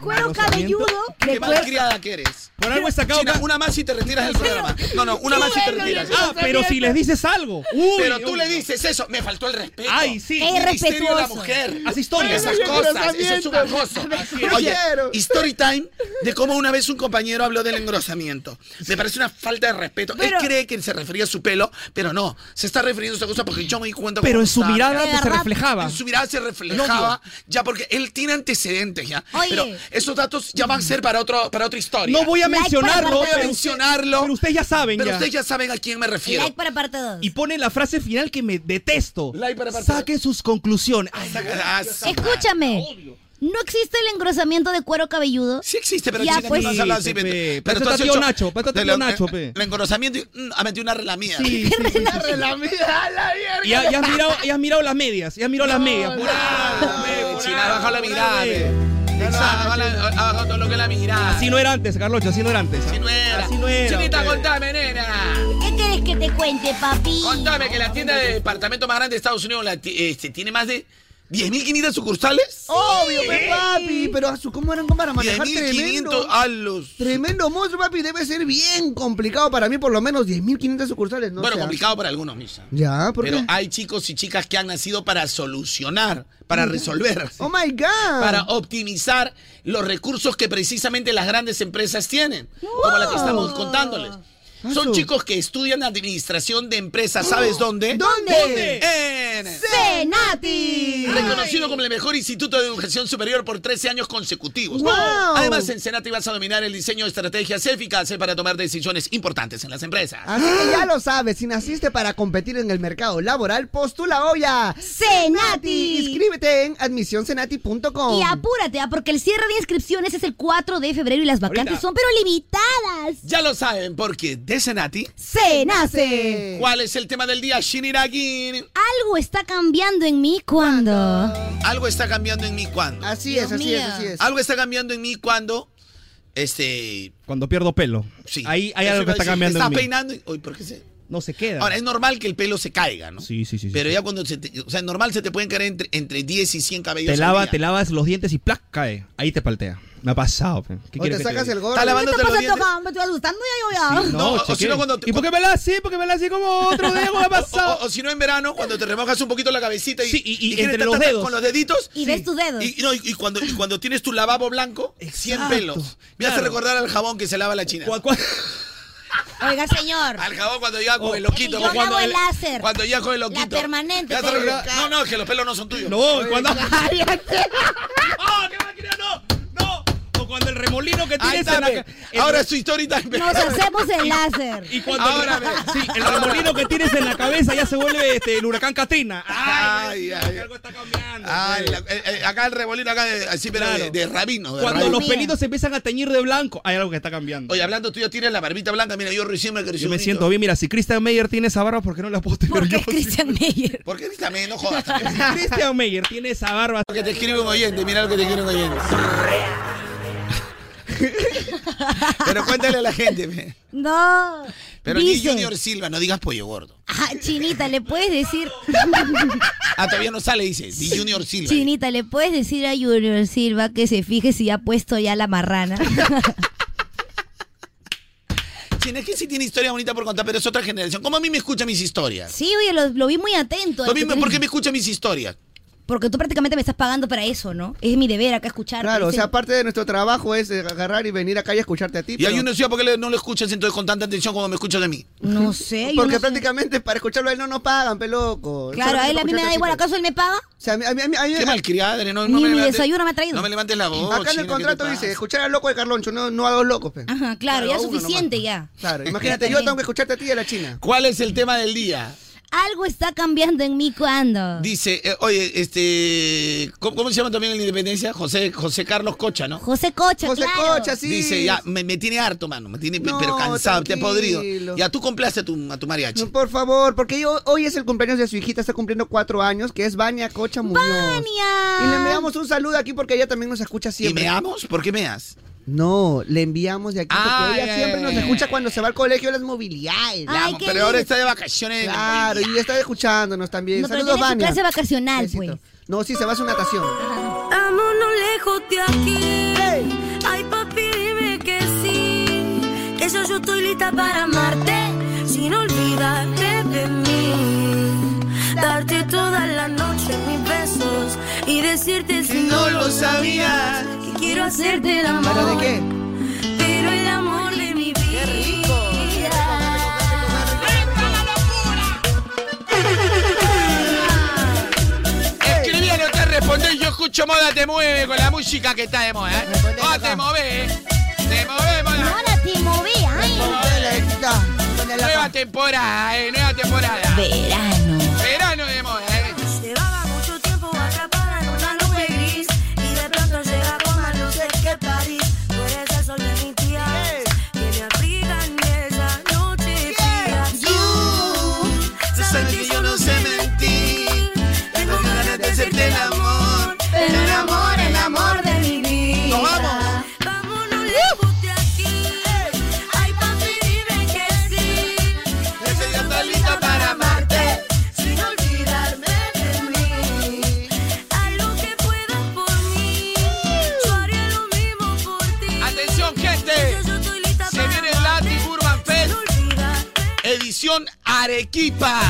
Cuero cabelludo. ¿Qué malcriada que eres? Por algo he sacado China, una más y te retiras del programa. No, no, una Sí, más y te bueno, retiras. yo no Ah, sabía pero si eso. les dices algo. uh, Uy, pero tú uy. le dices eso. Me faltó el respeto. Ay, sí. Qué Ministerio de la irrespetuoso. mujer. Haz historia. Esas Ay, yo quiero cosas. Eso es un sabiendo. acoso. Así es. Oye, Quiero. story time de cómo una vez un compañero habló del engrosamiento. Me parece una falta de respeto. Pero- Él cree que se refería a su pelo, pero no. Se está refiriendo a esa cosa porque yo me di cuenta Pero cuando en su estaba mirada acá. se De verdad. reflejaba. En su mirada se reflejaba. Ya porque él tiene antecedentes ya. Oye. Pero esos datos ya van a ser para otro para otra historia. No voy a mencionarlo, No voy a pero- mencionarlo. Pero ustedes ya saben Pero ya. ustedes ya saben a quién me refiero. Like para parte 2. Y pone la frase final que me detesto. Saquen sus conclusiones. Ay, Escúchame. ¿No existe el engrosamiento de cuero cabelludo? Sí existe, pero ya, chica, pues, no has hablado así, pe, pe- pero tú está has tío hecho- Nacho, pero está de tío lo- eh, Nacho, pe. El engrosamiento y- mm, ha metido una relamida. Sí, sí, sí, sí, sí. Y, ha- y has mirado, y has mirado las medias. Y has mirado las medias. por China, ha bajado la mirada, ahí. pe. Exacto, ha bajado la- ha bajado todo lo que es la mirada. Así no era antes, Carlocho, así no era antes. Así no era. Así no era. Chinita, pe. contame, nena. ¿Qué querés que te cuente, papi? Contame que la tienda de departamento más grande de Estados Unidos la ti- este, tiene más de 10.500 sucursales. Obvio, pe, papi, pero a su cómo eran cómo para manejar 10.500 tremendo. ah. a los Tremendo monstruo, papi, debe ser bien complicado para mí, por lo menos 10.500 sucursales, ¿no? bueno, O sea, complicado para algunos, Misa. Ya, ¿por Pero qué? hay chicos y chicas que han nacido para solucionar, para resolver. Oh my God. Para optimizar los recursos que precisamente las grandes empresas tienen, como la que estamos Ah. contándoles. Son chicos que estudian administración de empresas, ¿sabes dónde? Oh. ¿Dónde? En ¡Senati! Reconocido como el mejor instituto de educación superior por 13 años consecutivos. ¡Wow! Además, en Senati vas a dominar el diseño de estrategias eficaces para tomar decisiones importantes en las empresas. Así que ya lo sabes, si naciste para competir en el mercado laboral, postula hoy a Senati. Inscríbete en admisioncenati.com. Y apúrate, ah, porque el cierre de inscripciones es el 4 de febrero y las vacantes Ahorita. son pero limitadas. Ya lo saben, porque de Senati Se Eh, nace. ¿Cuál es el tema del día, Shiniragin? Algo está cambiando en mí cuando... Algo está cambiando en mí cuando. Así Dios es, así mío. es, así es. Algo está cambiando en mí cuando. Este. Cuando pierdo pelo. Sí. Ahí hay Eso algo iba que está a decir, cambiando Está en mí. peinando y. Uy, ¿por qué se.? No se queda. Ahora, es normal que el pelo se caiga, ¿no? sí, sí, sí. sí. Pero ya cuando se te- O sea, normal se te pueden caer entre, entre 10 y 100 cabellos. te, al lava, día. te lavas los dientes y plac, cae. Ahí te paltea. Me ha pasado. pe. ¿Qué quieres que te diga? Está lavándote los dientes. acá? ¿Me estoy asustando ya yo ya? Sí, no, No, o- o chequea. si no cuando te- ¿Y por qué me la así? ¿Por qué me la así como otro día? ¿Cómo me ha O, pasado? o- o si no en verano, cuando te remojas un poquito la cabecita y, Sí, y- y quieres entre ta- los ta- ta- dedos. con los deditos. Y ves tus dedos. Y, no, y- y cuando, y cuando tienes tu lavabo blanco, 100 Exacto, pelos. Me hace claro. recordar al jabón que se lava la china. Oiga, señor. Al jabón cuando llega con O- el loquito. Oh. Yo con- cuando lavo el láser. Cuando llega con el La loquito. permanente, pues. Me hace pero- recordar- No, no, que los pelos no son tuyos. No, y cuando. Cállate. ¡Oh, qué máquina! ¡No! ¡No! O cuando el remolino que Ahí tienes está, en la ve. ca- el- Ahora es tu historia también. Nos hacemos el láser. Y cuando Ahora ve. sí, el remolino que tienes en la cabeza ya se vuelve este, el huracán Katrina. Ay, ay, ay, la- eh, eh, acá el remolino, acá de, así, pero de, Claro. de rabino. de Cuando rabino. los pelitos se empiezan a teñir de blanco, hay algo que está cambiando. Oye, hablando tú ya tienes la barbita blanca. Mira, yo recién me crecí. Yo me un hito. siento bien, mira, si Christian Meyer tiene esa barba, ¿por qué no la puedo tener yo? Christian Meyer. ¿Por qué también no jodas? Si Christian Meyer tiene esa barba. Lo que te escribe un oyente, mira lo que te escribe un oyente. Pero cuéntale a la gente. ve. No. Pero ni Dice, Junior Silva, no digas pollo gordo. Ah, Chinita, ¿le puedes decir? Ah, todavía no sale, dice. Ni Junior Silva. Chinita, ¿le puedes decir a Junior Silva que se fije si ha puesto ya la marrana? China, es que sí tiene historia bonita por contar, pero es otra generación. ¿Cómo a mí me escucha mis historias? sí, oye, lo, lo vi muy atento. ¿Por qué me- por qué me escucha mis historias? Porque tú prácticamente me estás pagando para eso, ¿no? Es mi deber acá escuchar. Claro, o sea, parte de nuestro trabajo es eh, agarrar y venir acá y escucharte a ti. Y hay pero- uno decía, ¿por qué le- no lo escuchas entonces con tanta atención como me escuchas a mí? No sé. yo Porque no sé. prácticamente para escucharlo a él no nos pagan, pe loco. Claro, a él a mí me da igual. ¿Acaso él me paga? O sea, a mí, a mí- a mí- a mí- Qué malcriada, eres, no, no Ni me mi levantes- desayuno me ha traído. No me levantes la voz. Acá en China, el ¿qué te contrato pasa? dice, escuchar al loco de Carloncho, no, no a dos locos, pe. Ajá, claro, ya a uno suficiente ya. nomás. Claro, imagínate, yo tengo que escucharte a ti y a la China. ¿Cuál es el tema del día? Algo está cambiando en mí cuando. Dice, eh, oye, este. ¿cómo, cómo se llama también en la independencia? José, José Carlos Cocha, ¿no? José Cocha, José claro. Cocha, sí. Dice, ya, me, me tiene harto, mano. Me tiene pe- No, pero cansado, te ha tranquilo. podrido. Ya tú complaste a tu, a tu mariachi. No, por favor, porque yo- hoy es el cumpleaños de su hijita, está cumpliendo cuatro años, que es Vania Cocha Muñoz. Y le enviamos un saludo aquí porque ella también nos escucha ¿Y siempre. meamos? ¿Por qué meas? No, le enviamos de aquí porque Ah, ella ya, siempre ya, nos ya. escucha cuando se va al colegio a las movilidades. Ay, qué Pero ahora lindo. está de vacaciones. Claro, y está escuchándonos también. No, pero Saludos, tiene su Vania. clase vacacional, pues. No, sí, se va a su natación. Vámonos lejos de aquí. besos yo estoy lista para amarte, sin olvidarte de mí. Darte toda la noche mis besos y decirte si no lo sabías que quiero hacerte el amor. ¿Pero de qué? Pero el amor de mi vida. ¡Qué rico! Escribí a no te respondí, yo escucho Moda Te Mueve con la música que está de moda, ¿eh? Moda Te Mueve, ¿eh? Te mueve, Moda. Moda Te Mueve, ay. Nueva temporada, ¿eh? Nueva temporada. Verano. Verano de moda, ¿eh? Llevaba mucho tiempo atrapada en una nube gris y de pronto llega como no sé qué París. Tú eres el sol de mis días que me abrigan esa noche fría. Tú, Tú sabes que yo no sé mentir. Tengo ganas de hacerte el amor. El amor, el amor de mi vida. ¡Nos vamos! Vámonos lejos de aquí. Ay, papi, dime que sí. Estoy ya estoy lista para amarte. Sin olvidarme de mí. a lo que puedas por mí. Yo haré lo mismo por ti. Atención, gente. Se viene el Latin Urban Fest. Edición Arequipa.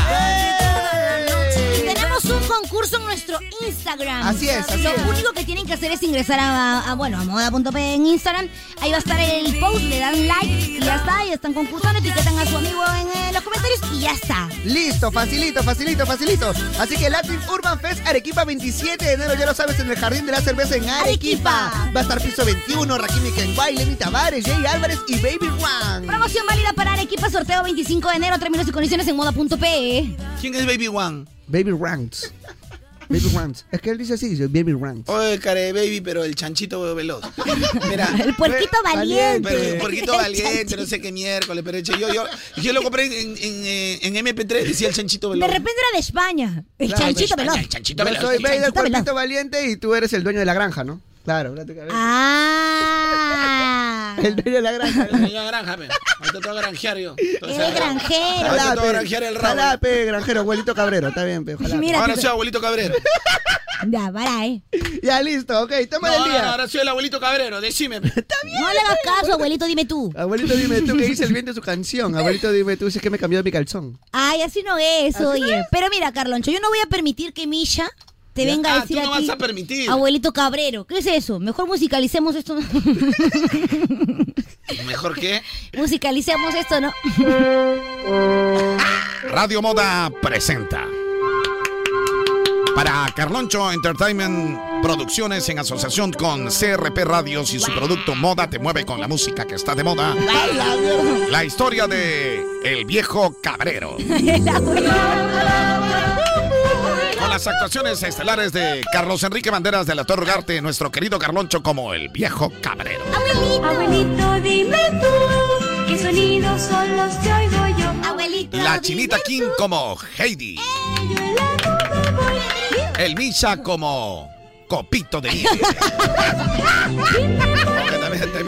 Y tenemos un concurso en nuestro Instagram. Así es, así Lo es. único que tienen que hacer es ingresar a, a, bueno, a moda.p en Instagram. Ahí va a estar el post, le dan like y ya está. Y están concursando, etiquetan a su amigo en eh, los comentarios y ya está. Listo, facilito, facilito, facilito. Así que Latin Urban Fest Arequipa 27 de enero, ya lo sabes, en el Jardín de la Cerveza en Arequipa. Va a estar piso 21, Rakim Kenway, Lenny Tavares, Jay Álvarez y Baby One. Promoción válida para Arequipa, sorteo 25 de enero, términos y condiciones en moda.pe. ¿Quién es Baby One? Baby Rants. Baby Rants. Es que él dice así, dice Baby Rants. Oye, care baby, pero el chanchito veloz. Mira, el puerquito valiente. Pero el puerquito valiente, no sé qué miércoles, pero el ch- yo, yo, yo lo compré en, en, eh, en MP3, decía el chanchito De veloz. repente era de España. El Claro, de chanchito España, veloz. el chanchito Yo veloz. soy el Vader, chanchito veloz. cuerpito valiente y tú eres el dueño de la granja, ¿no? Claro, prácticamente. Ah. El dueño de la granja. El dueño de la granja, pe. Ahorita tengo que granjear yo. Entonces, Eres ahorita Ojalá, tengo que pe, granjear el rabo. ojalá, pe, granjero, abuelito cabrero, está bien, Pues pe, ojalá. Mira, Ahora tú- soy abuelito cabrero. Ya, para, eh. Ya, listo, ok, tema No, del no, no, día. ahora soy el abuelito cabrero, decime. pe. No le hagas caso, abuelito, dime tú. Abuelito, dime tú qué dice el bien de su canción. Abuelito, dime tú si es que me cambió mi calzón. Ay, así no es, Así oye. no es. Pero mira, Carloncho, yo no voy a permitir que Misha te Ya. venga Ah, a tú decir no aquí, vas a permitir. Abuelito Cabrero, ¿qué es eso? Mejor musicalicemos esto. Mejor que musicalicemos esto, ¿no? Radio Moda presenta. Para Carloncho Entertainment Producciones en asociación con CRP Radios y su producto Moda te mueve con la música que está de moda. La historia de El viejo Cabrero. Con las actuaciones estelares de Carlos Enrique Banderas de la Torre Ugarte, nuestro querido Carloncho como El viejo Cabrero. Abuelito, dime tú qué sonidos son los que oigo yo. Abuelito, La Chinita King como Eh, Heidi. El Misha como Copito de Nieve.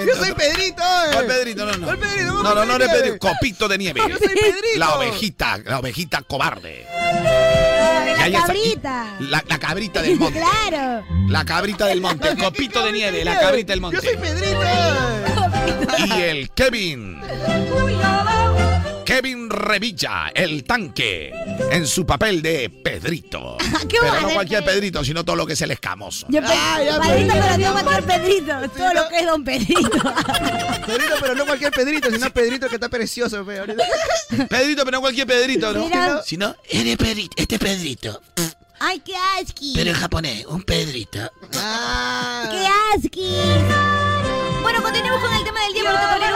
Yo soy Pedrito. Soy Pedrito, no, no. Pedrito, No, no, no eres Pedrito, Copito de Nieve. Yo soy Pedrito. La ovejita, la ovejita cobarde. Y La ahí está- cabrita. La, la cabrita del monte. Claro. La cabrita del monte. El Copito de Nieve, la cabrita del monte. Y el Kevin. Kevin Revilla, el tanque, en su papel de Pedrito. Qué Pero bueno, no cualquier Pedrito, sino todo lo que es el escamoso. Yo pe- Padrito, pero no va a ser Pedrito. Todo lo que es don Pedrito. Pedrito, pero no cualquier Pedrito, sino Pedrito que está precioso, pe. ahorita. Pedrito, pero no cualquier Pedrito, ¿no? Mira. Si no, eres Pedrito, este Pedrito. Ay, qué asqui. Pero en japonés, un Pedrito. ¡Qué asqui! Bueno, continuemos con el tema del día, Abuelito Cabrero.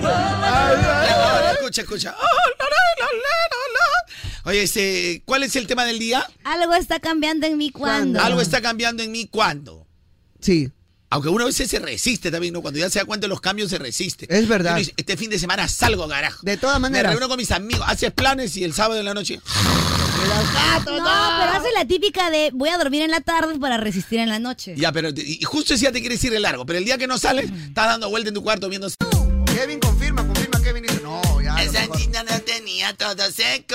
Ahora, escucha, escucha. Oh, Oye, este, ¿cuál es el tema del día? Algo está cambiando en mí cuando. Algo está cambiando en mí cuando. Sí. Aunque uno a veces se resiste también, ¿no? Cuando ya se da cuenta de los cambios, se resiste. Es verdad. Uno dice, este fin de semana salgo, carajo. De todas Me maneras. reúno con mis amigos, haces planes y el sábado en la noche. No, pero hace la típica de voy a dormir en la tarde para resistir en la noche. Ya, pero te- y justo ese día te quieres ir Mm. de largo, pero el día que no sales, estás dando vuelta en tu cuarto viendo. Kevin confirma, confirma Kevin dice, no, ya. Esa niña no tenía todo seco,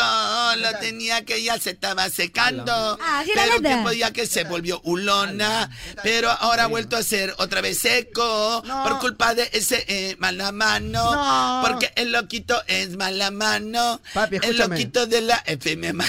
lo tenía que ya se estaba secando. Ah, sí, la pero letra. que podía que se volvió ulona, pero ahora ha vuelto a ser otra vez seco por culpa de ese eh, mala mano. No. Porque el loquito es mala mano. Papi, el escúchame. loquito de la FM.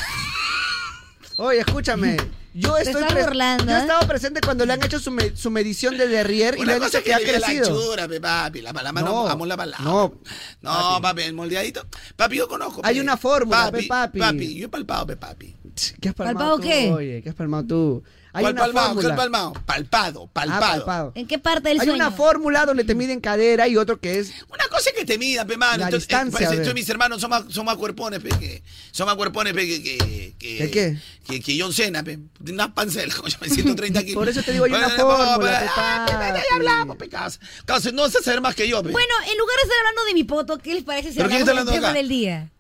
Oye, escúchame. Yo Te estoy estás pre- burlando, Yo he ¿eh? estado presente cuando le han hecho su, me- su medición de Derrier y le Una han cosa dicho que es ha le dé la crecido. anchura, pe, papi. La mala mano, No, amo la palabra. No, No, papi. el moldeadito. Papi, yo conozco. Hay una fórmula, papi, pe, papi. Papi, yo he palpado, pe, papi. ¿qué has palmado ¿Palpado tú? qué? Oye, ¿qué has palmado tú? Hay ¿Cuál una palmado? fórmula. ¿Cuál palmado? Palpado, palpado. Ah, palpado. ¿En qué parte del Hay sueño? una fórmula donde te miden cadera y otro que es Una cosa es que te mida, pe, mano. La Entonces, distancia, por eso a ver. entonces mis hermanos son más, son más cuerpones, pe, que... Son más cuerpones, pe, que... que, que ¿De qué? Que, que John Cena, pe. Tiene Unas pancelas, coño, me siento 30 kilos. Por eso te digo, hay una Bueno, no, fórmula, pero- pe, ah, pe, pe, Ya hablamos, pe, causa. Causa, no sé hacer más que yo, pe. Bueno, en lugar de estar hablando de mi poto, ¿qué les parece si ¿Pero quién hablamos está del hablando tema acá? del día?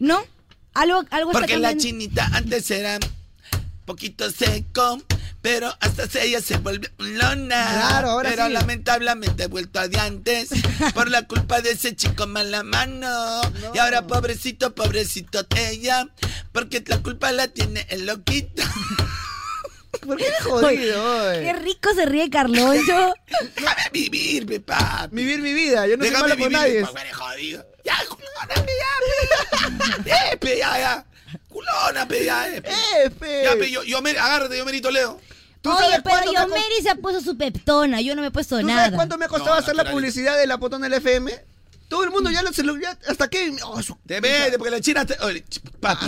¿No? Algo, algo Porque está la cambiando. chinita antes era poquito seco, pero hasta se- ella se volvió un lona. Claro, ahora pero sí. lamentablemente he vuelto a de antes por la culpa de ese chico mala mano. Y ahora pobrecito, pobrecito ella, porque la culpa la tiene el loquito. ¿Por qué eres jodido, Oye, oye? Qué rico se ríe Carloncho. Déjame vivir, mi papi. Vivir mi vida, yo no soy Déjame malo con vivir, nadie. pues, eres jodido. Ya, culona, pe, ya, pe. Eh, pe, ya, ya. Culona, pe, ya, eh, pe. Ya, pe, yo, yo me, agárrate, yo merito Leo. ¿Tú sabes Oye, pero cuánto me ha co- Yomeri se ha puesto su peptona. Yo no me he puesto ¿Tú nada. sabes cuánto me ha costado hacer la publicidad de la potón del FM? Todo el mundo ya lo se lo- ya- hasta que oh, Te vete, porque la china. te- oye, ch- papi,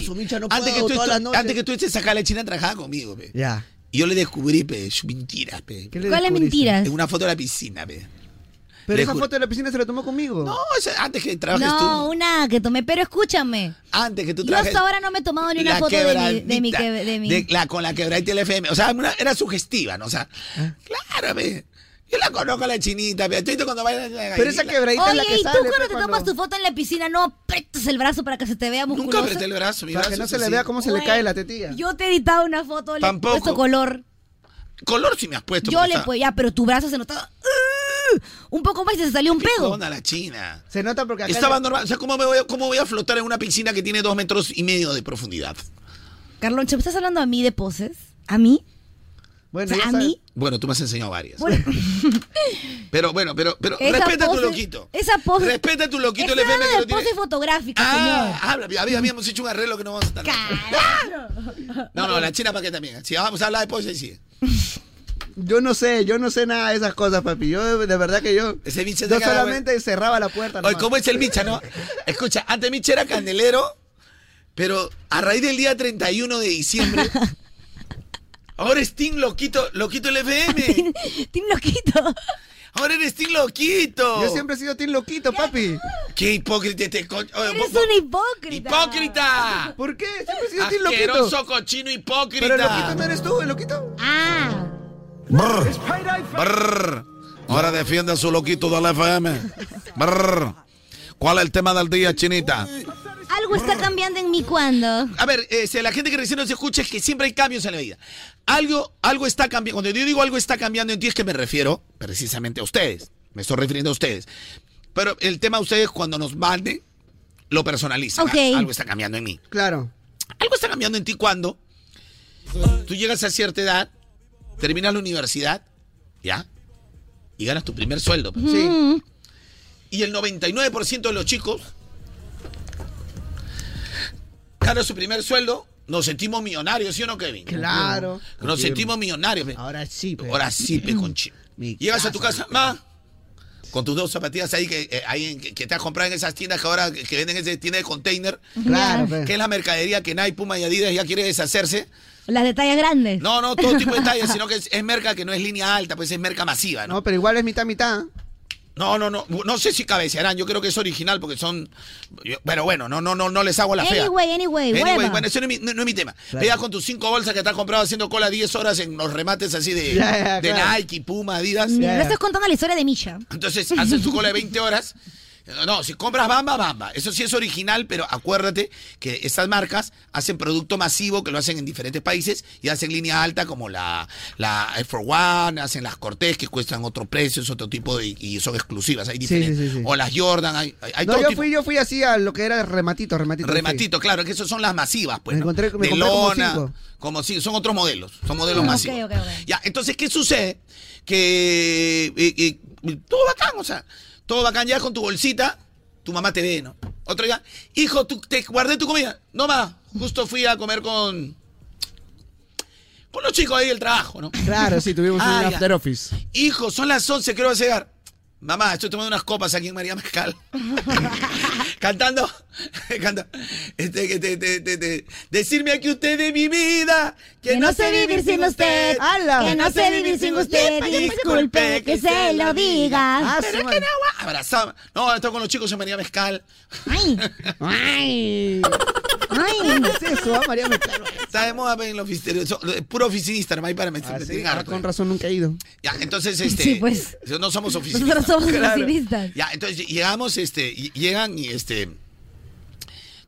antes, que puedo tú todas las estu- noches. antes que tú estés acá, la china trabajaba conmigo, pe. Ya. Y yo le descubrí, pe, sus mentiras, pe. le ¿Cuáles descubriste? mentiras? En una foto de la piscina, pe. Pero Le esa ju- foto de la piscina se la tomó conmigo. No, antes que No, una que tomé, pero escúchame. Antes que tú Yo trabajes- hasta ahora no me he tomado ni una La foto de mi, de mi, quebradita, que- de mi- de la, con la quebradita del FM. O sea, una- era sugestiva, ¿no? O sea, ¿Eh? claro, pe. Yo la conozco a la chinita, pe. Estoy cuando baila. Pero esa quebradita Oye, es la que ¿y sale, tú cuando pues, te cuando- tomas tu foto en la piscina no apretas el brazo para que se te vea musculoso? Nunca apreté el brazo, mi Para que brazo no es se le así. vea cómo se le Güey, cae la tetilla. Yo te he editado una foto, le he Tampoco. puesto color. Color sí me has puesto. Yo porque le está- pues ya, pero tu brazo se notaba ¡uh! un poco más y se salió un pedo. Perdona la china. Se nota porque acá Estaba le- normal. O sea, ¿cómo, me voy a, ¿cómo voy a flotar en una piscina que tiene dos metros y medio de profundidad? Carloncho, ¿me estás hablando a mí de poses? ¿A mí? Bueno, O sea, a mí. Bueno, tú me has enseñado varias. Bueno. Pero bueno, pero, pero esa respeta a tu pose- loquito. Esa pose. Respeta a tu loquito, el Estoy FM que hablando lo de tiene. pose fotográfica, Ah, habla, había- habíamos hecho un arreglo que no vamos a estar. señor. No, no, la china para qué también. Si vamos a hablar de pose, sí. Yo no sé, yo no sé nada de esas cosas, papi. Yo, de verdad que yo. Ese bicho yo se acaba- solamente cerraba la puerta. Oye, nomás. ¿cómo es el Micha, no? Escucha, antes Micha era candelero, pero a raíz del día 31 de diciembre, ahora es Team Loquito, Loquito el FM. Team Loquito. Ahora eres Team Loquito. Yo siempre he sido Team Loquito, papi. Qué hipócrita este co- oye, Eres po- un hipócrita. ¡Hipócrita! ¿Por qué? pues, Siempre he sido Team Loquito. Asqueroso, cochino, hipócrita. Pero el loquito no eres tú, el loquito. Ah. Brr. Brr. Ahora defiende a su loquito de la FM. Brr. ¿Cuál es el tema del día, chinita? Algo está cambiando en mí cuando. A ver, eh, si la gente que recién nos escucha es que siempre hay cambios en la vida. Algo, algo está cambiando. Cuando yo digo algo está cambiando en ti es que me refiero precisamente a ustedes. Me estoy refiriendo a ustedes. Pero el tema de ustedes cuando nos manden, lo personalizan. Ok. Algo está cambiando en mí. Claro. Algo está cambiando en ti cuando tú llegas a cierta edad, terminas la universidad, ¿ya? Y ganas tu primer sueldo. pues. Mm, Y el 99% de los chicos ganan su primer sueldo, nos sentimos millonarios, ¿sí o no, Kevin? Claro. Nos sentimos millonarios. pe. Ahora sí, pe. Ahora sí, pe, conchi. Llegas a tu casa, ma, con tus dos zapatillas ahí que, eh, ahí en- que, que te has comprado en esas tiendas que ahora que, que venden esas tiendas de container. Ah. Claro, pe. Que es la mercadería que Nike, Puma y Adidas ya quiere deshacerse. Las de tallas grandes. No, no, todo tipo de tallas, sino que es, es merca que no es línea alta, pues es merca masiva, ¿no? No, pero igual es mitad, mitad. No, no, no, no sé si cabecearán, yo creo que es original porque son, yo- pero bueno, no, no, no, no les hago la fea. Anyway, anyway, hueva. bueno, eso no es mi, no- no es mi tema. Claro. Veas con tus cinco bolsas que te has comprado haciendo cola 10 horas en los remates así de, Ya, ya, de claro. Nike, Puma, Adidas. Mira, No estás contando la historia de Misha. Entonces haces tu cola de 20 horas No, no, si compras Bamba, Bamba. Eso sí es original, pero acuérdate que estas marcas hacen producto masivo que lo hacen en diferentes países y hacen línea alta como la, la Air for One, hacen las Cortés que cuestan otro precio, es otro tipo de- y son exclusivas. Hay Sí, diferentes. sí, sí, sí. O las Jordan, hay, hay, hay No, todo yo tipo. fui, yo fui así a lo que era rematito, rematito. fui. Rematito, claro, que esas son las masivas, pues. Me ¿no? encontré- me compré de como lona, cinco. como si son otros modelos, son modelos Ah, ok, masivos. ok, Ya, entonces, ¿qué sucede? Que eh, eh, todo bacán, o sea, todo bacán, ya con tu bolsita, tu mamá te ve, ¿no? Otro día, hijo, tú- te guardé tu comida. No, ma, justo fui a comer con. Con los chicos ahí del trabajo, ¿no? Claro, sí, tuvimos Ah, un ya. after office. Hijo, son las 11, creo que vas a llegar. Mamá, estoy tomando unas copas aquí en María Mezcal. Cantando, canta. Este, que te- te- te- te- decirme aquí usted de mi vida. Que, no, sé vivir sin usted. Que no sé vivir sin usted. Yepa, yepa, Disculpe que se lo diga. Pero es que no, gua- abrazaba. No, estoy con los chicos en María Mezcal. Ay. Ay. Ay, ¿qué ah, es eso, María Mezcal? Está de moda pues, en los oficinas. Puro oficinista, hermano, ahí para me, me tienen harto. Ah, Con razón nunca he ido. Ya, entonces, este. Sí, pues. No somos oficinistas. Nosotros somos Claro. oficinistas. Ya, entonces llegamos, este, y- llegan y este.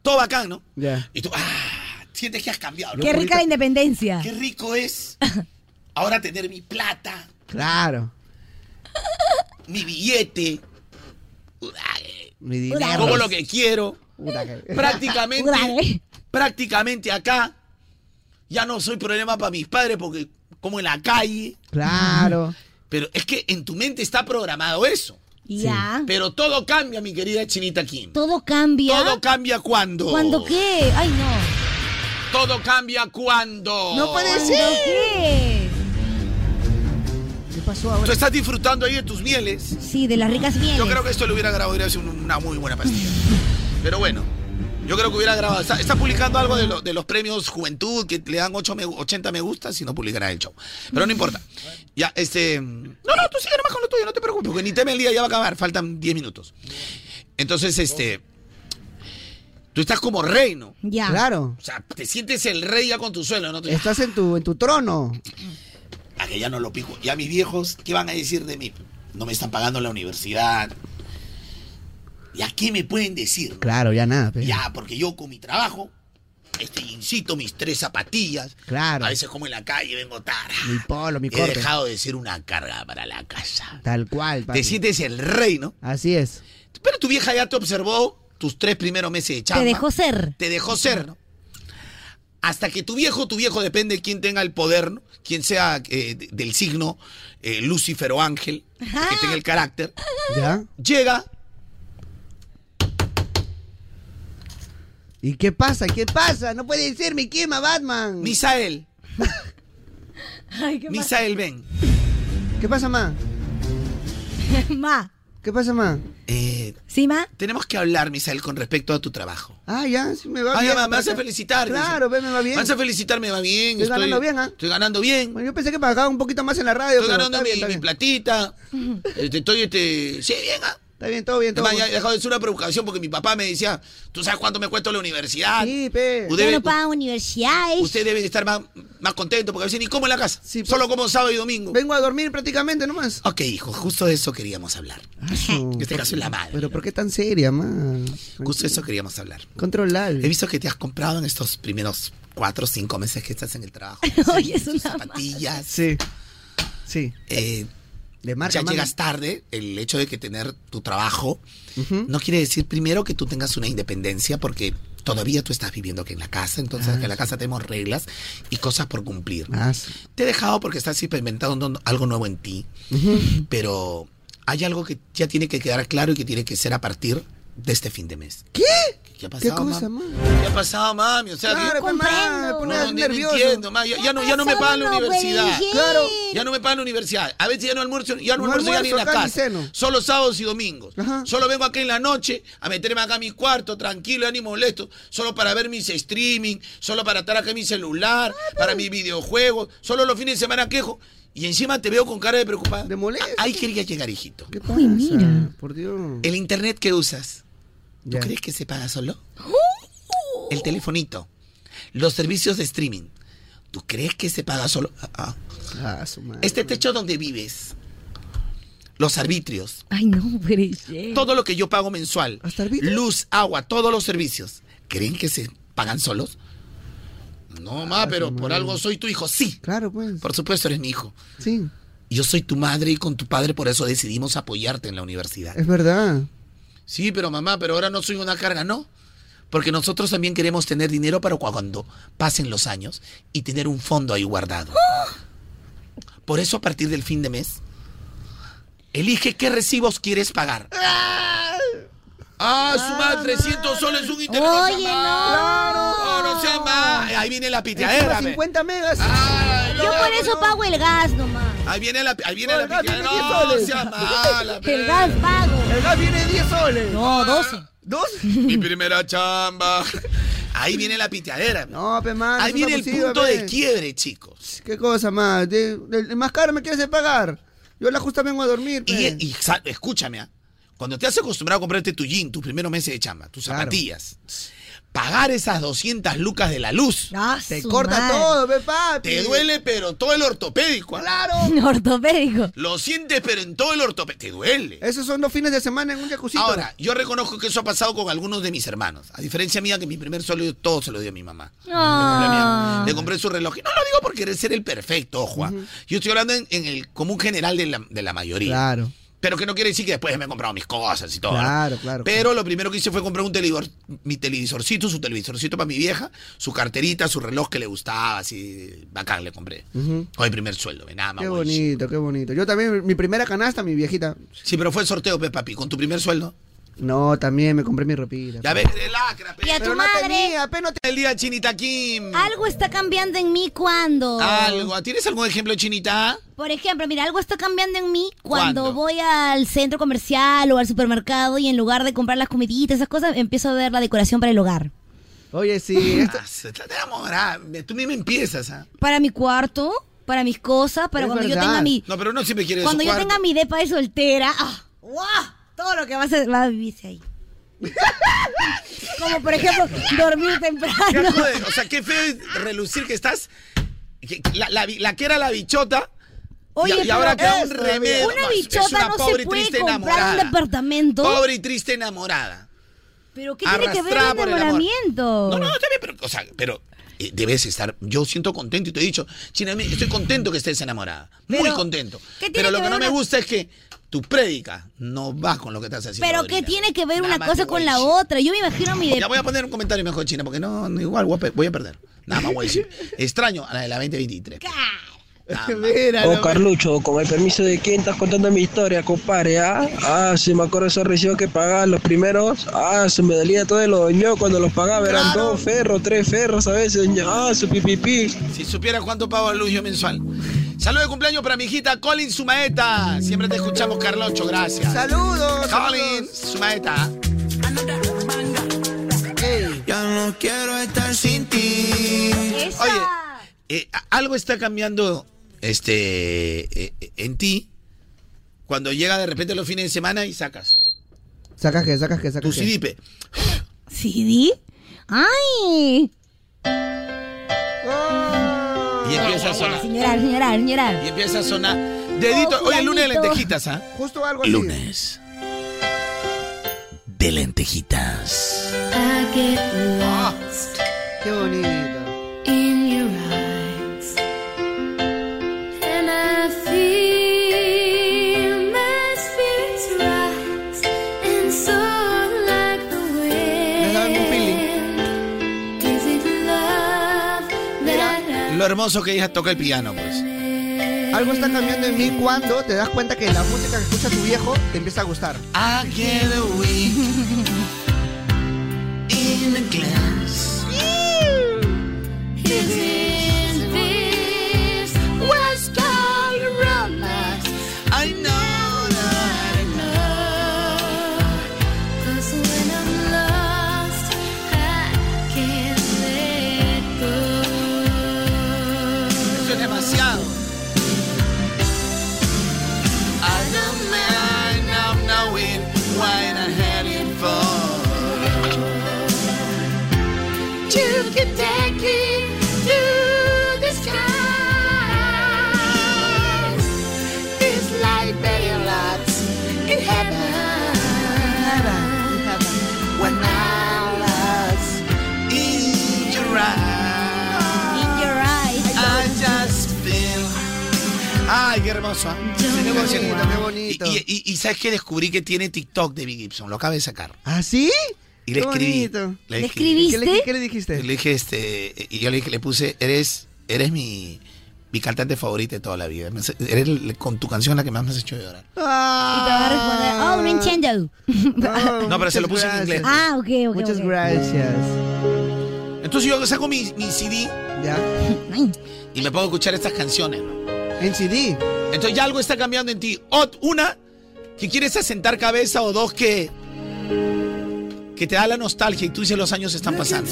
Todo bacán, ¿no? Ya. Y tú, ah, sientes que has cambiado. ¿no? Qué rica la independencia. Qué rico es ahora tener mi plata, Claro. mi billete, Mi como lo que quiero. Prácticamente, prácticamente acá. Ya no soy problema para mis padres porque como en la calle. Claro. Pero es que en tu mente está programado eso. Ya. Pero todo cambia, mi querida Chinita Kim. Todo cambia. Todo cambia cuando. ¿Cuándo qué? Ay, no. Todo cambia cuando. ¿Cuándo qué? ¿Qué pasó ahora? Tú estás disfrutando ahí de tus mieles. Sí, de las ricas mieles. Yo creo que esto lo hubiera grabado, hubiera sido una muy buena pastilla. Pero bueno, yo creo que hubiera grabado. Está, está publicando algo de, lo- de los premios Juventud que le dan ocho me- 80 me gustas y no publicará el show. Pero no importa. Ya, este. No, no, tú sigue nomás con lo tuyo, no te preocupes, porque ni tema el día ya va a acabar, faltan 10 minutos. Entonces, este. Tú estás como reino. Ya. Claro. O sea, te sientes el rey ya con tu suelo, ¿no? Tú- Estás en tu, en tu trono. a que ya no lo pico. Ya mis viejos, ¿qué van a decir de mí? No me están pagando la universidad. ¿Y a qué me pueden decir? Claro, ya nada. pe. Ya, porque yo con mi trabajo, este incito mis tres zapatillas. Claro. A veces como en la calle vengo tarde. Mi polo, mi He corte. dejado de ser una carga para la casa. Tal cual, papi. Te sientes el rey, ¿no? Así es. Pero tu vieja ya te observó tus tres primeros meses de chamba. Te dejó ser. Te dejó ser, ¿no? Hasta que tu viejo, tu viejo depende de quién tenga el poder, ¿no? Quien sea eh, de- del signo eh, Lucifer o Ángel, que tenga el carácter. ¿Ya? Llega. ¿Y qué pasa? ¿Qué pasa? No puede ser, me quema Batman. Misael. Ay, qué Misael, ven. ¿Qué pasa, ma? ma. ¿Qué pasa, ma? Eh, ¿Sí, ma? Tenemos que hablar, Misael, con respecto a tu trabajo. Ah, ya, sí me va Ah, bien. ya, ma, me vas a acá. felicitar. Claro, dice. ve, me va bien. Me vas a felicitar, me va bien. Estoy ganando bien, ¿ah? Estoy ganando bien. Bueno, yo pensé que pagaba un poquito más en la radio. Estoy pero ganando está bien, mi, está mi bien. platita. Este, estoy, este. Sí, bien, ah. Está bien, todo bien, todo Además, ya he bien. dejado de ser una preocupación porque mi papá me decía, ¿tú sabes cuánto me cuesta la universidad? Sí, pe. Usted debe- Ya no pagan universidades. Usted debe estar más, más contento porque a veces ni como en la casa. pues. Solo como sábado y domingo. Vengo a dormir prácticamente nomás. Ok, hijo, justo de eso queríamos hablar. En este caso es la madre. Pero ¿por qué tan seria, ma? Justo de eso queríamos hablar. Controlar. He visto que te has comprado en estos primeros cuatro o cinco meses que estás en el trabajo. Oye, es una Zapatillas. Sí. Sí. Eh, marca, ya mami. llegas tarde, el hecho de que tener tu trabajo no quiere decir primero que tú tengas una independencia porque todavía tú estás viviendo aquí en la casa, entonces Ah, aquí en la sí. casa tenemos reglas y cosas por cumplir. Ah, sí. Te he dejado porque estás inventando algo nuevo en ti, pero hay algo que ya tiene que quedar claro y que tiene que ser a partir de este fin de mes. ¿Qué? ¿Qué ¿Qué ha pasado, cosa, mam? ma? ¿Qué ha pasado, mami? O sea, Claro, que- pues, ma, me pones no, no, no nervioso. entiendo, ma. Ya, ya no, ya no me pagan la Pasando, universidad. güey. Claro. Ya no me pagan la universidad. A veces ya no almuerzo, ya no, No almuerzo, ya ni en la almuerzo acá, casa. ni ceno. Solo sábados y domingos. Solo vengo aquí en la noche a meterme acá a mi cuarto, tranquilo, ya ni molesto. Solo para ver mis streaming, solo para estar acá en mi celular, para mis videojuegos. Solo los fines de semana quejo. Y encima te veo con cara de preocupada. De molesto. Ahí quería llegar, hijito. Uy, mira. Por Dios. El internet que usas, ¿tú crees que se paga solo? El telefonito, los servicios de streaming, ¿tú crees que se paga solo? Ah, ah. Ah, su madre. Este techo donde vives, los arbitrios, Ay, no, Brigitte. todo lo que yo pago mensual, luz, agua, todos los servicios, ¿creen que se pagan solos? No, ma, pero por algo soy tu hijo. Sí. Claro, pues. Por supuesto eres mi hijo. Sí. Yo soy tu madre y con tu padre por eso decidimos apoyarte en la universidad. Es verdad. Sí, pero mamá, pero ahora no soy una carga, no. Porque nosotros también queremos tener dinero para cua- cuando pasen los años y tener un fondo ahí guardado. Por eso a partir del fin de mes, elige qué recibos quieres pagar. Ah, su madre, 300 soles un interés. Oye, no. no sea más. Ahí viene la piteadera. ve. 50 megas. Ah, Yo por eso pago el gas nomás. Ahí viene la, ahí viene la piteadera. diez No soles. sea mala. pe. El gas pago. El gas viene 10 soles. No, 12. ¿Dos? Mi primera chamba. Ahí viene la piteadera. No, pues. pe, mano, Ahí es viene una el posible, punto de pe. quiebre, chicos. ¿Qué cosa más? De- del- el más caro me quieres hacer pagar. Yo la justa vengo a dormir. Y, e- pe. y sa- escúchame, ¿ah? cuando te has acostumbrado a comprarte tu jean, tus primeros meses de chamba, tus zapatillas, pagar esas 200 lucas de la luz. Te corta Ah, todo, pe, papi. Te duele, pero todo el ortopédico. Claro. Ortopédico. Lo sientes, pero en todo el ortopédico. Te duele. Esos son los fines de semana en un jacuzzi. Ahora, yo reconozco que eso ha pasado con algunos de mis hermanos. A diferencia mía, que mi primer sueldo yo todo se lo dio a mi mamá. Ah. Le compré su reloj. Y no lo digo por querer ser el perfecto, ojo. ah. Yo estoy hablando en, en el común general de la, de la mayoría. Claro. Pero que no quiere decir que después me he comprado mis cosas y todo. ¿no? Claro, claro, Pero lo primero que hice fue comprar un televisor, mi televisorcito, su televisorcito para mi vieja, su carterita, su reloj que le gustaba, así bacán le compré. Ujú. Con el primer sueldo, ve, nada más. Qué güey. bonito, qué bonito. Yo también, mi primera canasta, mi viejita. Sí, pero fue sorteo, pe, papi, con tu primer sueldo. No, también me compré mi ropita. Ya ves, de lacra, pe. Y a tu madre. El día Chinita Kim. Algo está cambiando en mí cuando. Algo. ¿Tienes algún ejemplo, Chinita? Por ejemplo, mira, algo está cambiando en mí cuando ¿Cuándo? voy al centro comercial o al supermercado y en lugar de comprar las comiditas, esas cosas, empiezo a ver la decoración para el hogar. Oye, sí. esto- Ah, se está enamorada. Tú mismo empiezas, ¿ah? Para mi cuarto, para mis cosas, para Es cuando yo verdad. tenga mi. No, pero uno siempre quiere Cuando su yo cuarto. tenga mi depa de soltera. ¡ah! ¡Guau! Todo lo que vas a, va a vivirse ahí. Como por ejemplo, dormir Qué temprano. joder, o sea, qué feo es relucir que estás. que- La, la bi- la que era la bichota. Oye, y, y ahora pero queda un eso, remedio. Una más. Es bichota no se pobre y puede triste comprar enamorada. un departamento. Pobre y triste enamorada. Pero ¿qué tiene que ver Arrastrada el por el amor. enamoramiento? No, no, está bien, pero, o sea, pero eh, debes estar. Yo siento contento y te he dicho, China, me- estoy contento que estés enamorada. Muy Pero, contento. ¿qué tiene Pero lo que que ver no me una- gusta es que tu prédica no va con lo que estás haciendo. Pero ahorita. ¿qué tiene que ver Nada una más cosa te con voy la otra? Yo me imagino mi Ya voy a poner un comentario mejor, China, porque no, no, igual voy a, pe- voy a perder. Nada más voy a decir. Extraño a la de la 2023. Oh, Carlucho, con el permiso de quién estás contando mi historia, compadre, ¿ah? Ah, sí, me acuerdo esos recibos que pagaba los primeros. Ah, se me dolía todo el oño cuando los pagaba. Eran dos ferros, tres ferros a veces. ño. Ah, su pipipi. Si supiera cuánto pago el yo mensual. Saludos de cumpleaños para mi hijita Colin Sumaeta. Siempre te escuchamos, Carlocho, gracias. Saludos. Colin Sumaeta. Ya no quiero estar sin ti. Oye, eh, a- algo está cambiando este, eh, eh, en ti cuando llega de repente los fines de semana y sacas Sacas que, sacas que, sacas tu que. CDP. ¿CD? ¡Ay! Y empieza a sonar. Señorar, señorar, señorar. Y empieza a sonar. Dedito. Oh, Oye, lunes de fulanito. lentejitas, ¿ah? Justo algo así. Lunes. De lentejitas. I get lost Qué bonito. in your eyes. And I feel my spirits rise and soar like the wind. Is it love that I Lo hermoso que ella toca el piano, pues. Algo está cambiando en mí cuando te das cuenta que la música que escucha tu viejo te empieza a gustar. I get away in a glass? His invisible was all around us. I know that I know. 'Cause when I'm lost, I can't let go. Eso es demasiado. I don't mind I'm knowing what I'm heading for. You can take me to hermosa. Qué bonito, qué bonito. Y, y- y ¿sabes qué? Descubrí que tiene TikTok de Big Gibson. Lo acaba de sacar. ¿Ah, sí? Y le Qué escribí. bonito. Le ¿Le escribí. escribiste? ¿Qué le- qué le dijiste? Y le dije, este, y yo le, dije- le puse, eres, eres mi, mi cantante favorita de toda la vida. Me hace- Eres el- con tu canción la que más me has hecho llorar. Y te va a responder, Ah. oh, no entiendo. Ah, No, pero se lo puse en inglés. Ah, ok, ok. Muchas ok. gracias. Entonces yo saco mi, mi CD y me pongo a escuchar estas canciones. ¿En CD? Entonces ya algo está cambiando en ti. O, una, que quieres asentar cabeza o dos, que, que te da la nostalgia y tú dices los años están pasando.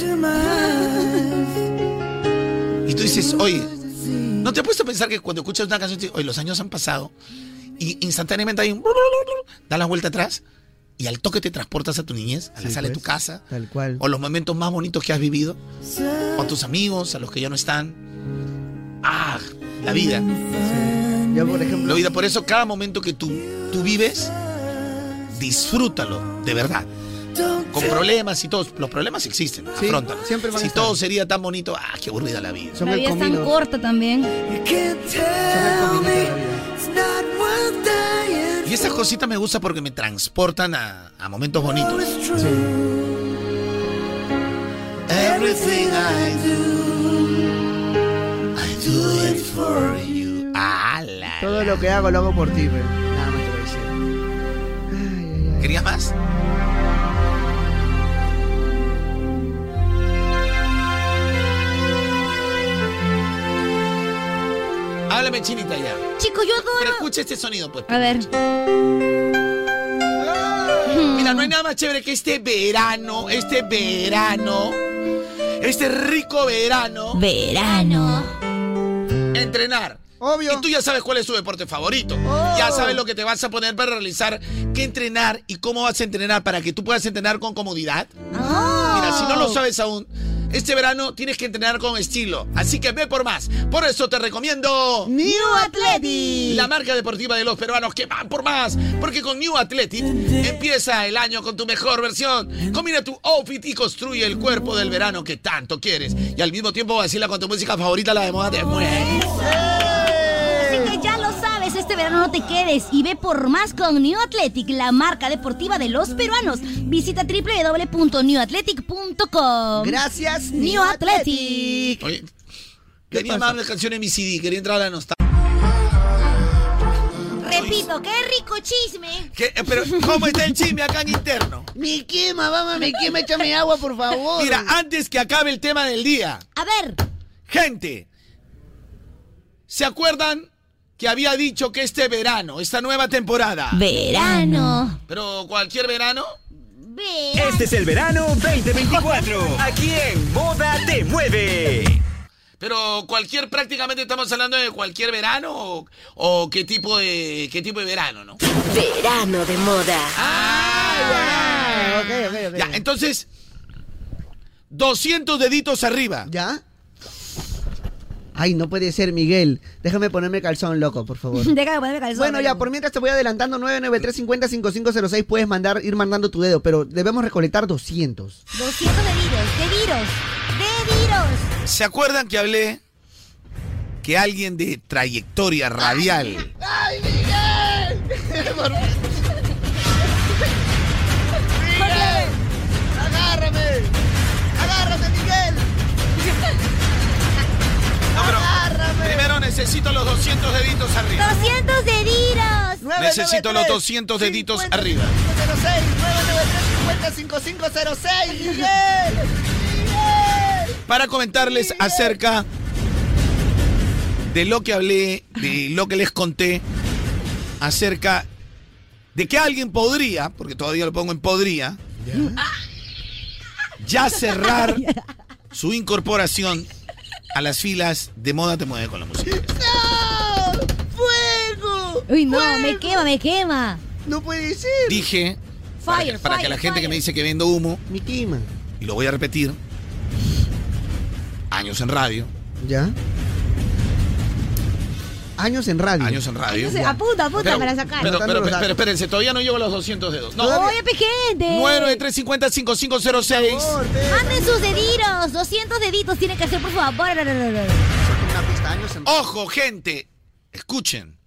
Y tú dices, oye, ¿no te has puesto a pensar que cuando escuchas una canción, dices, oye, los años han pasado y instantáneamente hay un... da la vuelta atrás y al toque te transportas a tu niñez, a la Sí, sala de pues, tu casa, Tal cual. o los momentos más bonitos que has vivido, o a tus amigos, a los que ya no están. Ah, la vida. Yo, por ejemplo. La vida, por eso cada momento que tú, tú vives, disfrútalo, de verdad. Con problemas y todos, los problemas existen, Sí, afrontalos. siempre van a si estar. todo sería tan bonito, ah, qué aburrida la vida. La vida es tan corta también. Y estas cositas me gustan porque me transportan a, a momentos bonitos. Everything I do, I do it for you. Todo lo que hago lo hago por ti, güey. Nada más te voy a decir. ¿Querías más? Háblame chinita ya. Chicos, yo adoro. Pero escucha este sonido, pues. A ver. Ah. Mira, no hay nada más chévere que este verano, este verano, este rico verano. Verano. Entrenar. Obvio. Y tú ya sabes cuál es tu deporte favorito. Ya sabes lo que te vas a poner para realizar, qué entrenar y cómo vas a entrenar para que tú puedas entrenar con comodidad. Ah, Mira, si no lo sabes aún, este verano tienes que entrenar con estilo. Así que ve por más. Por eso te recomiendo New Athletic. La marca deportiva de los peruanos que van por más. Porque con New Athletic empieza el año con tu mejor versión. Combina tu outfit y construye el cuerpo del verano que tanto quieres. Y al mismo tiempo vacila con tu música favorita, la de moda de Así que ya lo sabes, este verano no te quedes y ve por más con New Athletic, la marca deportiva de los peruanos. Visita www.newathletic.com. Gracias, New New Athletic. Oye, tenía más de canciones en mi CD, quería entrar a la nostalgia. Repito, qué rico chisme. ¿Qué? Eh, Pero, ¿cómo está el chisme acá en interno? Mi quema, mamá, mi quema, échame agua, por favor. Mira, antes que acabe el tema del día. A ver. Gente, ¿se acuerdan que había dicho que este verano, esta nueva temporada? Verano. Pero cualquier verano. Este es el verano 2024. Aquí en Moda te mueve. Pero cualquier, prácticamente estamos hablando de cualquier verano o, o qué tipo de qué tipo de verano, ¿no? Ah, Verano de moda. Ya, entonces, 200 deditos arriba. ¿Ya? Ay, no puede ser, Miguel. Déjame ponerme calzón, loco, por favor. Déjame ponerme calzón. Bueno, ya, por mientras te voy adelantando, 993-50-5506, puedes mandar, ir mandando tu dedo, pero debemos recolectar 200. 200 de virus, de virus, de virus. ¿Se acuerdan que hablé que alguien de trayectoria radial ¡Ay, Miguel! ¡Miguel! ¡Agárrame! ¡Agárrame, Miguel! ¡Agárrame! Primero necesito los 200 deditos arriba. 200 de virus. Necesito los 200 deditos arriba. 993-50-5506, Miguel. Para comentarles acerca de lo que hablé, de lo que les conté, acerca de que alguien podría, porque todavía lo pongo en podría, ya cerrar su incorporación a las filas de Moda Te Mueve con la Música. ¡Fuego! Uy, no, me quema, me quema. No puede ser. Dije, Fire, para fire, que la gente fire. que me dice que vendo humo, Mi quema. y lo voy a repetir, años en radio, ¿Ya? Años en radio. años en radio. Entonces, ah, apunta, apunta Pero- para sacar. Pero, pero, pero, pero espérense, todavía no llego a los 200 dedos. No, Oye, pequeño. 993505506. Manden sus deditos, 200 deditos tiene que hacer, por favor. Ojo, gente, escuchen.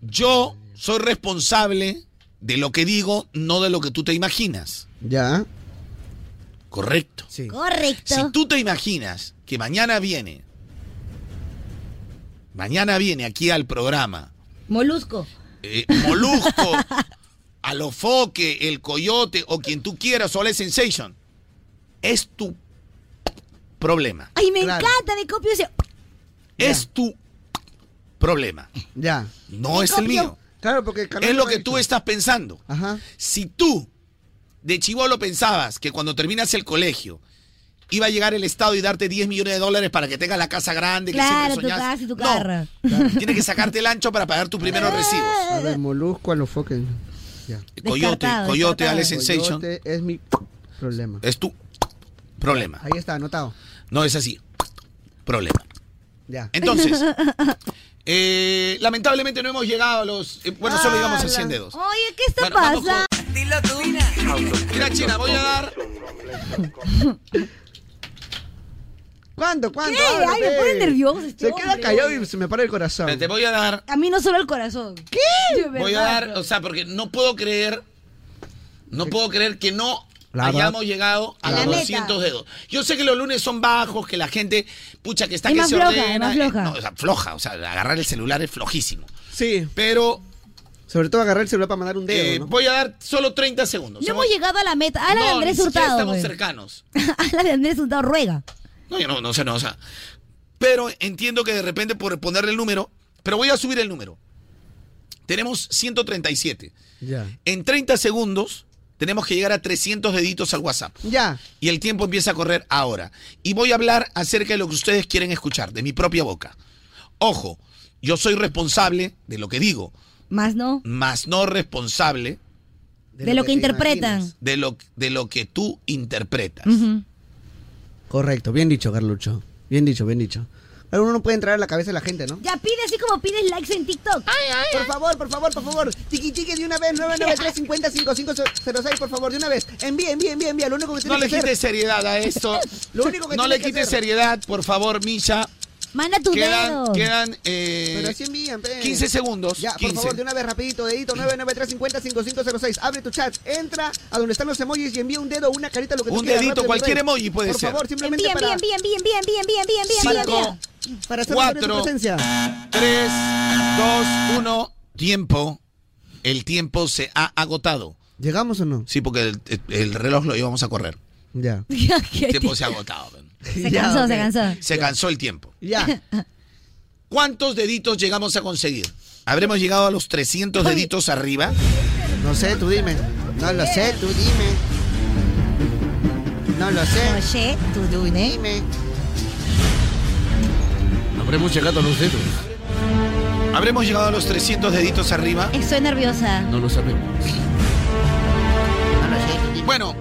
yo soy responsable de lo que digo, no de lo que tú te imaginas. Ya. Correcto. Correcto. Si tú te imaginas que mañana viene, mañana viene aquí al programa, Molusco. eh, Molusco, Alofoque, El Coyote o quien tú quieras, Sole Sensation, es tu problema. Ay, me encanta, me copio ese. Es tu problema. Ya. No Me es el copio. mío. Claro, porque es lo que tú estás pensando. Si tú de chivolo pensabas que cuando terminas el colegio iba a llegar el Estado y darte 10 millones de dólares para que tengas la casa grande que Claro, tu siempre soñaste, casa y tu carro. tienes que sacarte el ancho para pagar tus primeros recibos. A ver, molusco a los foques. Ya. Coyote, Coyote, Alex Sensation. Coyote es mi problema. Es tu problema. Ahí está, anotado. No es así. Problema. Ya. Entonces, eh, lamentablemente no hemos llegado a los. eh, bueno, solo llegamos Ah, a 100 dedos. Oh, Oye, ¿qué está Bueno, vamos pasando? Dilo tú. Mira, China, voy a dar. ¿Cuándo? ¿Cuándo? ¿Qué? Ábrele, Ay, me pe. pone nerviosa este Se queda hombre. callado y se me para el corazón. Te voy a dar A mí no solo el corazón. ¿Qué? Voy a dar, o sea, porque no puedo creer, no puedo creer que no La verdad. hayamos llegado a La los meta. 200 dedos. Yo sé que los lunes son bajos, que la gente, pucha, que está Es que más se floja, ordena. es más eh, floja. no, o sea, floja, o sea, agarrar el celular es flojísimo. Sí. Pero. Sobre todo agarrar el celular para mandar un dedo. Eh, ¿no? Voy a dar solo 30 segundos. No hemos llegado a la meta. A la de No, Andrés ni siquiera Hurtado. pues. estamos güey. cercanos. A la de Andrés Hurtado ruega. No, yo no, no sé, no, o sea. Pero entiendo que de repente por ponerle el número, pero voy a subir el número. Tenemos 137. Ya. En 30 segundos tenemos que llegar a 300 deditos al WhatsApp. Ya. Y el tiempo empieza a correr ahora. Y voy a hablar acerca de lo que ustedes quieren escuchar, de mi propia boca. Ojo, yo soy responsable de lo que digo, Más no. más no responsable De, lo que, interpretan. de lo, de lo que tú interpretas. Correcto, bien dicho, Carlucho. Bien dicho, bien dicho. Pero uno no puede entrar a la cabeza de la gente, ¿no? Ya pide así como pides likes en TikTok. Por favor, por favor, por favor. Tiki chiqui de una vez, 993 por favor, de una vez. Envía, envía, envía, envía. Lo único que No tienes le que hacer- quites seriedad a esto. Lo único que no tiene le que quites hacer. seriedad, por favor, Misha. Manda tu Quedan, dedo. quedan eh, Pero así envían, pe. 15 segundos. Ya, por 15. favor, de una vez, rapidito, dedito, 993 Abre tu chat, entra a donde están los emojis y envía un dedo, una carita, lo que tú Un quieras, dedito, rápido, mi cualquier rey. emoji puede Por ser. favor, simplemente Envía, para... envía, envía, envía, envía, envía, envía, envía, envía, Cinco, envía. Para hacer notoria cuatro, tu presencia. tres, dos, uno. Tiempo. El tiempo se ha agotado. ¿Llegamos o no? Sí, porque el, el- el reloj lo íbamos a correr. Ya. El tiempo se ha agotado. men. Se cansó, se cansó. Se cansó el tiempo. Ya. ¿Cuántos deditos llegamos a conseguir? ¿Habremos llegado a los 300 deditos arriba? No sé, tú dime. No lo sé, tú dime. No lo sé. No sé, tú dime. Habremos llegado a los dedos. ¿Habremos llegado a los 300 deditos arriba? Estoy nerviosa. No lo sabemos. Bueno,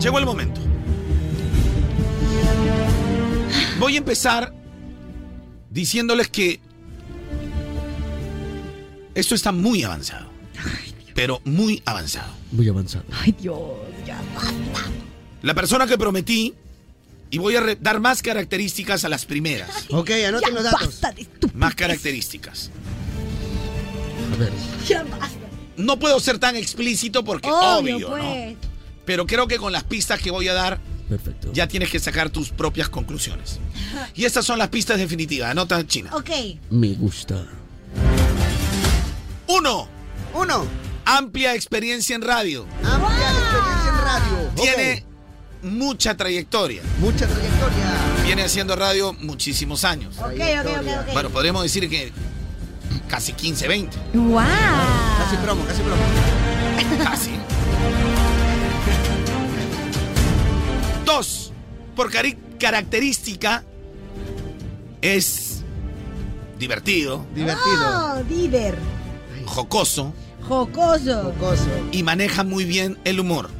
llegó el momento. Voy a empezar diciéndoles que esto está muy avanzado. Pero muy avanzado. Muy avanzado. Ay, Dios, ya. La persona que prometí, y voy a re- dar más características a las primeras. Ok, anoten los datos. Más características. A ver. Ya basta. No puedo ser tan explícito porque obvio, Obvio, ¿no? pues. Pero creo que con las pistas que voy a dar, ya tienes que sacar tus propias conclusiones. Y estas son las pistas definitivas. Anota China. Ok. Me gusta. Uno. Uno. Amplia experiencia en radio. Amplia experiencia en radio. Tiene mucha trayectoria. Mucha trayectoria. Viene haciendo radio muchísimos años. Ok, ok, ok, ok. Bueno, podríamos decir que casi 15, 20. ¡Wow! Ah. Casi promo, casi promo. Casi. Dos. Por cari- característica es divertido, Oh, Diver. jocoso Jocoso. Jocoso. y maneja muy bien el humor.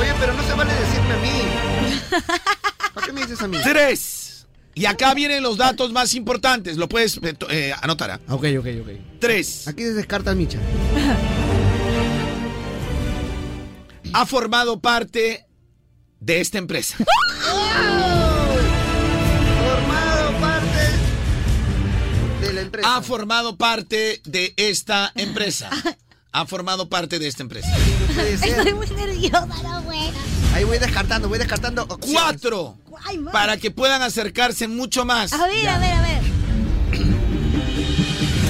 Oye, pero no se vale decirme a mí. ¿Para qué me dices a mí? Tres. Y acá vienen los datos más importantes. Lo puedes eh, to- eh, anotar. ¿ah? Ok, ok, ok. Tres. Aquí se descarta el Micha. Ha formado parte de esta empresa. Formado parte empresa. Ha formado parte de esta empresa. Ha formado parte de esta empresa. Estoy muy nerviosa, no buena. Ahí voy descartando, voy descartando. Cuatro. Ay, madre. Para que puedan acercarse mucho más. A ver, a ver, a ver.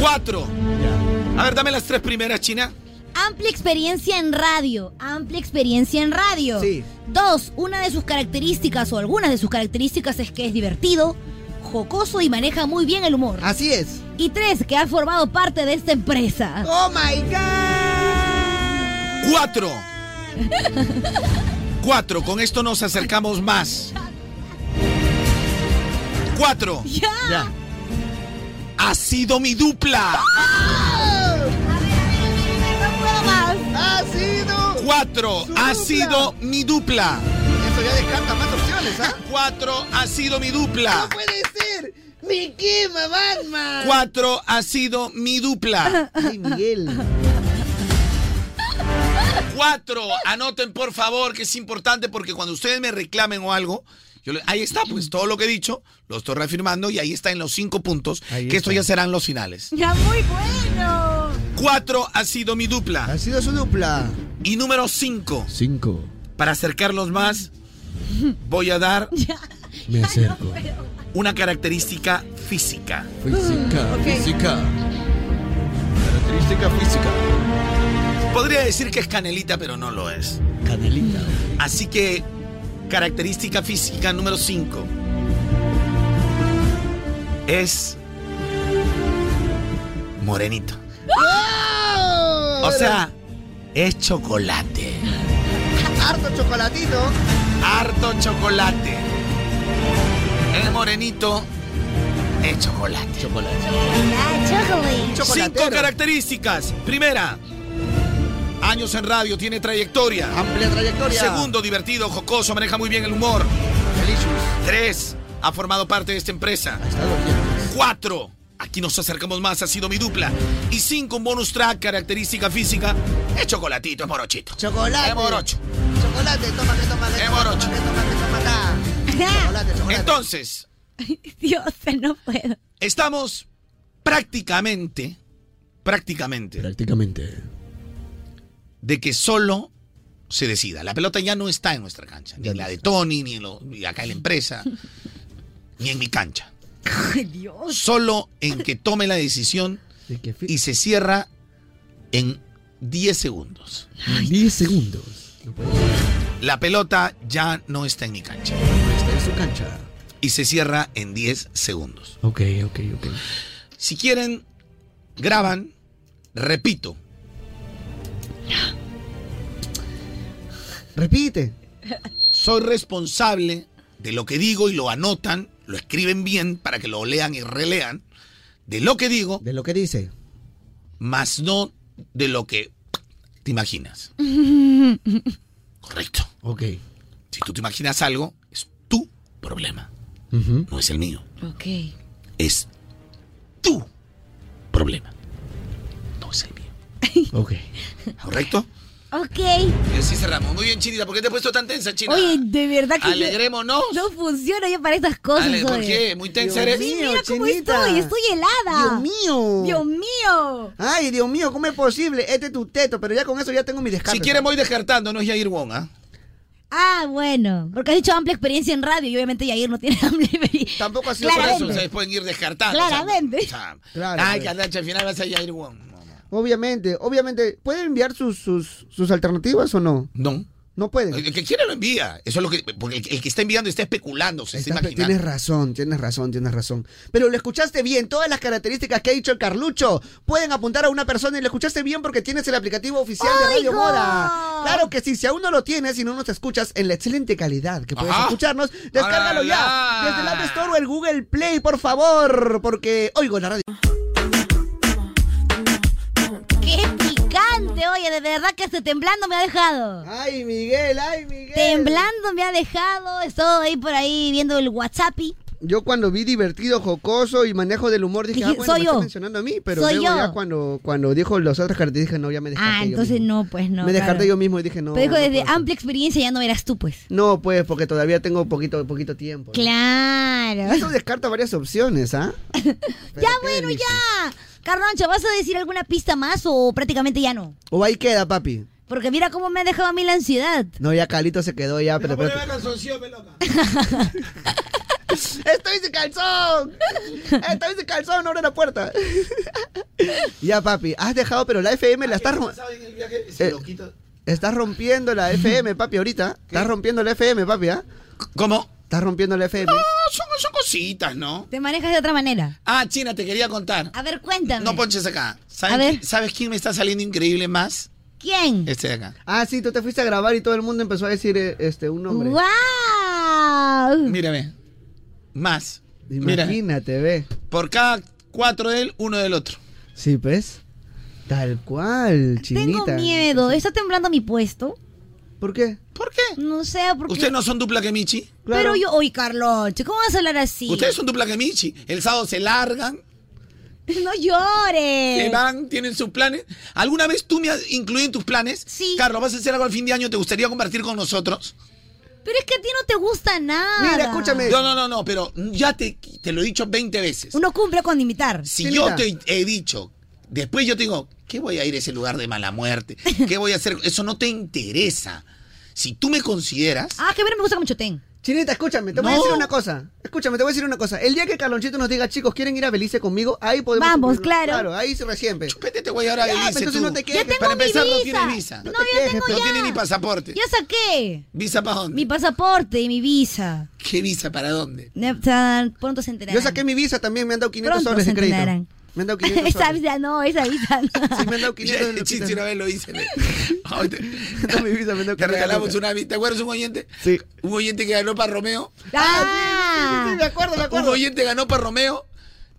Cuatro. A ver, dame las tres primeras, China. Amplia experiencia en radio. Amplia experiencia en radio. Sí. Dos, una de sus características o algunas de sus características es que es divertido, jocoso y maneja muy bien el humor. Así es. Y tres, que ha formado parte de esta empresa. ¡Oh, my Cuatro. Cuatro. Con esto nos acercamos más. Cuatro. Ya. Ha sido mi dupla. Ha sido. Cuatro. Ha sido mi dupla. Eso ya descarta más opciones, ¿ah? Cuatro. Ha sido mi dupla. ¡No puede ser! ¡Me quema, Batman! Cuatro. Ha sido mi dupla. Ay, Miguel. Cuatro. Anoten, por favor, que es importante porque cuando ustedes me reclamen o algo, yo le- ahí está, pues todo lo que he dicho, lo estoy reafirmando y ahí está en los cinco puntos, que esto ya serán los finales. Ya muy bueno. Cuatro ha sido mi dupla. Ha sido su dupla. Y número cinco. Cinco. Para acercarlos más, voy a dar Me acerco. una característica física. Física, Ok. física. Característica física. Podría decir que es canelita, pero no lo es. Canelita. Así que, característica física número 5 es morenito. ¡Ah! O sea, es chocolate. Harto chocolatito. Harto chocolate. Es morenito, es chocolate. Cinco características. Primera, años en radio, tiene trayectoria. Amplia trayectoria. Segundo, divertido, jocoso, maneja muy bien el humor. Tres, ha formado parte de esta empresa. Cuatro, aquí nos acercamos más, ha sido mi dupla. Y cinco, un bonus track, característica física, es chocolatito, es morochito. Chocolate. Es morocho. Chocolate, toma que toma que toma que toma que toma acá. Chocolate, chocolate. Entonces, Dios, no puedo. estamos prácticamente, prácticamente, Prácticamente. de que solo se decida. La pelota ya no está en nuestra cancha, ni en la de Tony, ni, en lo- ni acá en la empresa, ni en mi cancha. Solo en que tome la decisión y se cierra en 10 segundos. 10 segundos. La pelota ya no está en mi cancha. Está en su cancha. Y se cierra en 10 segundos. Ok, ok, ok. Si quieren, graban, repito, Repite. soy responsable de lo que digo y lo anotan, lo escriben bien para que lo lean y relean, de lo que digo. De lo que dice. Más no de lo que te imaginas. Correcto. Ok. Si tú te imaginas algo, es tu problema, no es el mío. Ok. Es tu problema, no es el mío. Ok. ¿Correcto? Ok. Y así cerramos. Muy bien, Chinita, ¿por qué te he puesto tan tensa, China? Oye, de verdad que. yo- Alegrémonos. No funciona yo para estas cosas. Ale, ¿por oye. qué? Muy tensa Dios eres. mío, Mío, mira cómo Chinita. estoy, estoy helada. Dios mío. Dios mío. Ay, Dios mío, ¿cómo es posible? Este es tu teto, pero ya con eso ya tengo mi descargo. Si quieren voy descartando, no es Jair Wong, ¿ah? Ah, bueno. Porque has dicho amplia experiencia en radio y obviamente Yair no tiene amplia experiencia. Tampoco ha sido Claramente. Por eso ustedes pueden ir descartando. Claramente. O sea, o sea, Claro, ay, pues. Carlacha, al final vas a Jair Wong. Obviamente, obviamente. ¿Pueden enviar sus, sus, sus alternativas o no? No. No pueden. El que quiera lo envía. Eso es lo que. Porque el, el que está enviando está especulando, se está, Estás- imaginando. tienes razón, tienes razón, tienes razón. Pero lo escuchaste bien, todas las características que ha dicho el Carlucho. Pueden apuntar a una persona y lo escuchaste bien porque tienes el aplicativo oficial de Radio Moda. Claro que sí, si aún no lo tienes y no nos escuchas en la excelente calidad que puedes Ajá. escucharnos, Ah. descárgalo ya Hola. desde el App Store o el Google Play, por favor, porque oigo la radio. Qué picante, oye, de verdad que hasta temblando me ha dejado. Ay, Miguel, ay, Miguel. Temblando me ha dejado. Estoy ahí por ahí viendo el WhatsApp. y- Yo cuando vi divertido, jocoso y manejo del humor dije, Dije, ah, bueno, soy me yo. está mencionando a mí, pero Soy luego yo. ya cuando, cuando dijo las otras características dije, no, ya me descarté Ah, yo entonces no, pues mismo. no. me descarté claro. yo mismo y dije, no. Pero dijo, no desde puedo. amplia experiencia ya no eras tú, pues. No, pues, porque todavía tengo poquito, poquito tiempo. Claro. Eso descarta varias opciones, ¿ah? ya, bueno, ya. Carrancho, ¿vas a decir alguna pista más o prácticamente ya no? O ahí queda, papi. Porque mira cómo me ha dejado a mí la ansiedad. No, ya Calito se quedó ya, pero... pero- ¡Estoy sin calzón! ¡Estoy sin calzón! ¡Abre la puerta! ya, papi, has dejado, pero la FM la estás... rom- Eh, Estás rompiendo la FM, papi, ahorita. Estás rompiendo la FM, papi, ¿ah? ¿Cómo? Estás rompiendo la FM. son, son cositas, ¿no? Te manejas de otra manera. Ah, China, te quería contar. A ver, cuéntame. No pues, ponches acá. ¿Sabes, qui- ¿Sabes quién me está saliendo increíble más? ¿Quién? Este de acá. Ah, sí, tú te fuiste a grabar y todo el mundo empezó a decir eh, este un nombre. ¡Wow! Mírame. Más. Mira, Imagínate, ve. por cada cuatro de él, uno del otro. Sí, pues. Tal cual, Tengo chinita. miedo. ¿Está temblando mi puesto? ¿Por qué? ¿Por qué? No sé, porque... Ustedes no son dupla que Michi. Pero yo... Oye, Carloncho, ¿cómo vas a hablar así? Ustedes son dupla que Michi. El sábado se largan, No llores. se van, tienen sus planes. ¿Alguna vez tú me has incluido en tus planes? Sí. Carlos, ¿vas a hacer algo al fin de año? ¿Te gustaría compartir con nosotros? Pero es que a ti no te gusta nada. No, no, no, no, pero ya te, te lo he dicho 20 veces. Uno cumple con imitar. Si yo te he dicho, después yo te digo, ¿qué voy a ir a ese lugar de mala muerte? ¿Qué voy a hacer? Eso no te interesa. Si tú me consideras, Ah, que ver, me gusta como chotén. Chinita, escúchame, te voy a No. decir una cosa. Escúchame, te voy a decir una cosa. El día que Carlonchito nos diga, chicos, ¿quieren ir a Belice conmigo? Ahí podemos. Vamos, cumplirlo. claro. Claro, ahí se recién. Chupete, te voy a ir a Ya, Belice, pues, entonces tú. no te quejes. Ya tengo Ah, Para mi empezar, no visa. tiene visa. No, te ya quejes, tengo pero ya. No tiene ni pasaporte. ¿Ya saqué? ¿Visa para dónde? Mi pasaporte y mi visa. ¿Qué visa para dónde? Ne- o sea, Pronto se enterarán. Yo saqué mi visa también, me han dado 500 Pronto soles se de crédito. enterarán. Me han dado 500 Esa soles. visa no, esa visa no. Sí, me han dado 500 El este chiste una vez lo hice. ¿no? Ay, te- No, mi visa, me han dado 500 Te regalamos soles. una visa. ¿Te acuerdas un oyente? Sí. Un oyente que ganó para Romeo. Ah, sí, sí, sí, me acuerdo, me acuerdo. Un oyente ganó para Romeo.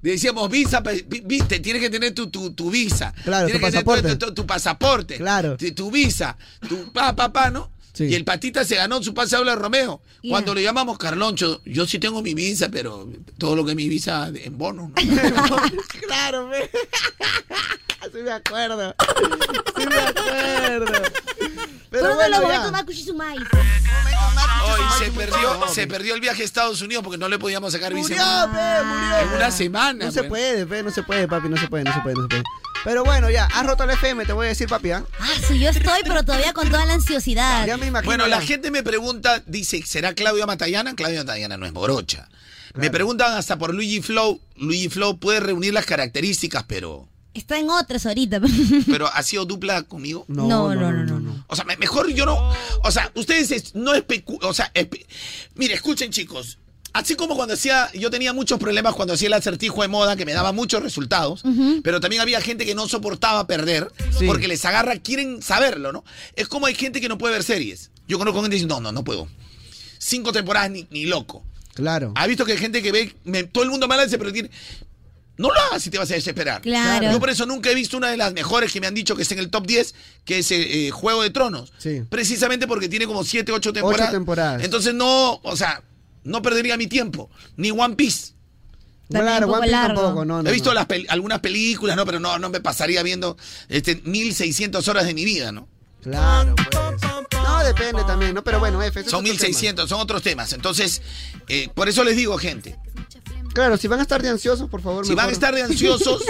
Decíamos visa, pe- vi- viste, tienes que tener tu, tu, tu visa. Claro, tienes tu que tener pasaporte. tu, tu- tu pasaporte. Claro. Tu, tu visa, tu pa, pa, pa, ¿no? Y el patita se ganó su pase habla de Romeo. Ya. Cuando le llamamos Carloncho, yo sí tengo mi visa, pero todo lo que es mi visa en bono. ¿no? Claro, me... sí me acuerdo. Sí me acuerdo. Pero Pero bueno, bueno, ya. los macushi sumais. Hoy se perdió, se perdió el viaje a Estados Unidos porque no le podíamos sacar visa. Murió, pe, murió. En una semana. No se pues. puede, pe, no se puede, papi, no se puede, no se puede, no se puede. Pero bueno, ya, has roto el FM, te voy a decir, papi, ¿ah? Ah, sí, yo estoy, pero todavía con toda la ansiosidad. Ya me imagino. Bueno, la ya. gente me pregunta, dice, ¿será Claudia Matallana? Claudia Matallana no es morocha. Me preguntan hasta por Luigi Flow. Luigi Flow puede reunir las características, pero, Está en otras ahorita. pero ¿ha sido dupla conmigo? No, no, no, no. O sea, me- mejor yo no. O sea, ustedes es- no especulan. O sea, espe- mire, escuchen, chicos. Así como cuando hacía, yo tenía muchos problemas cuando hacía el acertijo de moda que me daba muchos resultados, pero también había gente que no soportaba perder porque les agarra, quieren saberlo, ¿no? Es como hay gente que no puede ver series. Yo conozco gente que dice, no, no, no puedo. Cinco temporadas ni, ni loco. Claro. ¿Has visto que hay gente que ve, me- todo el mundo me habla de ese, pero tiene... No lo hagas si te vas a desesperar. Claro. Yo por eso nunca he visto una de las mejores que me han dicho que está en el top 10, que es eh, eh, Juego de Tronos. Sí. Precisamente porque tiene como 7, 8 temporadas. Ocho temporadas. Entonces no, o sea, no perdería mi tiempo. Ni One Piece. Claro, One Piece tampoco, no, no. he visto las pel- algunas películas, ¿no? Pero no, no me pasaría viendo este, 1600 horas de mi vida, ¿no? no. Claro, pues. No, depende también, ¿no? Pero bueno, F. ese es Son otro 1600, son otros temas. Entonces, eh, por eso les digo, gente, tema. Claro, si van a estar de ansiosos, por favor, Si van a mejor. estar de ansiosos.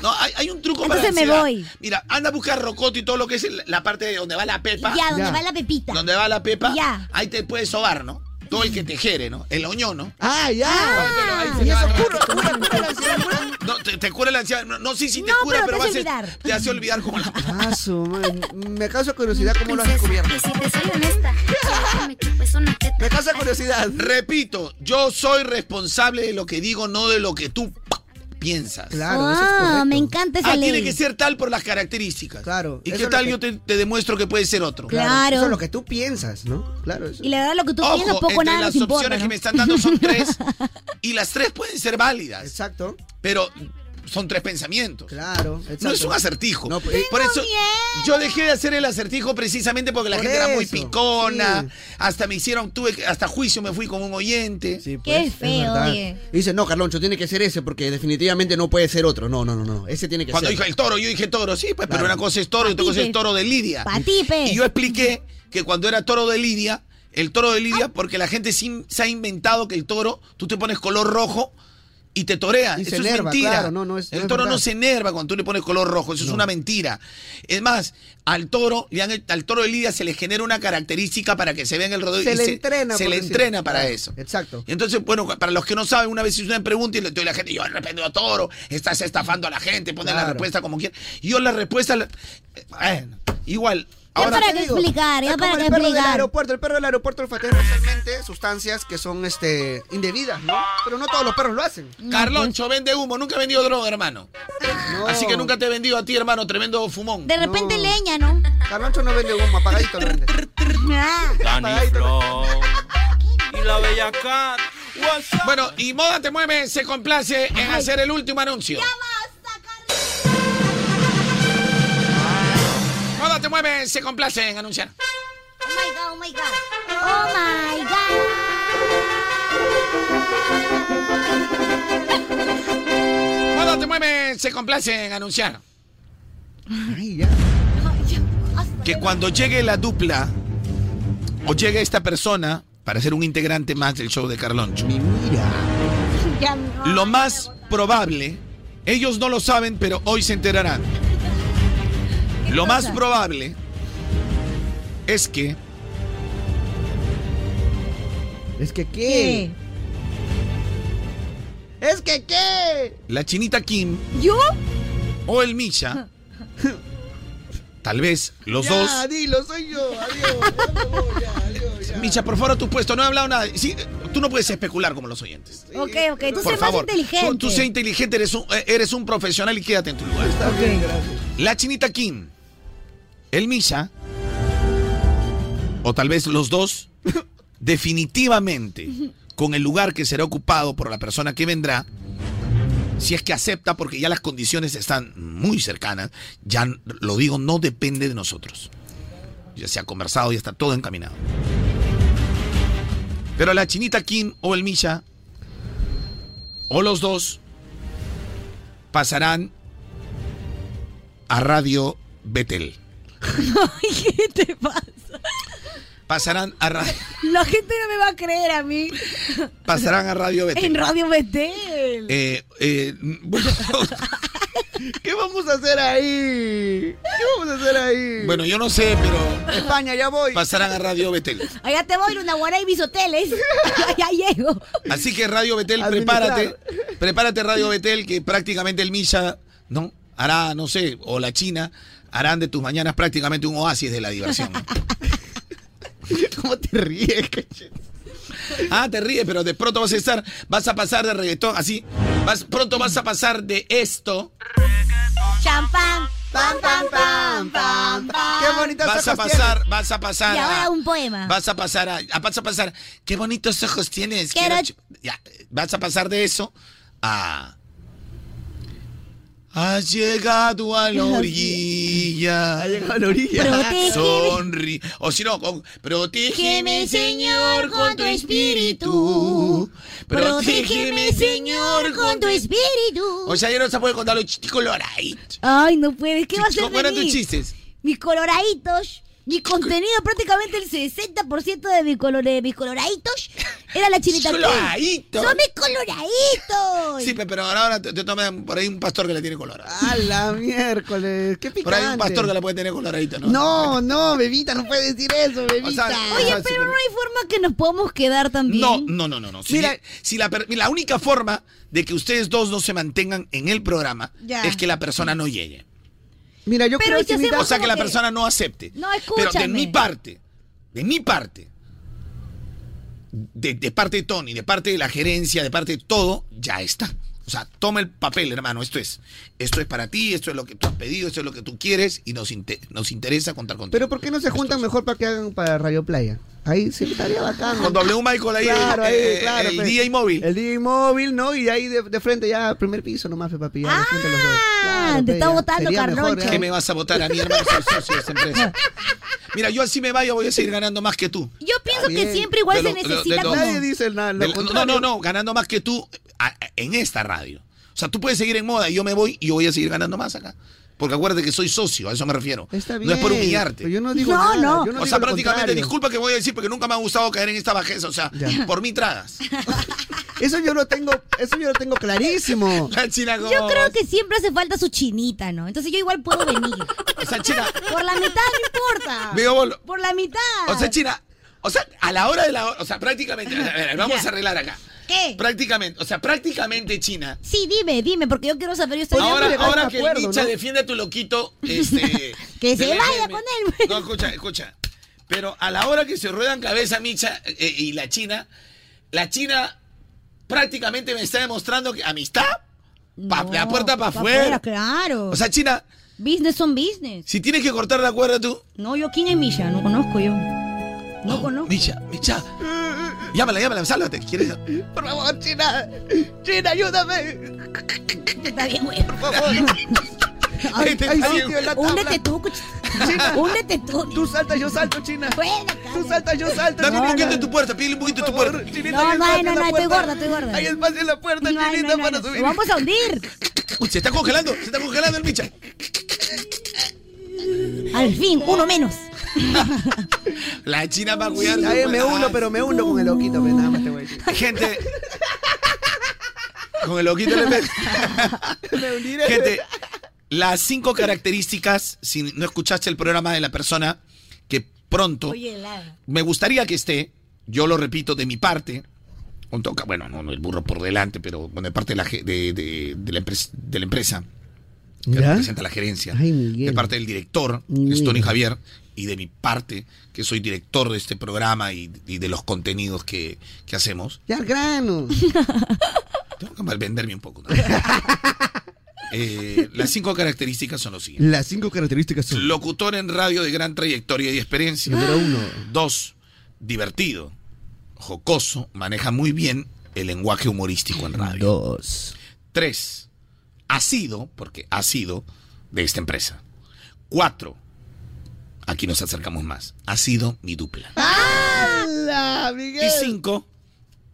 No, hay, hay un truco para Entonces me ansiedad. voy. Mira, anda a buscar rocoto y todo lo que es el- la parte de donde va la pepa. Ya, donde va la pepita. Donde va la pepa. Ya. Ahí te puedes sobar, ¿no? Todo el que te jere, ¿no? El oñón, ¿no? Ah, ya. y eso cura, cura, la ansiedad. No, te, te cura la ansiedad. No, no sé si te cura, pero pero, te hace va a ser- olvidar. te hace olvidar como la. Ah, su madre. Me causa curiosidad cómo lo has descubierto. Me causa curiosidad. Repito, yo soy responsable de lo que digo, no de lo que tú piensas. Ah, me encanta esa Ah, ley. tiene que ser tal por las características. Claro. ¿Y eso qué es tal lo yo te, te demuestro que puede ser otro? Claro. Eso es lo que tú piensas, ¿no? Claro, eso. Y la verdad, lo que tú Ojo, piensas, poco o entre nada las nos importa. opciones que ¿no? me están dando son tres y las tres pueden ser válidas. Exacto. Pero son tres pensamientos. Claro. No exacto. es un acertijo. No, por pues, eso yo dejé de hacer el acertijo precisamente porque la Por gente era muy eso, picona. sí. Hasta me hicieron, tuve que- hasta juicio me fui con un oyente. pues, Es verdad. Dice, no, Carloncho, tiene que ser ese porque definitivamente no puede ser otro. No, no, no, no. Ese tiene que Cuando ser. dije el toro, yo dije toro, sí, pues, pero una cosa es toro y otra cosa es Patipe. toro de Lidia. Y yo expliqué que cuando era toro de Lidia, el toro de Ah. Lidia, porque la gente sin- se ha inventado que el toro, tú te pones color rojo y te torea. Y se eso es enerva, mentira. claro, no, no es- no el es toro no verdad. se enerva cuando tú le pones color rojo, eso es una mentira. Es más, al toro, le han- al toro de Lidia se le genera una característica para que se vea en el rodeo. Se y le entrena, Se por le decir. entrena para Claro, eso. Exacto. Y Entonces, bueno, para los que no saben, una vez hice una pregunta y le- y la gente, yo arrepiento a toro, estás estafando a la gente, ponen la Claro. respuesta como quieran. Yo la respuesta, la- eh, bueno, igual. Ahora, para qué explicar, ya Es como para qué el perro del explicar. aeropuerto, el perro del aeropuerto olfatea realmente sustancias que son este indebidas, ¿no? Pero no todos los perros lo hacen. Carloncho vende humo, nunca he vendido droga, hermano. Así que nunca te he vendido a ti, hermano, tremendo fumón. De repente leña, ¿no? Carloncho no vende humo, apagadito vende. Dani Flow y la bella cat. Bueno, y Moda Te Mueve se complace en hacer el último anuncio. Moda Te Mueve se complace en anunciar. Oh my god, oh my god. Oh my god. Moda Te Mueve se complace en anunciar. Que cuando llegue la dupla o llegue esta persona para ser un integrante más del show de Carloncho. Lo más probable, ellos no lo saben, pero hoy se enterarán. Lo más probable es que Es que qué. Es que qué. la chinita Kim ¿Yo? o el Misha, tal vez los Ya, dos. Ah, dilo, soy yo. Adiós. Misha, por favor, a tu puesto, no he hablado nada. Sí, tú no puedes especular como los oyentes. Ok, ok. Tú Por sé más favor, inteligente. Tú, tú sé inteligente, eres un, eh, eres un profesional y quédate en tu lugar. La Chinita Kim, el Misha, o tal vez los dos, definitivamente, con el lugar que será ocupado por la persona que vendrá, si es que acepta, porque ya las condiciones están muy cercanas, ya n- lo digo, no depende de nosotros. Ya se ha conversado, ya está todo encaminado. Pero la Chinita Kim o el Misha, o los dos, pasarán a Radio Betel. ¿Qué te pasa? Pasarán a, ra- La gente no me va a creer a mí. pasarán a Radio Betel. En Radio Betel. Eh, eh, bueno, ¿Qué vamos a hacer ahí? ¿Qué vamos a hacer ahí? bueno, yo no sé, pero España, ya voy. pasarán a Radio Betel. Allá te voy, Luna Guará y mis hoteles. Allá llego. Así que Radio Betel, Administrar. prepárate. Prepárate Radio Betel, que prácticamente el Misha, ¿no? Hará, no sé, o la China, harán de tus mañanas prácticamente un oasis de la diversión. ¿Cómo te ríes, cachete? Ah, te ríes, pero de pronto vas a estar, vas a pasar de reggaetón, así, vas, pronto vas a pasar de esto, Champán. Pam, pam, pam, pam, pam. Qué bonita vas a pasar, vas a Y pasar a, ahora un poema. Vas a pasar a, a- vas a pasar, qué bonitos ojos tienes. Quiero quiero ch- ya, vas a pasar de eso a Has llegado a la orilla. Has llegado a la orilla. Protégeme. Sonríe. O si no, con, protégeme, Señor, con tu espíritu. Protégeme, Señor, con tu espíritu. O sea, ya no se puede contar los chistes colorados. Ay, no puedes. ¿Qué va a hacer ¿Cómo eran de mí? tus chistes? Mis coloraditos. Mi contenido, prácticamente el 60% de, mi color, de mis coloraditos era la chinita. Kim. Coloraditos. ¡Son mis coloraditos! Sí, pe- pero ahora, ahora te, te toman por ahí un pastor que le tiene color. A la miércoles. Qué picante. Por ahí un pastor que la puede tener coloradita, ¿no? No, no, bebita, no puedes decir eso, bebita. Oye, pero no hay forma que nos podamos quedar también. No, no, no, no. no. Si, si la, per- la única forma de que ustedes dos no se mantengan en el programa Ya. es que la persona no llegue. Mira, yo Pero creo ¿y si que mi- hacemos O sea, que la como que- persona no acepte. No, Pero de escúchame. mi parte, de mi parte, de, de parte de Tony, de parte de la gerencia, de parte de todo, ya está. O sea, toma el papel, hermano. Esto es. Esto es para ti, esto es lo que tú has pedido, esto es lo que tú quieres y nos, inte- nos interesa contar contigo. Pero ¿por qué no se juntan mejor para que hagan para Radio Playa? Ahí sí estaría bacán. Con W Michael ahí, Claro, ahí, eh, claro. el pues. DJ móvil. El DJ móvil, ¿no? Y ahí de, de frente ya, primer piso nomás, fe, papi. Ya, de frente los dos. Claro, Ah, te pe, está ya. votando, Sería mejor, ¿Qué ya. me vas a votar a mí, hermano? Soy socio de esta empresa. Mira, yo así me vaya, voy a seguir ganando más que tú. Yo pienso Bien. que siempre igual De se lo- de- de necesita lo- como... nada. De- no, no, no, ganando más que tú a- a- en esta radio. O sea, tú puedes seguir en moda y yo me voy y yo voy a seguir ganando más acá. Porque acuérdate que soy socio, a eso me refiero. No es por bien, humillarte. pero yo no digo No, nada, no. yo no o digo sea, lo prácticamente, contrario. disculpa que voy a decir porque nunca me ha gustado caer en esta bajeza. O sea, Ya. por mí tragas. Eso yo lo tengo, eso yo lo tengo clarísimo. Yo creo que siempre hace falta su chinita, ¿no? Entonces yo igual puedo venir. O sea, China, Por la mitad no importa. Veo bolo. Por la mitad. o sea, China, o sea, a la hora de la hora, o sea, prácticamente, a ver, a ver, vamos Ya. a arreglar acá. ¿Qué? Prácticamente, o sea, prácticamente China. Sí, dime, dime, porque yo quiero saber yo estoy Ahora, ahora que el Micha defiende a tu loquito, este. Que de se la vaya FM. con No, escucha, escucha. Pero a la hora que se ruedan cabeza Micha eh, y la China, la China prácticamente me está demostrando que amistad, pa- la puerta para afuera. Claro. O sea, China, business son business. si tienes que cortar la cuerda tú. No, yo quién es Misha, no conozco yo. No Oh, conozco. Micha, Micha. Llámala, llámala, sálvate. ¿Quieres? Por favor, China. China, ayúdame. Este Está bien, güey. Oh, Por favor. Ay, Este ay, está sí, bien. tío, la tabla. Húndete tú, cuch- China. Húndete tú. Tú saltas, yo salto, China. Tú saltas, yo salto. Dame un China. poquito de tu puerta, pídele un poquito de tu puerta. No, no, hay, no, no, estoy gorda, estoy gorda. Hay espacio en la puerta, no, hay, no, Chinita, no, para no. subir. Lo Vamos a hundir. Uy, se está congelando, se está congelando el Micha. Al fin, uno menos. La China va a cuidar. Está bien, me uno, pero me uno con el loquito, pues, nada más te voy a decir. Gente. Con el loquito le pe- Gente, las cinco características, si no escuchaste el programa de la persona, que pronto me gustaría que esté, yo lo repito de mi parte, con toca, bueno, no, no, el burro por delante, pero bueno, de parte de la, ge- de, de- de la, empresa, de la empresa, que ¿Ya? representa la gerencia, de parte del director, que es Miguel. Tony Javier, y de mi parte, que soy director de este programa y, y de los contenidos que, que hacemos. Ya, al grano. Tengo que malvenderme un poco. ¿no? Eh, las cinco características son los siguientes. Las cinco características son. Locutor en radio de gran trayectoria y experiencia. Número uno. Dos, divertido, jocoso, maneja muy bien el lenguaje humorístico en radio. Dos. Tres, ha sido, porque ha sido, de esta empresa. Cuatro, aquí nos acercamos más, ha sido mi dupla. ¡Hala, Miguel! Y cinco,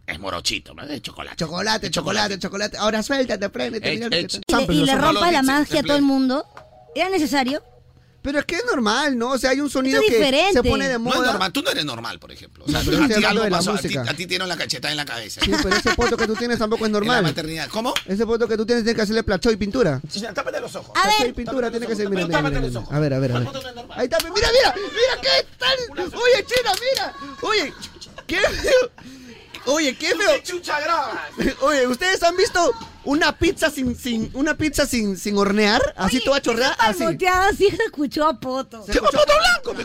es morochito, ¿no? de chocolate. Chocolate, chocolate, chocolate. Ahora suéltate, prende. Eh, eh, Y le, y le rompa la magia a todo el mundo. ¿Era necesario? Pero es que es normal, ¿no? O sea, hay un sonido Esto es que se diferente. pone de No es moda. normal, tú no eres normal, por ejemplo. O sea, No, pero a estoy ti hablando algo de la pasó, a ti, música. a ti te dieron la cachetada en la cabeza. Sí, pero ese foto que tú tienes tampoco es normal. En la maternidad. ¿Cómo? Ese foto que tú tienes tiene que hacerle placho y pintura. China, tápate los ojos. Placho y pintura tiene que ser. Mira, mira, mira, mira. A ver, a ver, a ver. Ahí está, mira, mira, mira qué tal. Oye, China, mira. Oye, qué feo. Oye, qué feo. chucha grabas? Oye, ¿ustedes han visto una pizza sin, sin, una pizza sin, sin hornear? Así toda chorreada, así. Palmoteada sí se escuchó a poto. Se escuchó-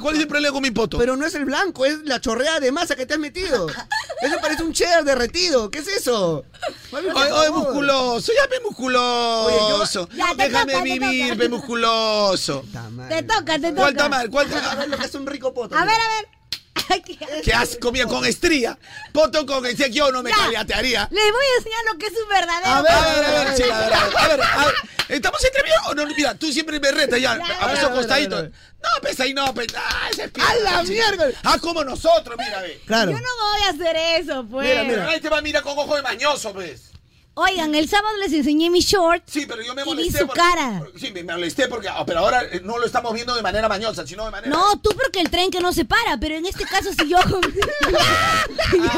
¿Cuál es el problema con mi poto? Pero no es el blanco, es la chorreada de masa que te has metido. Eso parece un cheddar derretido. ¿Qué es eso? Oye, oye, musculoso, ya ve musculoso. Oye, yo- Ya, te Déjame toca, te vivir, toca. ve musculoso. Te toca, te toca. ¿Cuál está mal? ¿Cuál está- A ver lo que es un rico poto. A ver, a ver. ¿Qué has comido con estría? Poto con estría, yo no me Ya. caliatearía. Les voy a enseñar lo que es un verdadero. A ver, a ver, a ver, chica, a ver, a ver, a ver, a ver. ¿Estamos entrevistados o no? Mira, tú siempre me retas ya, a a ver, los a ver, a costaditos. ver, No, pues ahí no, pues, ah, ese es ¡A la chica. mierda! Ah, como nosotros, mira, ve. Claro. Yo no voy a hacer eso, pues. Mira, mira. Ahí te va, mira, con ojo de mañoso, pues. Oigan, el sábado les enseñé mi short. Sí, pero yo me Y vi molesté. su por- cara. por- sí, me me molesté porque, ah, pero ahora eh, no lo estamos viendo de manera mañosa, sino de manera. No, tú porque el tren que no se para, pero en este caso si yo...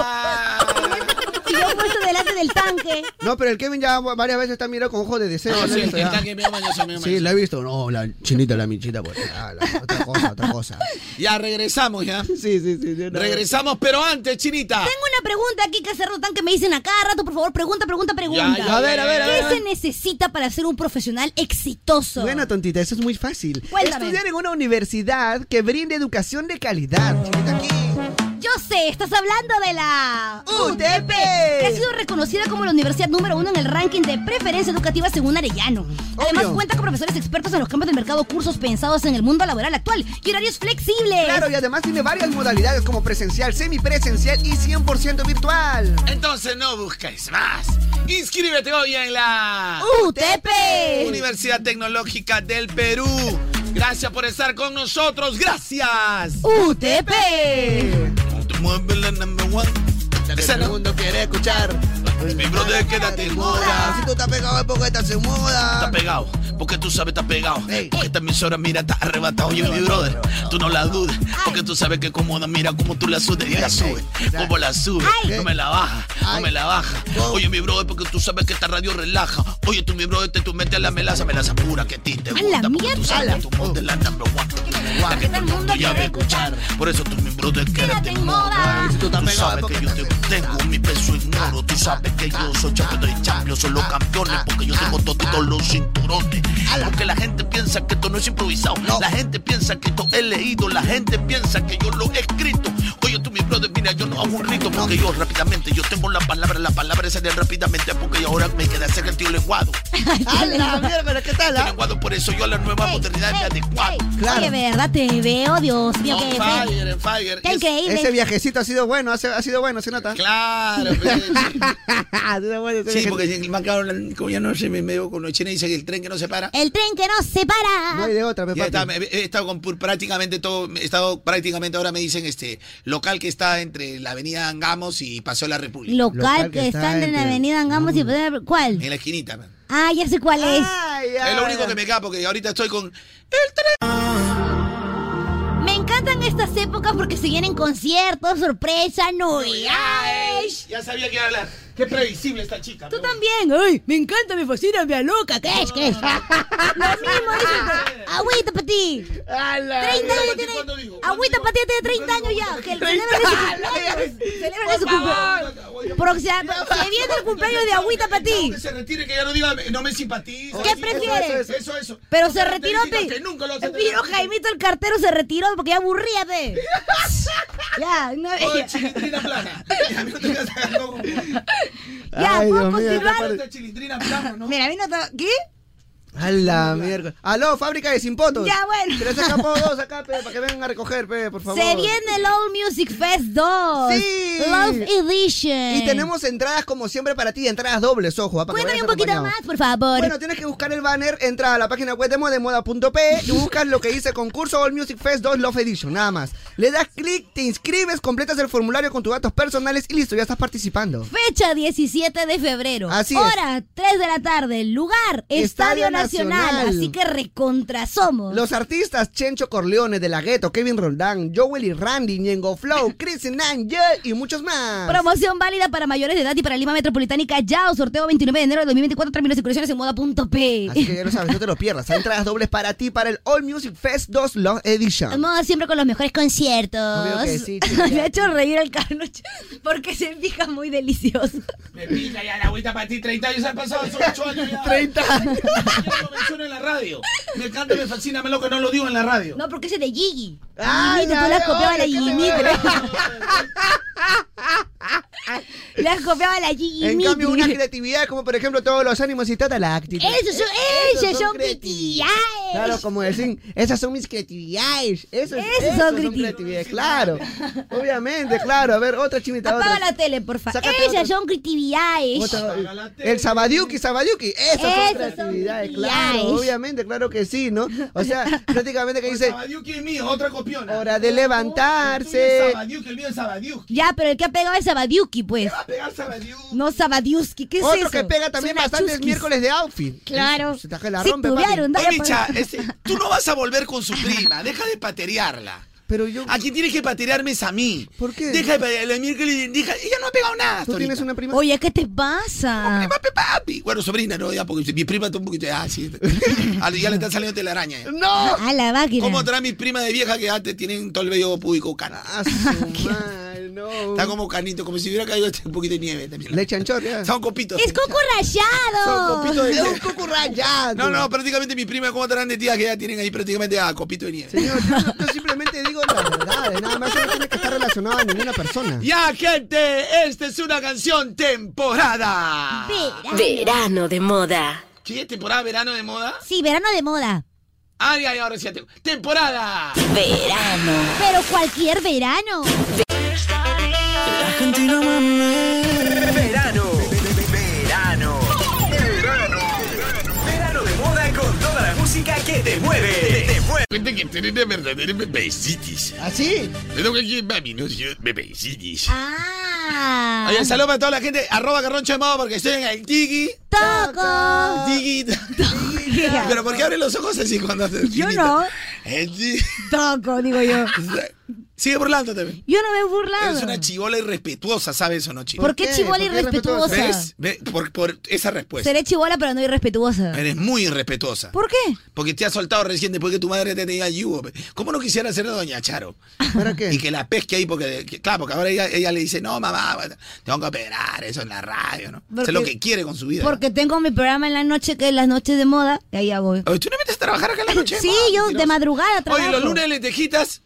si yo puesto delante del tanque... No, pero el Kevin ya varias veces está mirado con ojos de deseo. No, ¿no? sí, Eso el ya. tanque medio mañoso, medio Sí, la he visto. No, la chinita, la minchita, pues. ah, la- otra cosa, otra cosa. Ya regresamos, ya. Sí, sí, sí. de una vez. Regresamos, pero antes, Chinita. Tengo una pregunta aquí que hace rato que me dicen a cada rato, por favor, pregunta, pregunta, pregunta. ya, A ver, a ver, a ver. ¿Qué se necesita para ser un profesional exitoso? Bueno, tontita, eso es muy fácil. Cuéntame. Estudiar en una universidad que brinde educación de calidad. Chiquita, aquí. Yo sé, estás hablando de la UTP, que ha sido reconocida como la universidad número uno en el ranking de preferencia educativa según Arellano. Además cuenta con profesores expertos en los campos del mercado, cursos pensados en el mundo laboral actual y horarios flexibles. Claro, y además tiene varias modalidades como presencial, semipresencial y 100% virtual. Entonces no busques más. Inscríbete hoy en la UTP, Universidad Tecnológica del Perú. Gracias por estar con nosotros. Gracias. UTP. Esa no. quiere escuchar. Mi brother, quédate en Muda, si tú estás pegado es porque estás en Está muda. pegado, porque tú sabes, está pegado. Porque esta emisora, mira, está arrebatado. Oye, mi brother, tú no la dudes. Porque tú sabes que cómoda, mira cómo tú la subes. Y la sube, cómo la sube. No me la baja, no me la baja. Oye, mi brother, porque tú sabes que esta radio relaja. Oye, tú, mi brother, te tú metes a la melaza, melaza pura que a ti te A gusta. la porque mierda. Tú sabes que tu voz es la number one. La que todo el mundo ya ve escuchar. Por eso tú, mi brother, quédate en moda. Tú sabes que yo te tengo mi peso en oro. Tú sabes que yo soy champion de champions. Son los campeones porque yo tengo todos los cinturones. Porque la gente piensa que esto no es improvisado. La gente piensa que esto he leído. La gente piensa que yo lo he escrito. Oye, tú, mi brother, mira, yo no hago un rito porque yo rápidamente, yo tengo la palabra, la palabra sale rápidamente porque yo ahora me queda hacer el tío lenguado. Este A la mierda, pero ¿qué tal? ah? Lenguado, por eso yo a la nueva modernidad me adecuado. Oye, verdad, te veo, Dios mío, On qué fire, en fire. Qué increíble. Ese viajecito ha sido bueno, ha sido- ha sido bueno, se nota. Claro, Sí, Sí, porque si- más claro, como ya no se me veo con los chinos y dice que el tren que no se para. El tren que nos separa. No hay de otra, pe, Ya papi. está, me- he estado con pur- prácticamente todo, he estado prácticamente ahora me dicen este local que está entre la avenida Angamos y Paseo de la República. Local, que, están en la avenida Angamos y ¿Cuál? Eh. En la esquinita. man. Ah, ya sé cuál es. es lo único que me queda porque ahorita estoy con Me encantan estas épocas porque se vienen conciertos, sorpresas, novedades. Ya sabía que iba a hablar. Qué previsible esta chica. Tú también, ay, me encanta, me fascina, me aloca, ¿qué es? ¿Qué es? Lo mismo dices, agüita para ti. 30 años tiene, agüita para ti tiene 30 años ya, que el celebra su cumpleaños. Celebra su Por cumpleaños. Proxia- Se viene el cumpleaños de agüita para ti. Que se retire, que ya no diga, no me simpatiza. ¿Qué Eso, prefieres? Eso, eso, eso, eso. Pero Son se retiró, características pe. que nunca lo hace Miro, tener. Jaimito el cartero se retiró porque ya aburría, pe. ya, una vez. Oye, ya. chilindrina plana. Ya, mira, tú ya sabes cómo. Ya, Ay, ¿puedo Dios mío, continuar? qué par- Chilindrina plana, ¿no? Mira, vino todo. ¿Qué? A la mierda. Aló, fábrica de simpotos. Ya, bueno. Pero se escapó dos acá, pe, para que vengan a recoger, pe, por favor. Se viene el All Music Fest 2. Sí. Love Edition. Y tenemos entradas como siempre para ti, entradas dobles, ojo. ah, para que Cuéntame un vayas poquito acompañado. más, por favor. Bueno, tienes que buscar el banner, entra a la página web de modemoda.p y buscas lo que dice concurso All Music Fest 2 Love Edition, nada más. Le das clic, te inscribes, completas el formulario con tus datos personales y listo, ya estás participando. Fecha 17 de febrero. Así es. Hora 3 de la tarde. Lugar, Estadio, Estadio Nacional. Nacional. Así que recontra somos. Los artistas Chencho Corleone de la Gueto, Kevin Roldán, Joel y Randy, Ñengo Flow, Chris Nangel y muchos más. Promoción válida para mayores de edad y para Lima Metropolitánica ya. o Sorteo 29 de enero de 2024. Términos y condiciones en moda.p. Así que ya lo sabes, no te lo pierdas. Hay entradas dobles para ti para el All Music Fest 2 Love Edition. Moda siempre con los mejores conciertos. Obvio que sí, Me ha hecho reír al Carlos porque se fija muy delicioso. Me pica ya la agüita para ti, 30 años han pasado, son 8 años ya. 30 años. Yo lo menciono en la radio. Me encanta, me fascina, me loco, no lo digo en la radio. No, porque ese de Gigi. Ah, Giginito, ya tú le has veo, copiado a la oye, ¿qué te Giginito. Le has copiado a la Gigi. En cambio, una creatividad como por ejemplo todos los ánimos y trata la actitud. Eso son, Esos ellas son creatividades. creatividades. Claro, como decir, esas son mis creatividades. Esas Esas, son esas son, creatividades. creatividades, claro. Obviamente, claro. A ver, otra chimita. Apaga otra. la tele, por favor. Sácate Ellas otra. son creatividades. Otra- el Sabadiuki, Sabadiuki, esas Esas son son creatividades, claro, creatividades. obviamente, claro que sí, ¿no? O sea, prácticamente que dice, Sabadiuki es mío, otra copiona. hora de eh, El levantarse, Sabadiuki, el mío es Sabadiuki. Ya, pero el que ha pegado es Sabadiuki, pues. Pegar Sabadiuki. No Sabadiuski, ¿qué es Otro eso? que pega también Suena bastantes chusquis. miércoles de outfit. Claro. Se taja la Sí, rompe, tuvieron, papi. dale, Oye, Micha, este, tú no vas a volver con su prima, deja de paterearla. Pero yo... A quien tienes que paterearme es a mí. ¿Por qué? Deja de paterearla, mira que le- deja- ella no ha pegado nada. hasta ¿Tú tienes ahorita. una prima? Oye, ¿qué te pasa? Papi, papi. Bueno, sobrina, no, ya, porque mi prima está un poquito. Ah, sí. Ah, Ya le están saliendo telaraña. ya. ¡No! A la máquina. ¿Cómo trae mi prima de vieja que antes tienen todo el vello público cana? Ah, su madre, no. Está como canito, como si hubiera caído un poquito de nieve también. Le ah. chanchorrea. Son copitos. ¡Es coco rallado! Son copitos de Es nieve. un coco rallado. No, no, prácticamente mi prima, ¿cómo estarán de tía que ya tienen ahí prácticamente a copito de nieve? Señor, yo, yo simplemente digo la verdad. Nada más eso no tiene que estar relacionado a ninguna persona. Ya, gente, esta es una canción temporada. Verano de moda. ¿Sí es temporada verano de moda? Sí, verano de moda. Ay, ay, ahora sí ya tengo. ¡Temporada! Verano. Pero cualquier verano. Argentina, Verano. Verano. Verano. Verano de moda con toda la música que te mueve. Te mueve. Cuenta que tiene una verdadera bebecitis. ¿Ah, sí? Pero que mami, no yo bebecitis. Ah. Oye, saludos para toda la gente. Arroba Garroncho de Modo porque estoy en el tiki. Ah. ¡Toco! Tiki. Pero ¿por qué abren los ojos así cuando haces Yo finito? no. El tiki. Toco, digo yo. Sigue burlándote. Yo no me he burlado. Eres una chivola irrespetuosa, ¿sabes eso, no, chico? ¿Por qué ¿Por qué? chibola ¿Por qué irrespetuosa? ¿Ves? Ve- Por, por esa respuesta. Seré chivola, pero no irrespetuosa. Eres muy irrespetuosa. ¿Por qué? Porque te has soltado recién después que tu madre te tenía yugo. pe. ¿Cómo no quisiera ser doña Charo? ¿Para qué? Y que la pesque ahí, porque, que- claro, porque ahora ella, ella le dice, no, mamá, tengo que operar, eso en la radio, ¿no? Eso Porque- es lo que quiere con su vida. Porque tengo mi programa en la noche, que es las noches de moda, y allá voy. Oye, ¿Tú no metes a trabajar acá en la noche? Sí, yo de madrugada trabajo. Oye, los lunes de lentejitas.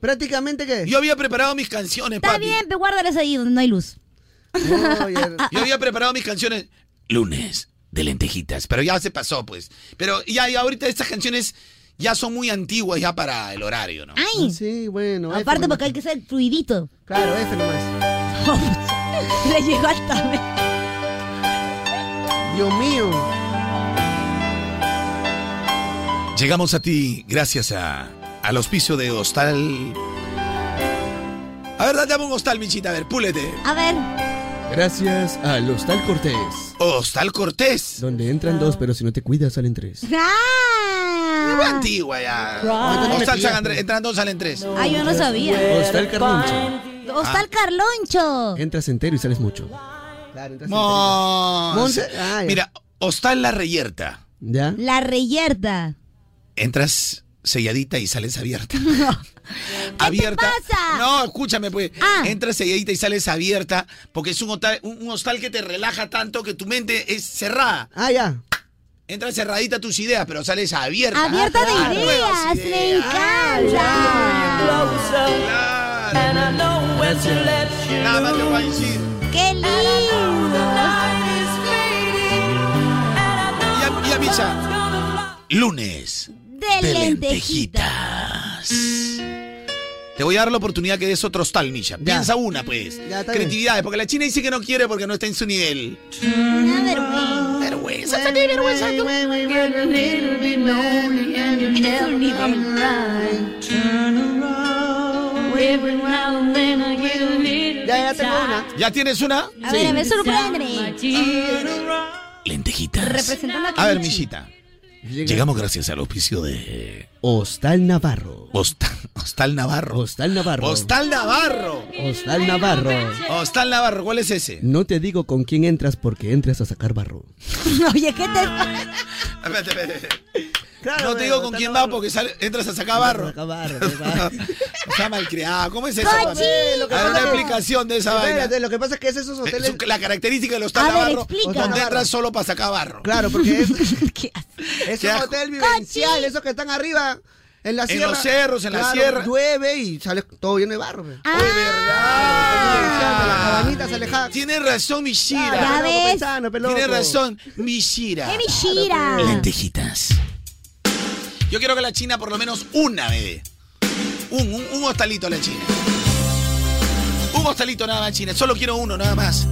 ¿Prácticamente qué? Yo había preparado mis canciones, Está papi. bien, pero guárdalas ahí donde no hay luz. Yo había preparado mis canciones lunes de lentejitas, pero ya se pasó, pues. Pero ya, ya ahorita estas canciones ya son muy antiguas ya para el horario, ¿no? ¡Ay! Ah, Sí, bueno. Aparte porque hay que ser fluidito. Claro, F nomás. Le llegó hasta mí. Dios mío. Llegamos a ti gracias a, al auspicio de Hostal. A ver, date un hostal, Michita, a ver, púlete. A ver. Gracias al Hostal Cortés. Hostal Cortés. Donde entran dos, pero si no te cuidas salen tres. ¡Ah! Muy antigua ya. Right. Hostal San Andrés, entran dos, salen tres. Ah, yo pues. no sabía. Hostal Carloncho. Hostal Carloncho. Entras entero y sales mucho. Mons. Monse- Ah, Mira, Hostal La Reyerta. ¿Ya? La reyerta. Entras selladita y sales abierta. abierta. pasa? Ah. No, escúchame, pues. Entras selladita y sales abierta porque es un hostal, un, un hostal que te relaja tanto que tu mente es cerrada. Ah, ya. Entras cerradita tus ideas, pero sales abierta. Abierta de Ah, ideas, me encanta. Nada más te voy a decir. ¡Qué lindo! Ya, ya, Micha. Lunes. De De lentejitas. Te voy a dar la oportunidad que des otro hostal, Micha. Piensa una, pues. Ya, está bien. Creatividades, porque la China dice que no quiere porque no está en su nivel. Vergüenza, saqué vergüenza. tú. Ya, ya tengo una. ¿Ya tienes una? A ver, a ver, sorprende. Lentejitas. Representando a A ver, Kimchi. Michita. Llegamos gracias al auspicio de Hostal Navarro. Hostal, Navarro. Hostal Navarro. Hostal Navarro. Hostal Navarro. Hostal Navarro, ¿cuál es ese? No te digo con quién entras porque entras a sacar barro. Oye, ¿qué te Espérate, espérate, espérate. Ah, no te digo con quién va porque sale- entras a sacar barro. Está malcriado. ¿Cómo es eso? Cochi. papi? A ver, una Espérate. explicación de esa vaina. Espérate, lo que pasa es que es esos Eh, hoteles. su- La característica del hostal A ver, Navarro, explica. donde Navarro. entras solo para sacar barro. Claro, porque es, es Qué un asco. hotel vivencial, esos que están arriba en la En sierra. los cerros, en la Claro, sierra. Llueve y sale todo lleno de barro. pe. Ah. cabanitas alejadas. Tiene razón, Mishira. Claro, Ya loco, ves. Tiene razón, Mishira. ¡Qué Mishira! pues. Lentejitas. Yo quiero que la China por lo menos una me dé. Un, un, un hostalito a la China. Un hostalito nada más, China. Solo quiero uno, nada más.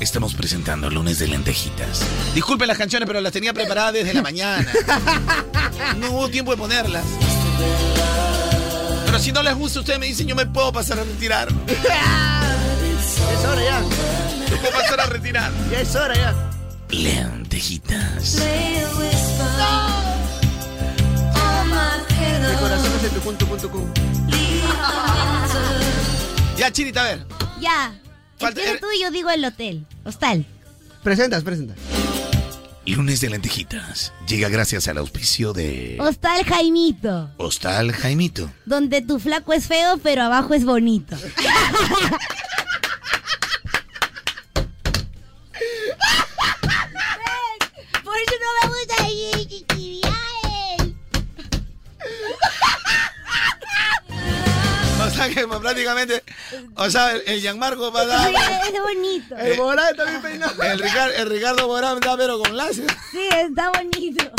Estamos presentando lunes de lentejitas. Disculpen las canciones, pero las tenía preparadas desde la mañana. No hubo tiempo de ponerlas. Pero si no les gusta, ustedes me dicen, yo me puedo pasar a retirar. Es hora ya. Yo puedo pasar a retirar. Ya es hora ya. Lentejitas. Mi corazón es el tucún, tucún, tucún. Ya, Chinita, a ver. Ya. Empieza tú y yo digo el hotel. Hostal. Presentas, presentas. Lunes de lentejitas llega gracias al auspicio de Hostal Jaimito, Hostal Jaimito. donde tu flaco es feo, pero abajo es bonito. Por eso no me gusta ahí, chiquiviael. O sea que pues, prácticamente, o sea, el, eh, el Gianmarco va a dar... es bonito. El Morán también peinado. El, Ricardo, el Ricardo Morán da pero con láser. Sí, está bonito.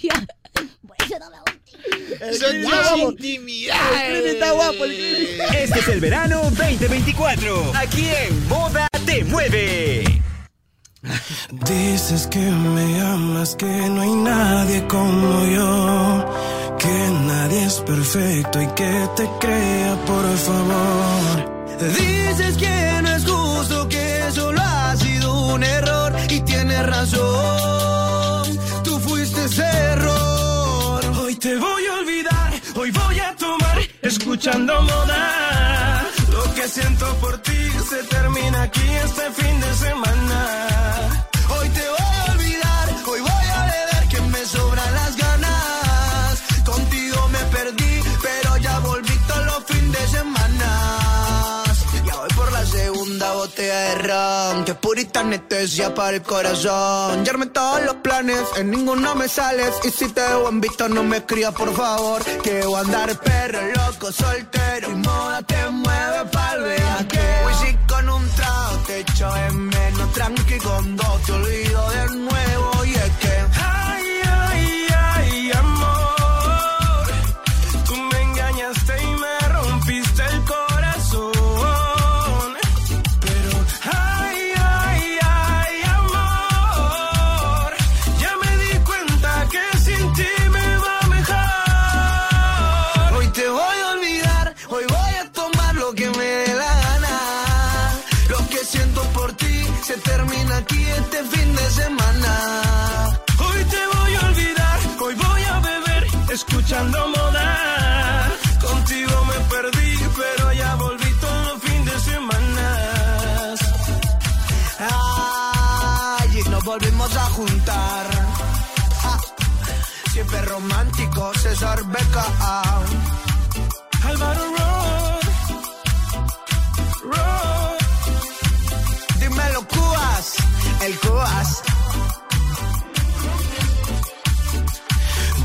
Ya. Por eso no me gusta. Son dos intimidades. Este es el verano 2024. Aquí en Moda Te Mueve. Dices que me amas, que no hay nadie como yo, que nadie es perfecto y que te crea, por favor. Dices que no es justo, que solo ha sido un error y tienes razón. Tú fuiste ese error. Hoy te voy a olvidar, hoy voy a tomar, escuchando moda. Lo que siento por ti se termina aquí este fin de semana. Hoy te voy a olvidar, hoy voy a beber que me sobran las ganas. Contigo me perdí, pero ya volví todos los fines de semana. Ya voy por la segunda botella de ron, que purita anestesia para el corazón. Ya armé todos los planes, en ninguno me sales. Y si te debo en visto, no me escribas, por favor. Que voy a andar perro, loco, soltero. Y moda te mueve pa'l bellaqueo. Uy, si con un trago te echo en menos, tranqui con dos te olvido de nuevo. Y es que, ay, ay, ay, amor. Tú me engañaste y me rompiste el corazón. Pero, ay, ay, ay, amor. Ya me di cuenta que sin ti me va mejor. Hoy te voy a olvidar, hoy voy a tomar lo que me dé la gana. Lo que siento por ti se termina aquí este fin de semana. Hoy te voy a olvidar, hoy voy a beber, escuchando moda. Contigo me perdí, pero ya volví todo el fin de semana. Ay, y nos volvimos a juntar. Ah, siempre romántico, César Beca. Ah, Álvaro Road. Road. Dímelo, Cubas. El Cubas.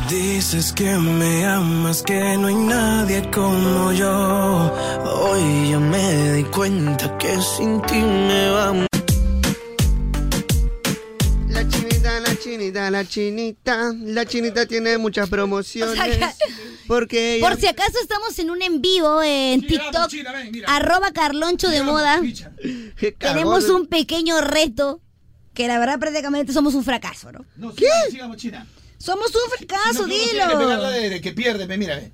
Dices que me amas, que no hay nadie como yo. Hoy ya me di cuenta que sin ti me va La chinita, la chinita, la chinita. La chinita tiene muchas promociones. O sea, porque ella- Por si acaso estamos en un en vivo en TikTok, arroba Carloncho de Moda. Qué cagón. Tenemos ¿eh? un pequeño reto que la verdad prácticamente somos un fracaso, ¿no? ¿Qué? Somos un fracaso, Que dilo. pegarla de, de que pierde, ve, mira, ve.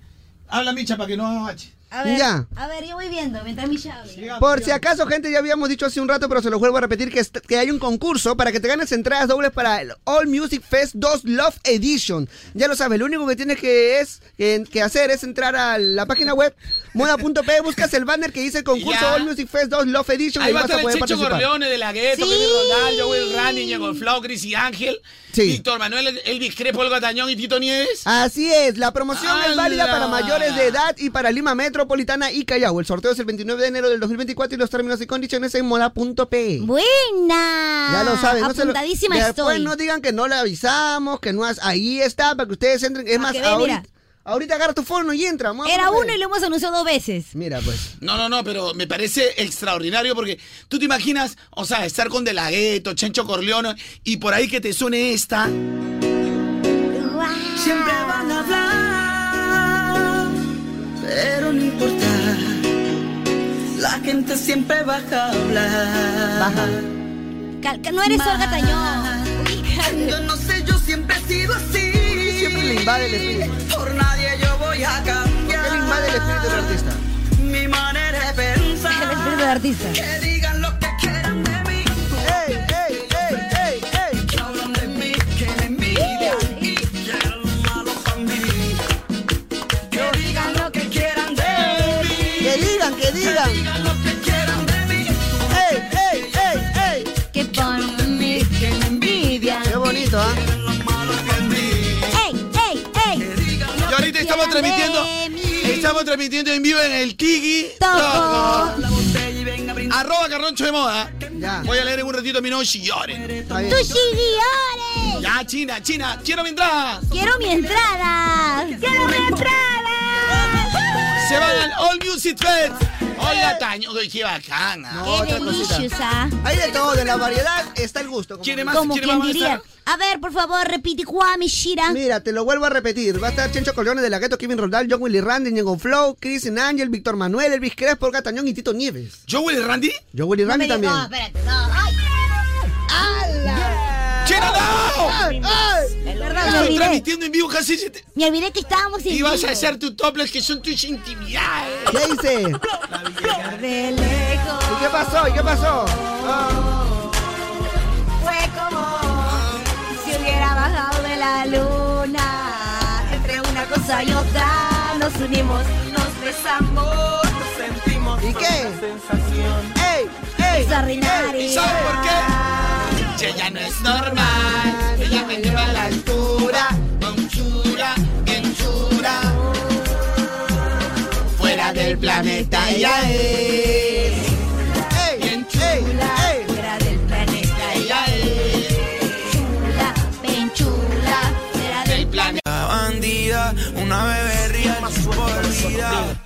Habla Micha para que no agache. A ver, Ya. a ver, yo voy viendo mientras mi habla. Por si acaso, gente, ya habíamos dicho hace un rato, pero se lo vuelvo a repetir, que, est- que hay un concurso para que te ganes entradas dobles para el All Music Fest 2 Love Edition. Ya lo sabes, lo único que tienes que, es, que, que hacer es entrar a la página web moda.p, buscas el banner que dice concurso Ya. All Music Fest 2 Love Edition Ahí y va a vas a estar poder el Checho participar. Corleone de la Gueto, Sí. Pepe Roldán, Joel Randy, Diego Flow, Cris y Ángel, Víctor Manuel, Elvis Crespo, El Gatañón y Tito Nieves. Ah, Así es, la promoción es válida ¡Hala! para mayores de edad y para Lima Metropolitana y Callao. El sorteo es el 29 de enero del 2024 y los términos y condiciones en moda.p. Buena. Ya lo saben, no se lo- Apuntadísima Después estoy. no digan que no le avisamos, que no has- ahí está para que ustedes entren. Es más, que vean, ahorita, mira. ahorita agarra tu fono y entra. vamos Era a ver. uno y lo hemos anunciado dos veces. Mira, pues. No, no, no, pero me parece extraordinario porque tú te imaginas, o sea, estar con De La Gueto, Chencho Corleone y por ahí que te suene esta. Siempre van a hablar, Ah, pero no importa. La gente siempre va a hablar. Cal- que no eres Olga Tañón. Yo no sé, yo siempre he sido así. Siempre le invade el espíritu. Por nadie yo voy a cambiar. Él invade el espíritu del artista. Mi manera de pensar. El espíritu del artista. Que digan lo que quieran de mí. Ey, ey, ey, ey, ey. Que hablan de mí, que me envidian y que eran malos para mí. Que digan lo que quieran de mí. Que digan, que digan. Que digan lo que quieran de mí. Ey, ey, ey, ey. Que ponen de mí, que me envidian. Qué ¿ah? Gente, estamos transmitiendo. Estamos transmitiendo en vivo en el Kiki. Toco. Arroba Carroncho de Moda. Voy a leer en un ratito mi no lloren. ¡Tú llores! Ya, China, China, quiero mi entrada. ¡Quiero mi entrada! ¡Quiero mi entrada! Se van al All Music Fest. Hola, Taño, uy, qué bacana. ¡Qué deliciosa! Hay de todo, de la variedad está el gusto. como ¿Quiere dice. más? Como quien diría. A ver, por favor, repite Kwame Shira. Mira, te lo vuelvo a repetir. Va a estar Chencho Corleone de la Gueto, Kevin Roldal, John Willy Randy, Diego Flow, Chris and Angel, Víctor Manuel, Elvis Crespo, Catañón y Tito Nieves. ¿John Willy Randy? John Willy No me Randy digas- también. No, espérate, no. ¡Ay! ¡Hala! ¡Chira, Ah. ¡Ay! ay! Perdón, me Estoy olvidé. transmitiendo en vivo casi. se te- Me olvidé que estábamos en Y vas vivo. a hacer tus toplas que son tus intimidades. ¿Qué dice? De lejos. Ah. ¿Y qué pasó? ¿Y qué pasó? Fue como si hubiera bajado de la luna. Entre una cosa y otra nos unimos, nos besamos. ¿Y qué? ¡Ey! ¡Ey! Es ordinario. ey. ¿Sabes por qué? Ella no es normal. Ella me lleva a la altura. Con chura, bien chura. Fuera del planeta ella es. ¡Ey! Bien ¡Ey! ¡Ey! Fuera del planeta Ella es. chula, penchula, fuera del bandida, una bebé real por vida.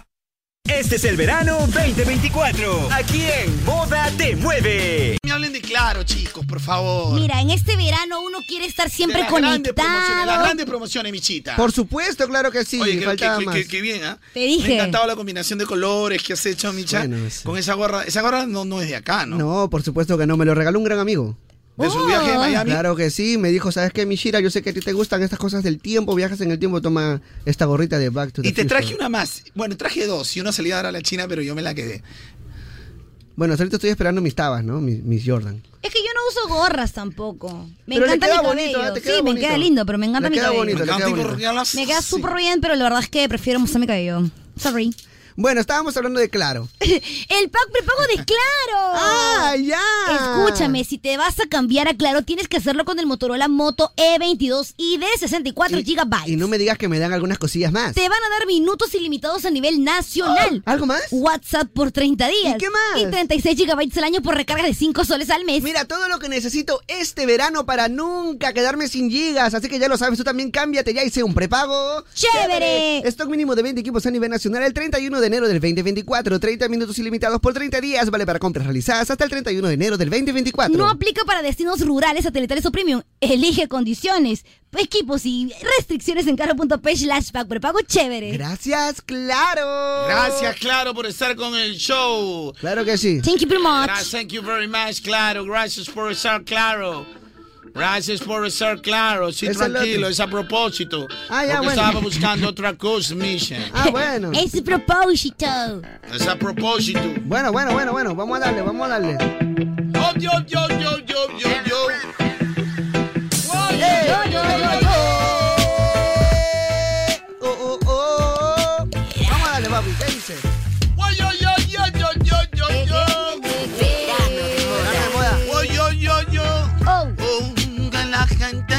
Este es el verano 2024. Aquí en Moda te mueve. Me hablen de claro, chicos, por favor. Mira, en este verano uno quiere estar De siempre las grandes promociones, las conectado. grandes promociones, Michita. Por supuesto, claro que sí. Oye, qué- faltaba qué, más. qué- qué bien, ¿ah? Te dije. Me ha encantado la combinación de colores que has hecho, Micha. Bueno, sí. Con esa gorra. Esa gorra no, no es de acá, ¿no? No, por supuesto que no. Me lo regaló un gran amigo. De su viaje Oh. de Miami. Claro que sí, me dijo, ¿sabes qué, Mishira? Yo sé que a ti te gustan estas cosas del tiempo, viajes en el tiempo, toma esta gorrita de Back to the Y te Future". traje una más. Bueno, traje dos y una salida ahora a la China, pero yo me la quedé. Bueno, ahorita estoy esperando mis tabas, ¿no? Mis, mis Jordan. Es que yo no uso gorras tampoco. Me Pero encanta le mi queda cabello. bonito, ¿eh? Te sí, queda me bonito. queda lindo, pero me encanta Le mi queda cabello. bonito. Me Te queda encanta bonito. incorporarlas. Me queda Sí. súper bien, pero la verdad es que prefiero mostrar mi cabello. Sorry. Bueno, estábamos hablando de Claro. El pack prepago de Claro. ¡Ah, ya! Escúchame, si te vas a cambiar a Claro, tienes que hacerlo con el Motorola Moto E22 y de 64 Y- GB. Y no me digas que me dan algunas cosillas más. Te van a dar minutos ilimitados a nivel nacional. ¿Algo más? WhatsApp por 30 días. ¿Y qué más? Y 36 GB al año por recargas de 5 soles al mes. Mira, todo lo que necesito este verano para nunca quedarme sin gigas. Así que ya lo sabes, tú también cámbiate ya y sé un prepago. ¡Chévere! Stock mínimo de 20 equipos a nivel nacional el 31 de enero del 2024. 30 minutos ilimitados por 30 días. Vale para compras realizadas hasta el 31 de enero del 2024. No aplica para destinos rurales, satelitales o premium. Elige condiciones, equipos y restricciones en caro.p slash pack prepago chévere. Gracias, claro. Gracias, claro, por estar con el show. Claro que sí. Thank you very much. Gra- Thank you very much, claro. Gracias por estar claro. Gracias por estar claro. Sí, Es el tranquilo, otro. es a propósito. Ah, ya, porque bueno. estaba buscando otra cosa, Misha. Ah, bueno. Es propósito. Es a propósito. Bueno, bueno, bueno, bueno. Vamos a darle, vamos a darle. Oh, yo, yo, yo, yo, yo, yo. Yo, yo, yo, yo. Oh, oh, oh. Vamos a darle, papi. ¿Qué dice? Oh, yo, yo, yo, yo, yo, yo, yo. Dame moda. Oh, yo, yo, yo. Oh. Ponga la gente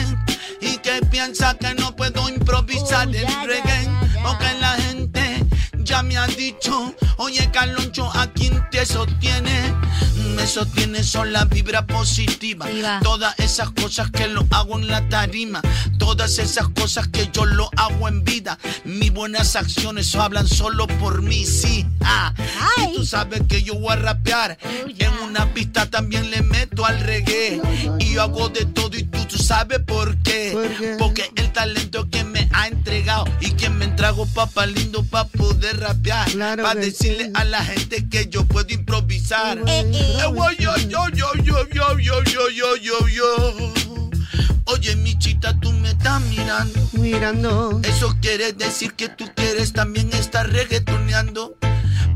y que piensa que no puedo improvisar Oh, el ya, ya, reggae. ya, ya. Porque la gente ya me ha dicho, oye Carloncho, ¿a quién te sostiene? Mm, Me sostiene son la vibra positiva. Viva. Todas esas cosas que lo hago en la tarima. Todas esas cosas que yo lo hago en vida. Mis buenas acciones hablan solo por mí, sí. Ah. Ay. Y tú sabes que yo voy a rapear. Oh, ya. En una pista también le meto al reggae. Y yo hago de todo y tú, tú sabes por qué. ¿Por qué? Porque el talento que me ha entregado y que me trago papá lindo para poder rapear. Claro para que decirle sí. a la gente que yo puedo improvisar. Eh, eh. Eh, voy, yo, yo, yo, yo, yo, yo, yo, yo, yo, yo. Oye, michita, tú me estás mirando. Mirando. Eso quiere decir que tú quieres también estar reggaetoneando.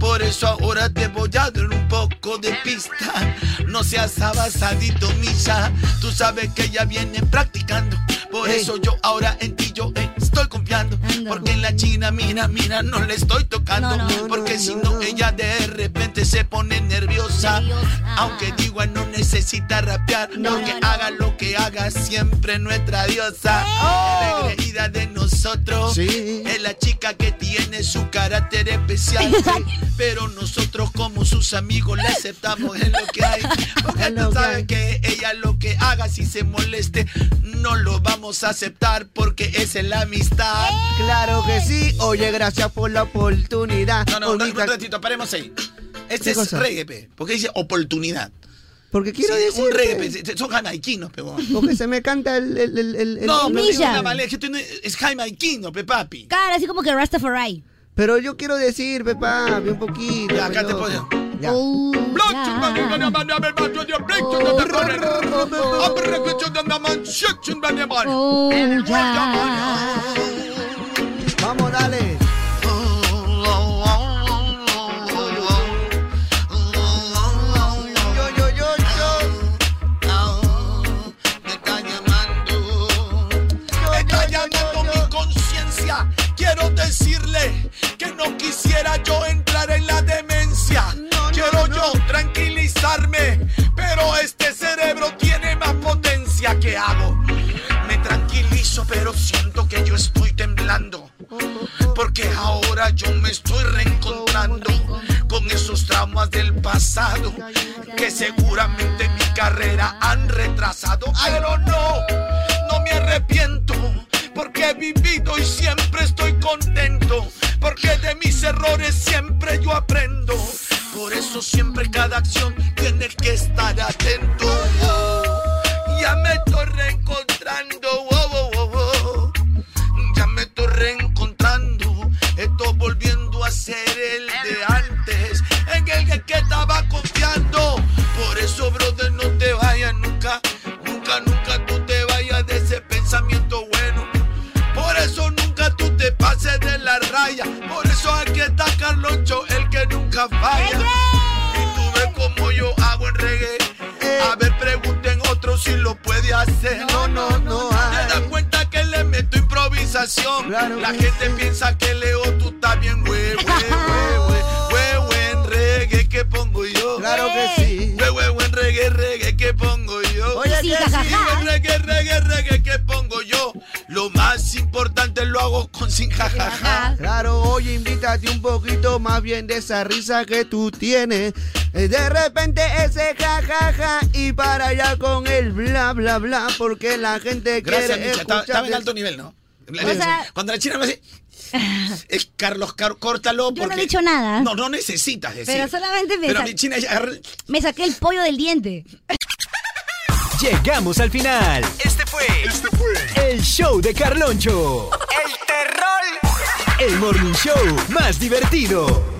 Por eso ahora te voy a dar un poco de pista. No seas avanzadito, misa. Tú sabes que ya viene practicando. Por Ey. eso yo ahora en ti yo estoy estoy confiando. Porque en la China, mira, mira, no le estoy tocando. porque si pues. no, ella de repente se pone nerviosa. Aunque digo, no necesita rapear. porque haga lo que haga, siempre nuestra diosa. ¡Oh! La engreída de nosotros es la chica que tiene su carácter especial. pero nosotros, como sus amigos, la aceptamos en lo que hay. Porque tú sabes que ella lo que haga, si se moleste, no lo vamos a aceptar porque esa es la amistad. Claro que sí. Oye, gracias por la oportunidad. No, no, no, un ratito, paremos ahí. Este ¿Qué es cosa? reggae, pe, porque dice oportunidad. Porque quiero Sí, decir. Un reggae, pe, se- se- son jamaiquinos, pe, weón. Porque se me canta el. el, el, el- el- No, el- pero es una mala- es que tú no- es jamaiquino, pe, papi. Cara, así como que Rastafari. Pero yo quiero decir, papá, un poquito. Ya, acá te pongo. pero- Ya. Oh, Oh, Vamos, dale. Yo, yo, yo, yo. Me está llamando. Me está llamando mi conciencia. Quiero decirle que no quisiera yo entrar en la demencia. Quiero yo tranquilizarme. Pero este cerebro tiene más potencia que hago. Me tranquilizo, pero siento que yo estoy temblando. Porque ahora yo me estoy reencontrando con esos traumas del pasado que seguramente mi carrera han retrasado. Pero no, no me arrepiento porque he vivido y siempre estoy contento. Porque de mis errores siempre yo aprendo. Por eso siempre cada acción tiene que estar atento. Oh, Ya me estoy reencontrando. oh, oh, oh, oh. Ya me estoy reencontrando. Estoy volviendo a ser el de antes. En el que- que estaba confiando. Por eso, brother, no te vayas nunca. Nunca, nunca tú te vayas de ese pensamiento bueno. Por eso nunca tú te pases de la raya. Por eso aquí está Carloncho, el que nunca falla. Y tú ves como yo hago en reggae. A ver, pregunten otros si lo puede hacer. No, no, no. Te das cuenta que le meto improvisación. la gente piensa que Leo tú estás bien, güey, güey, güey, güey. Güey, güey, en reggae que pongo yo. Claro que sí. Güey, güey, güey, en reggae, reggae que pongo yo. Oye, Sí, que jajaja. sí. Güey, Reggae, reggae, reggae que pongo yo. Lo más importante lo hago con sin jajaja. Claro, oye, invítate un poquito más bien de esa risa que tú tienes. Eh, De repente ese jajaja y para allá con el bla bla bla porque la gente Gracias, quiere Micha. Estaba, estaba en escucharte. alto nivel, ¿no? La- O sea- Cuando la china me hace. Es Carlos, Car- córtalo. Porque... no he dicho nada. No, no necesitas decir. Pero solamente me, Pero sa- mi china ya agarra- me saqué el pollo del diente. Llegamos al final. Este fue, el show de Carloncho. El terror. El morning show más divertido.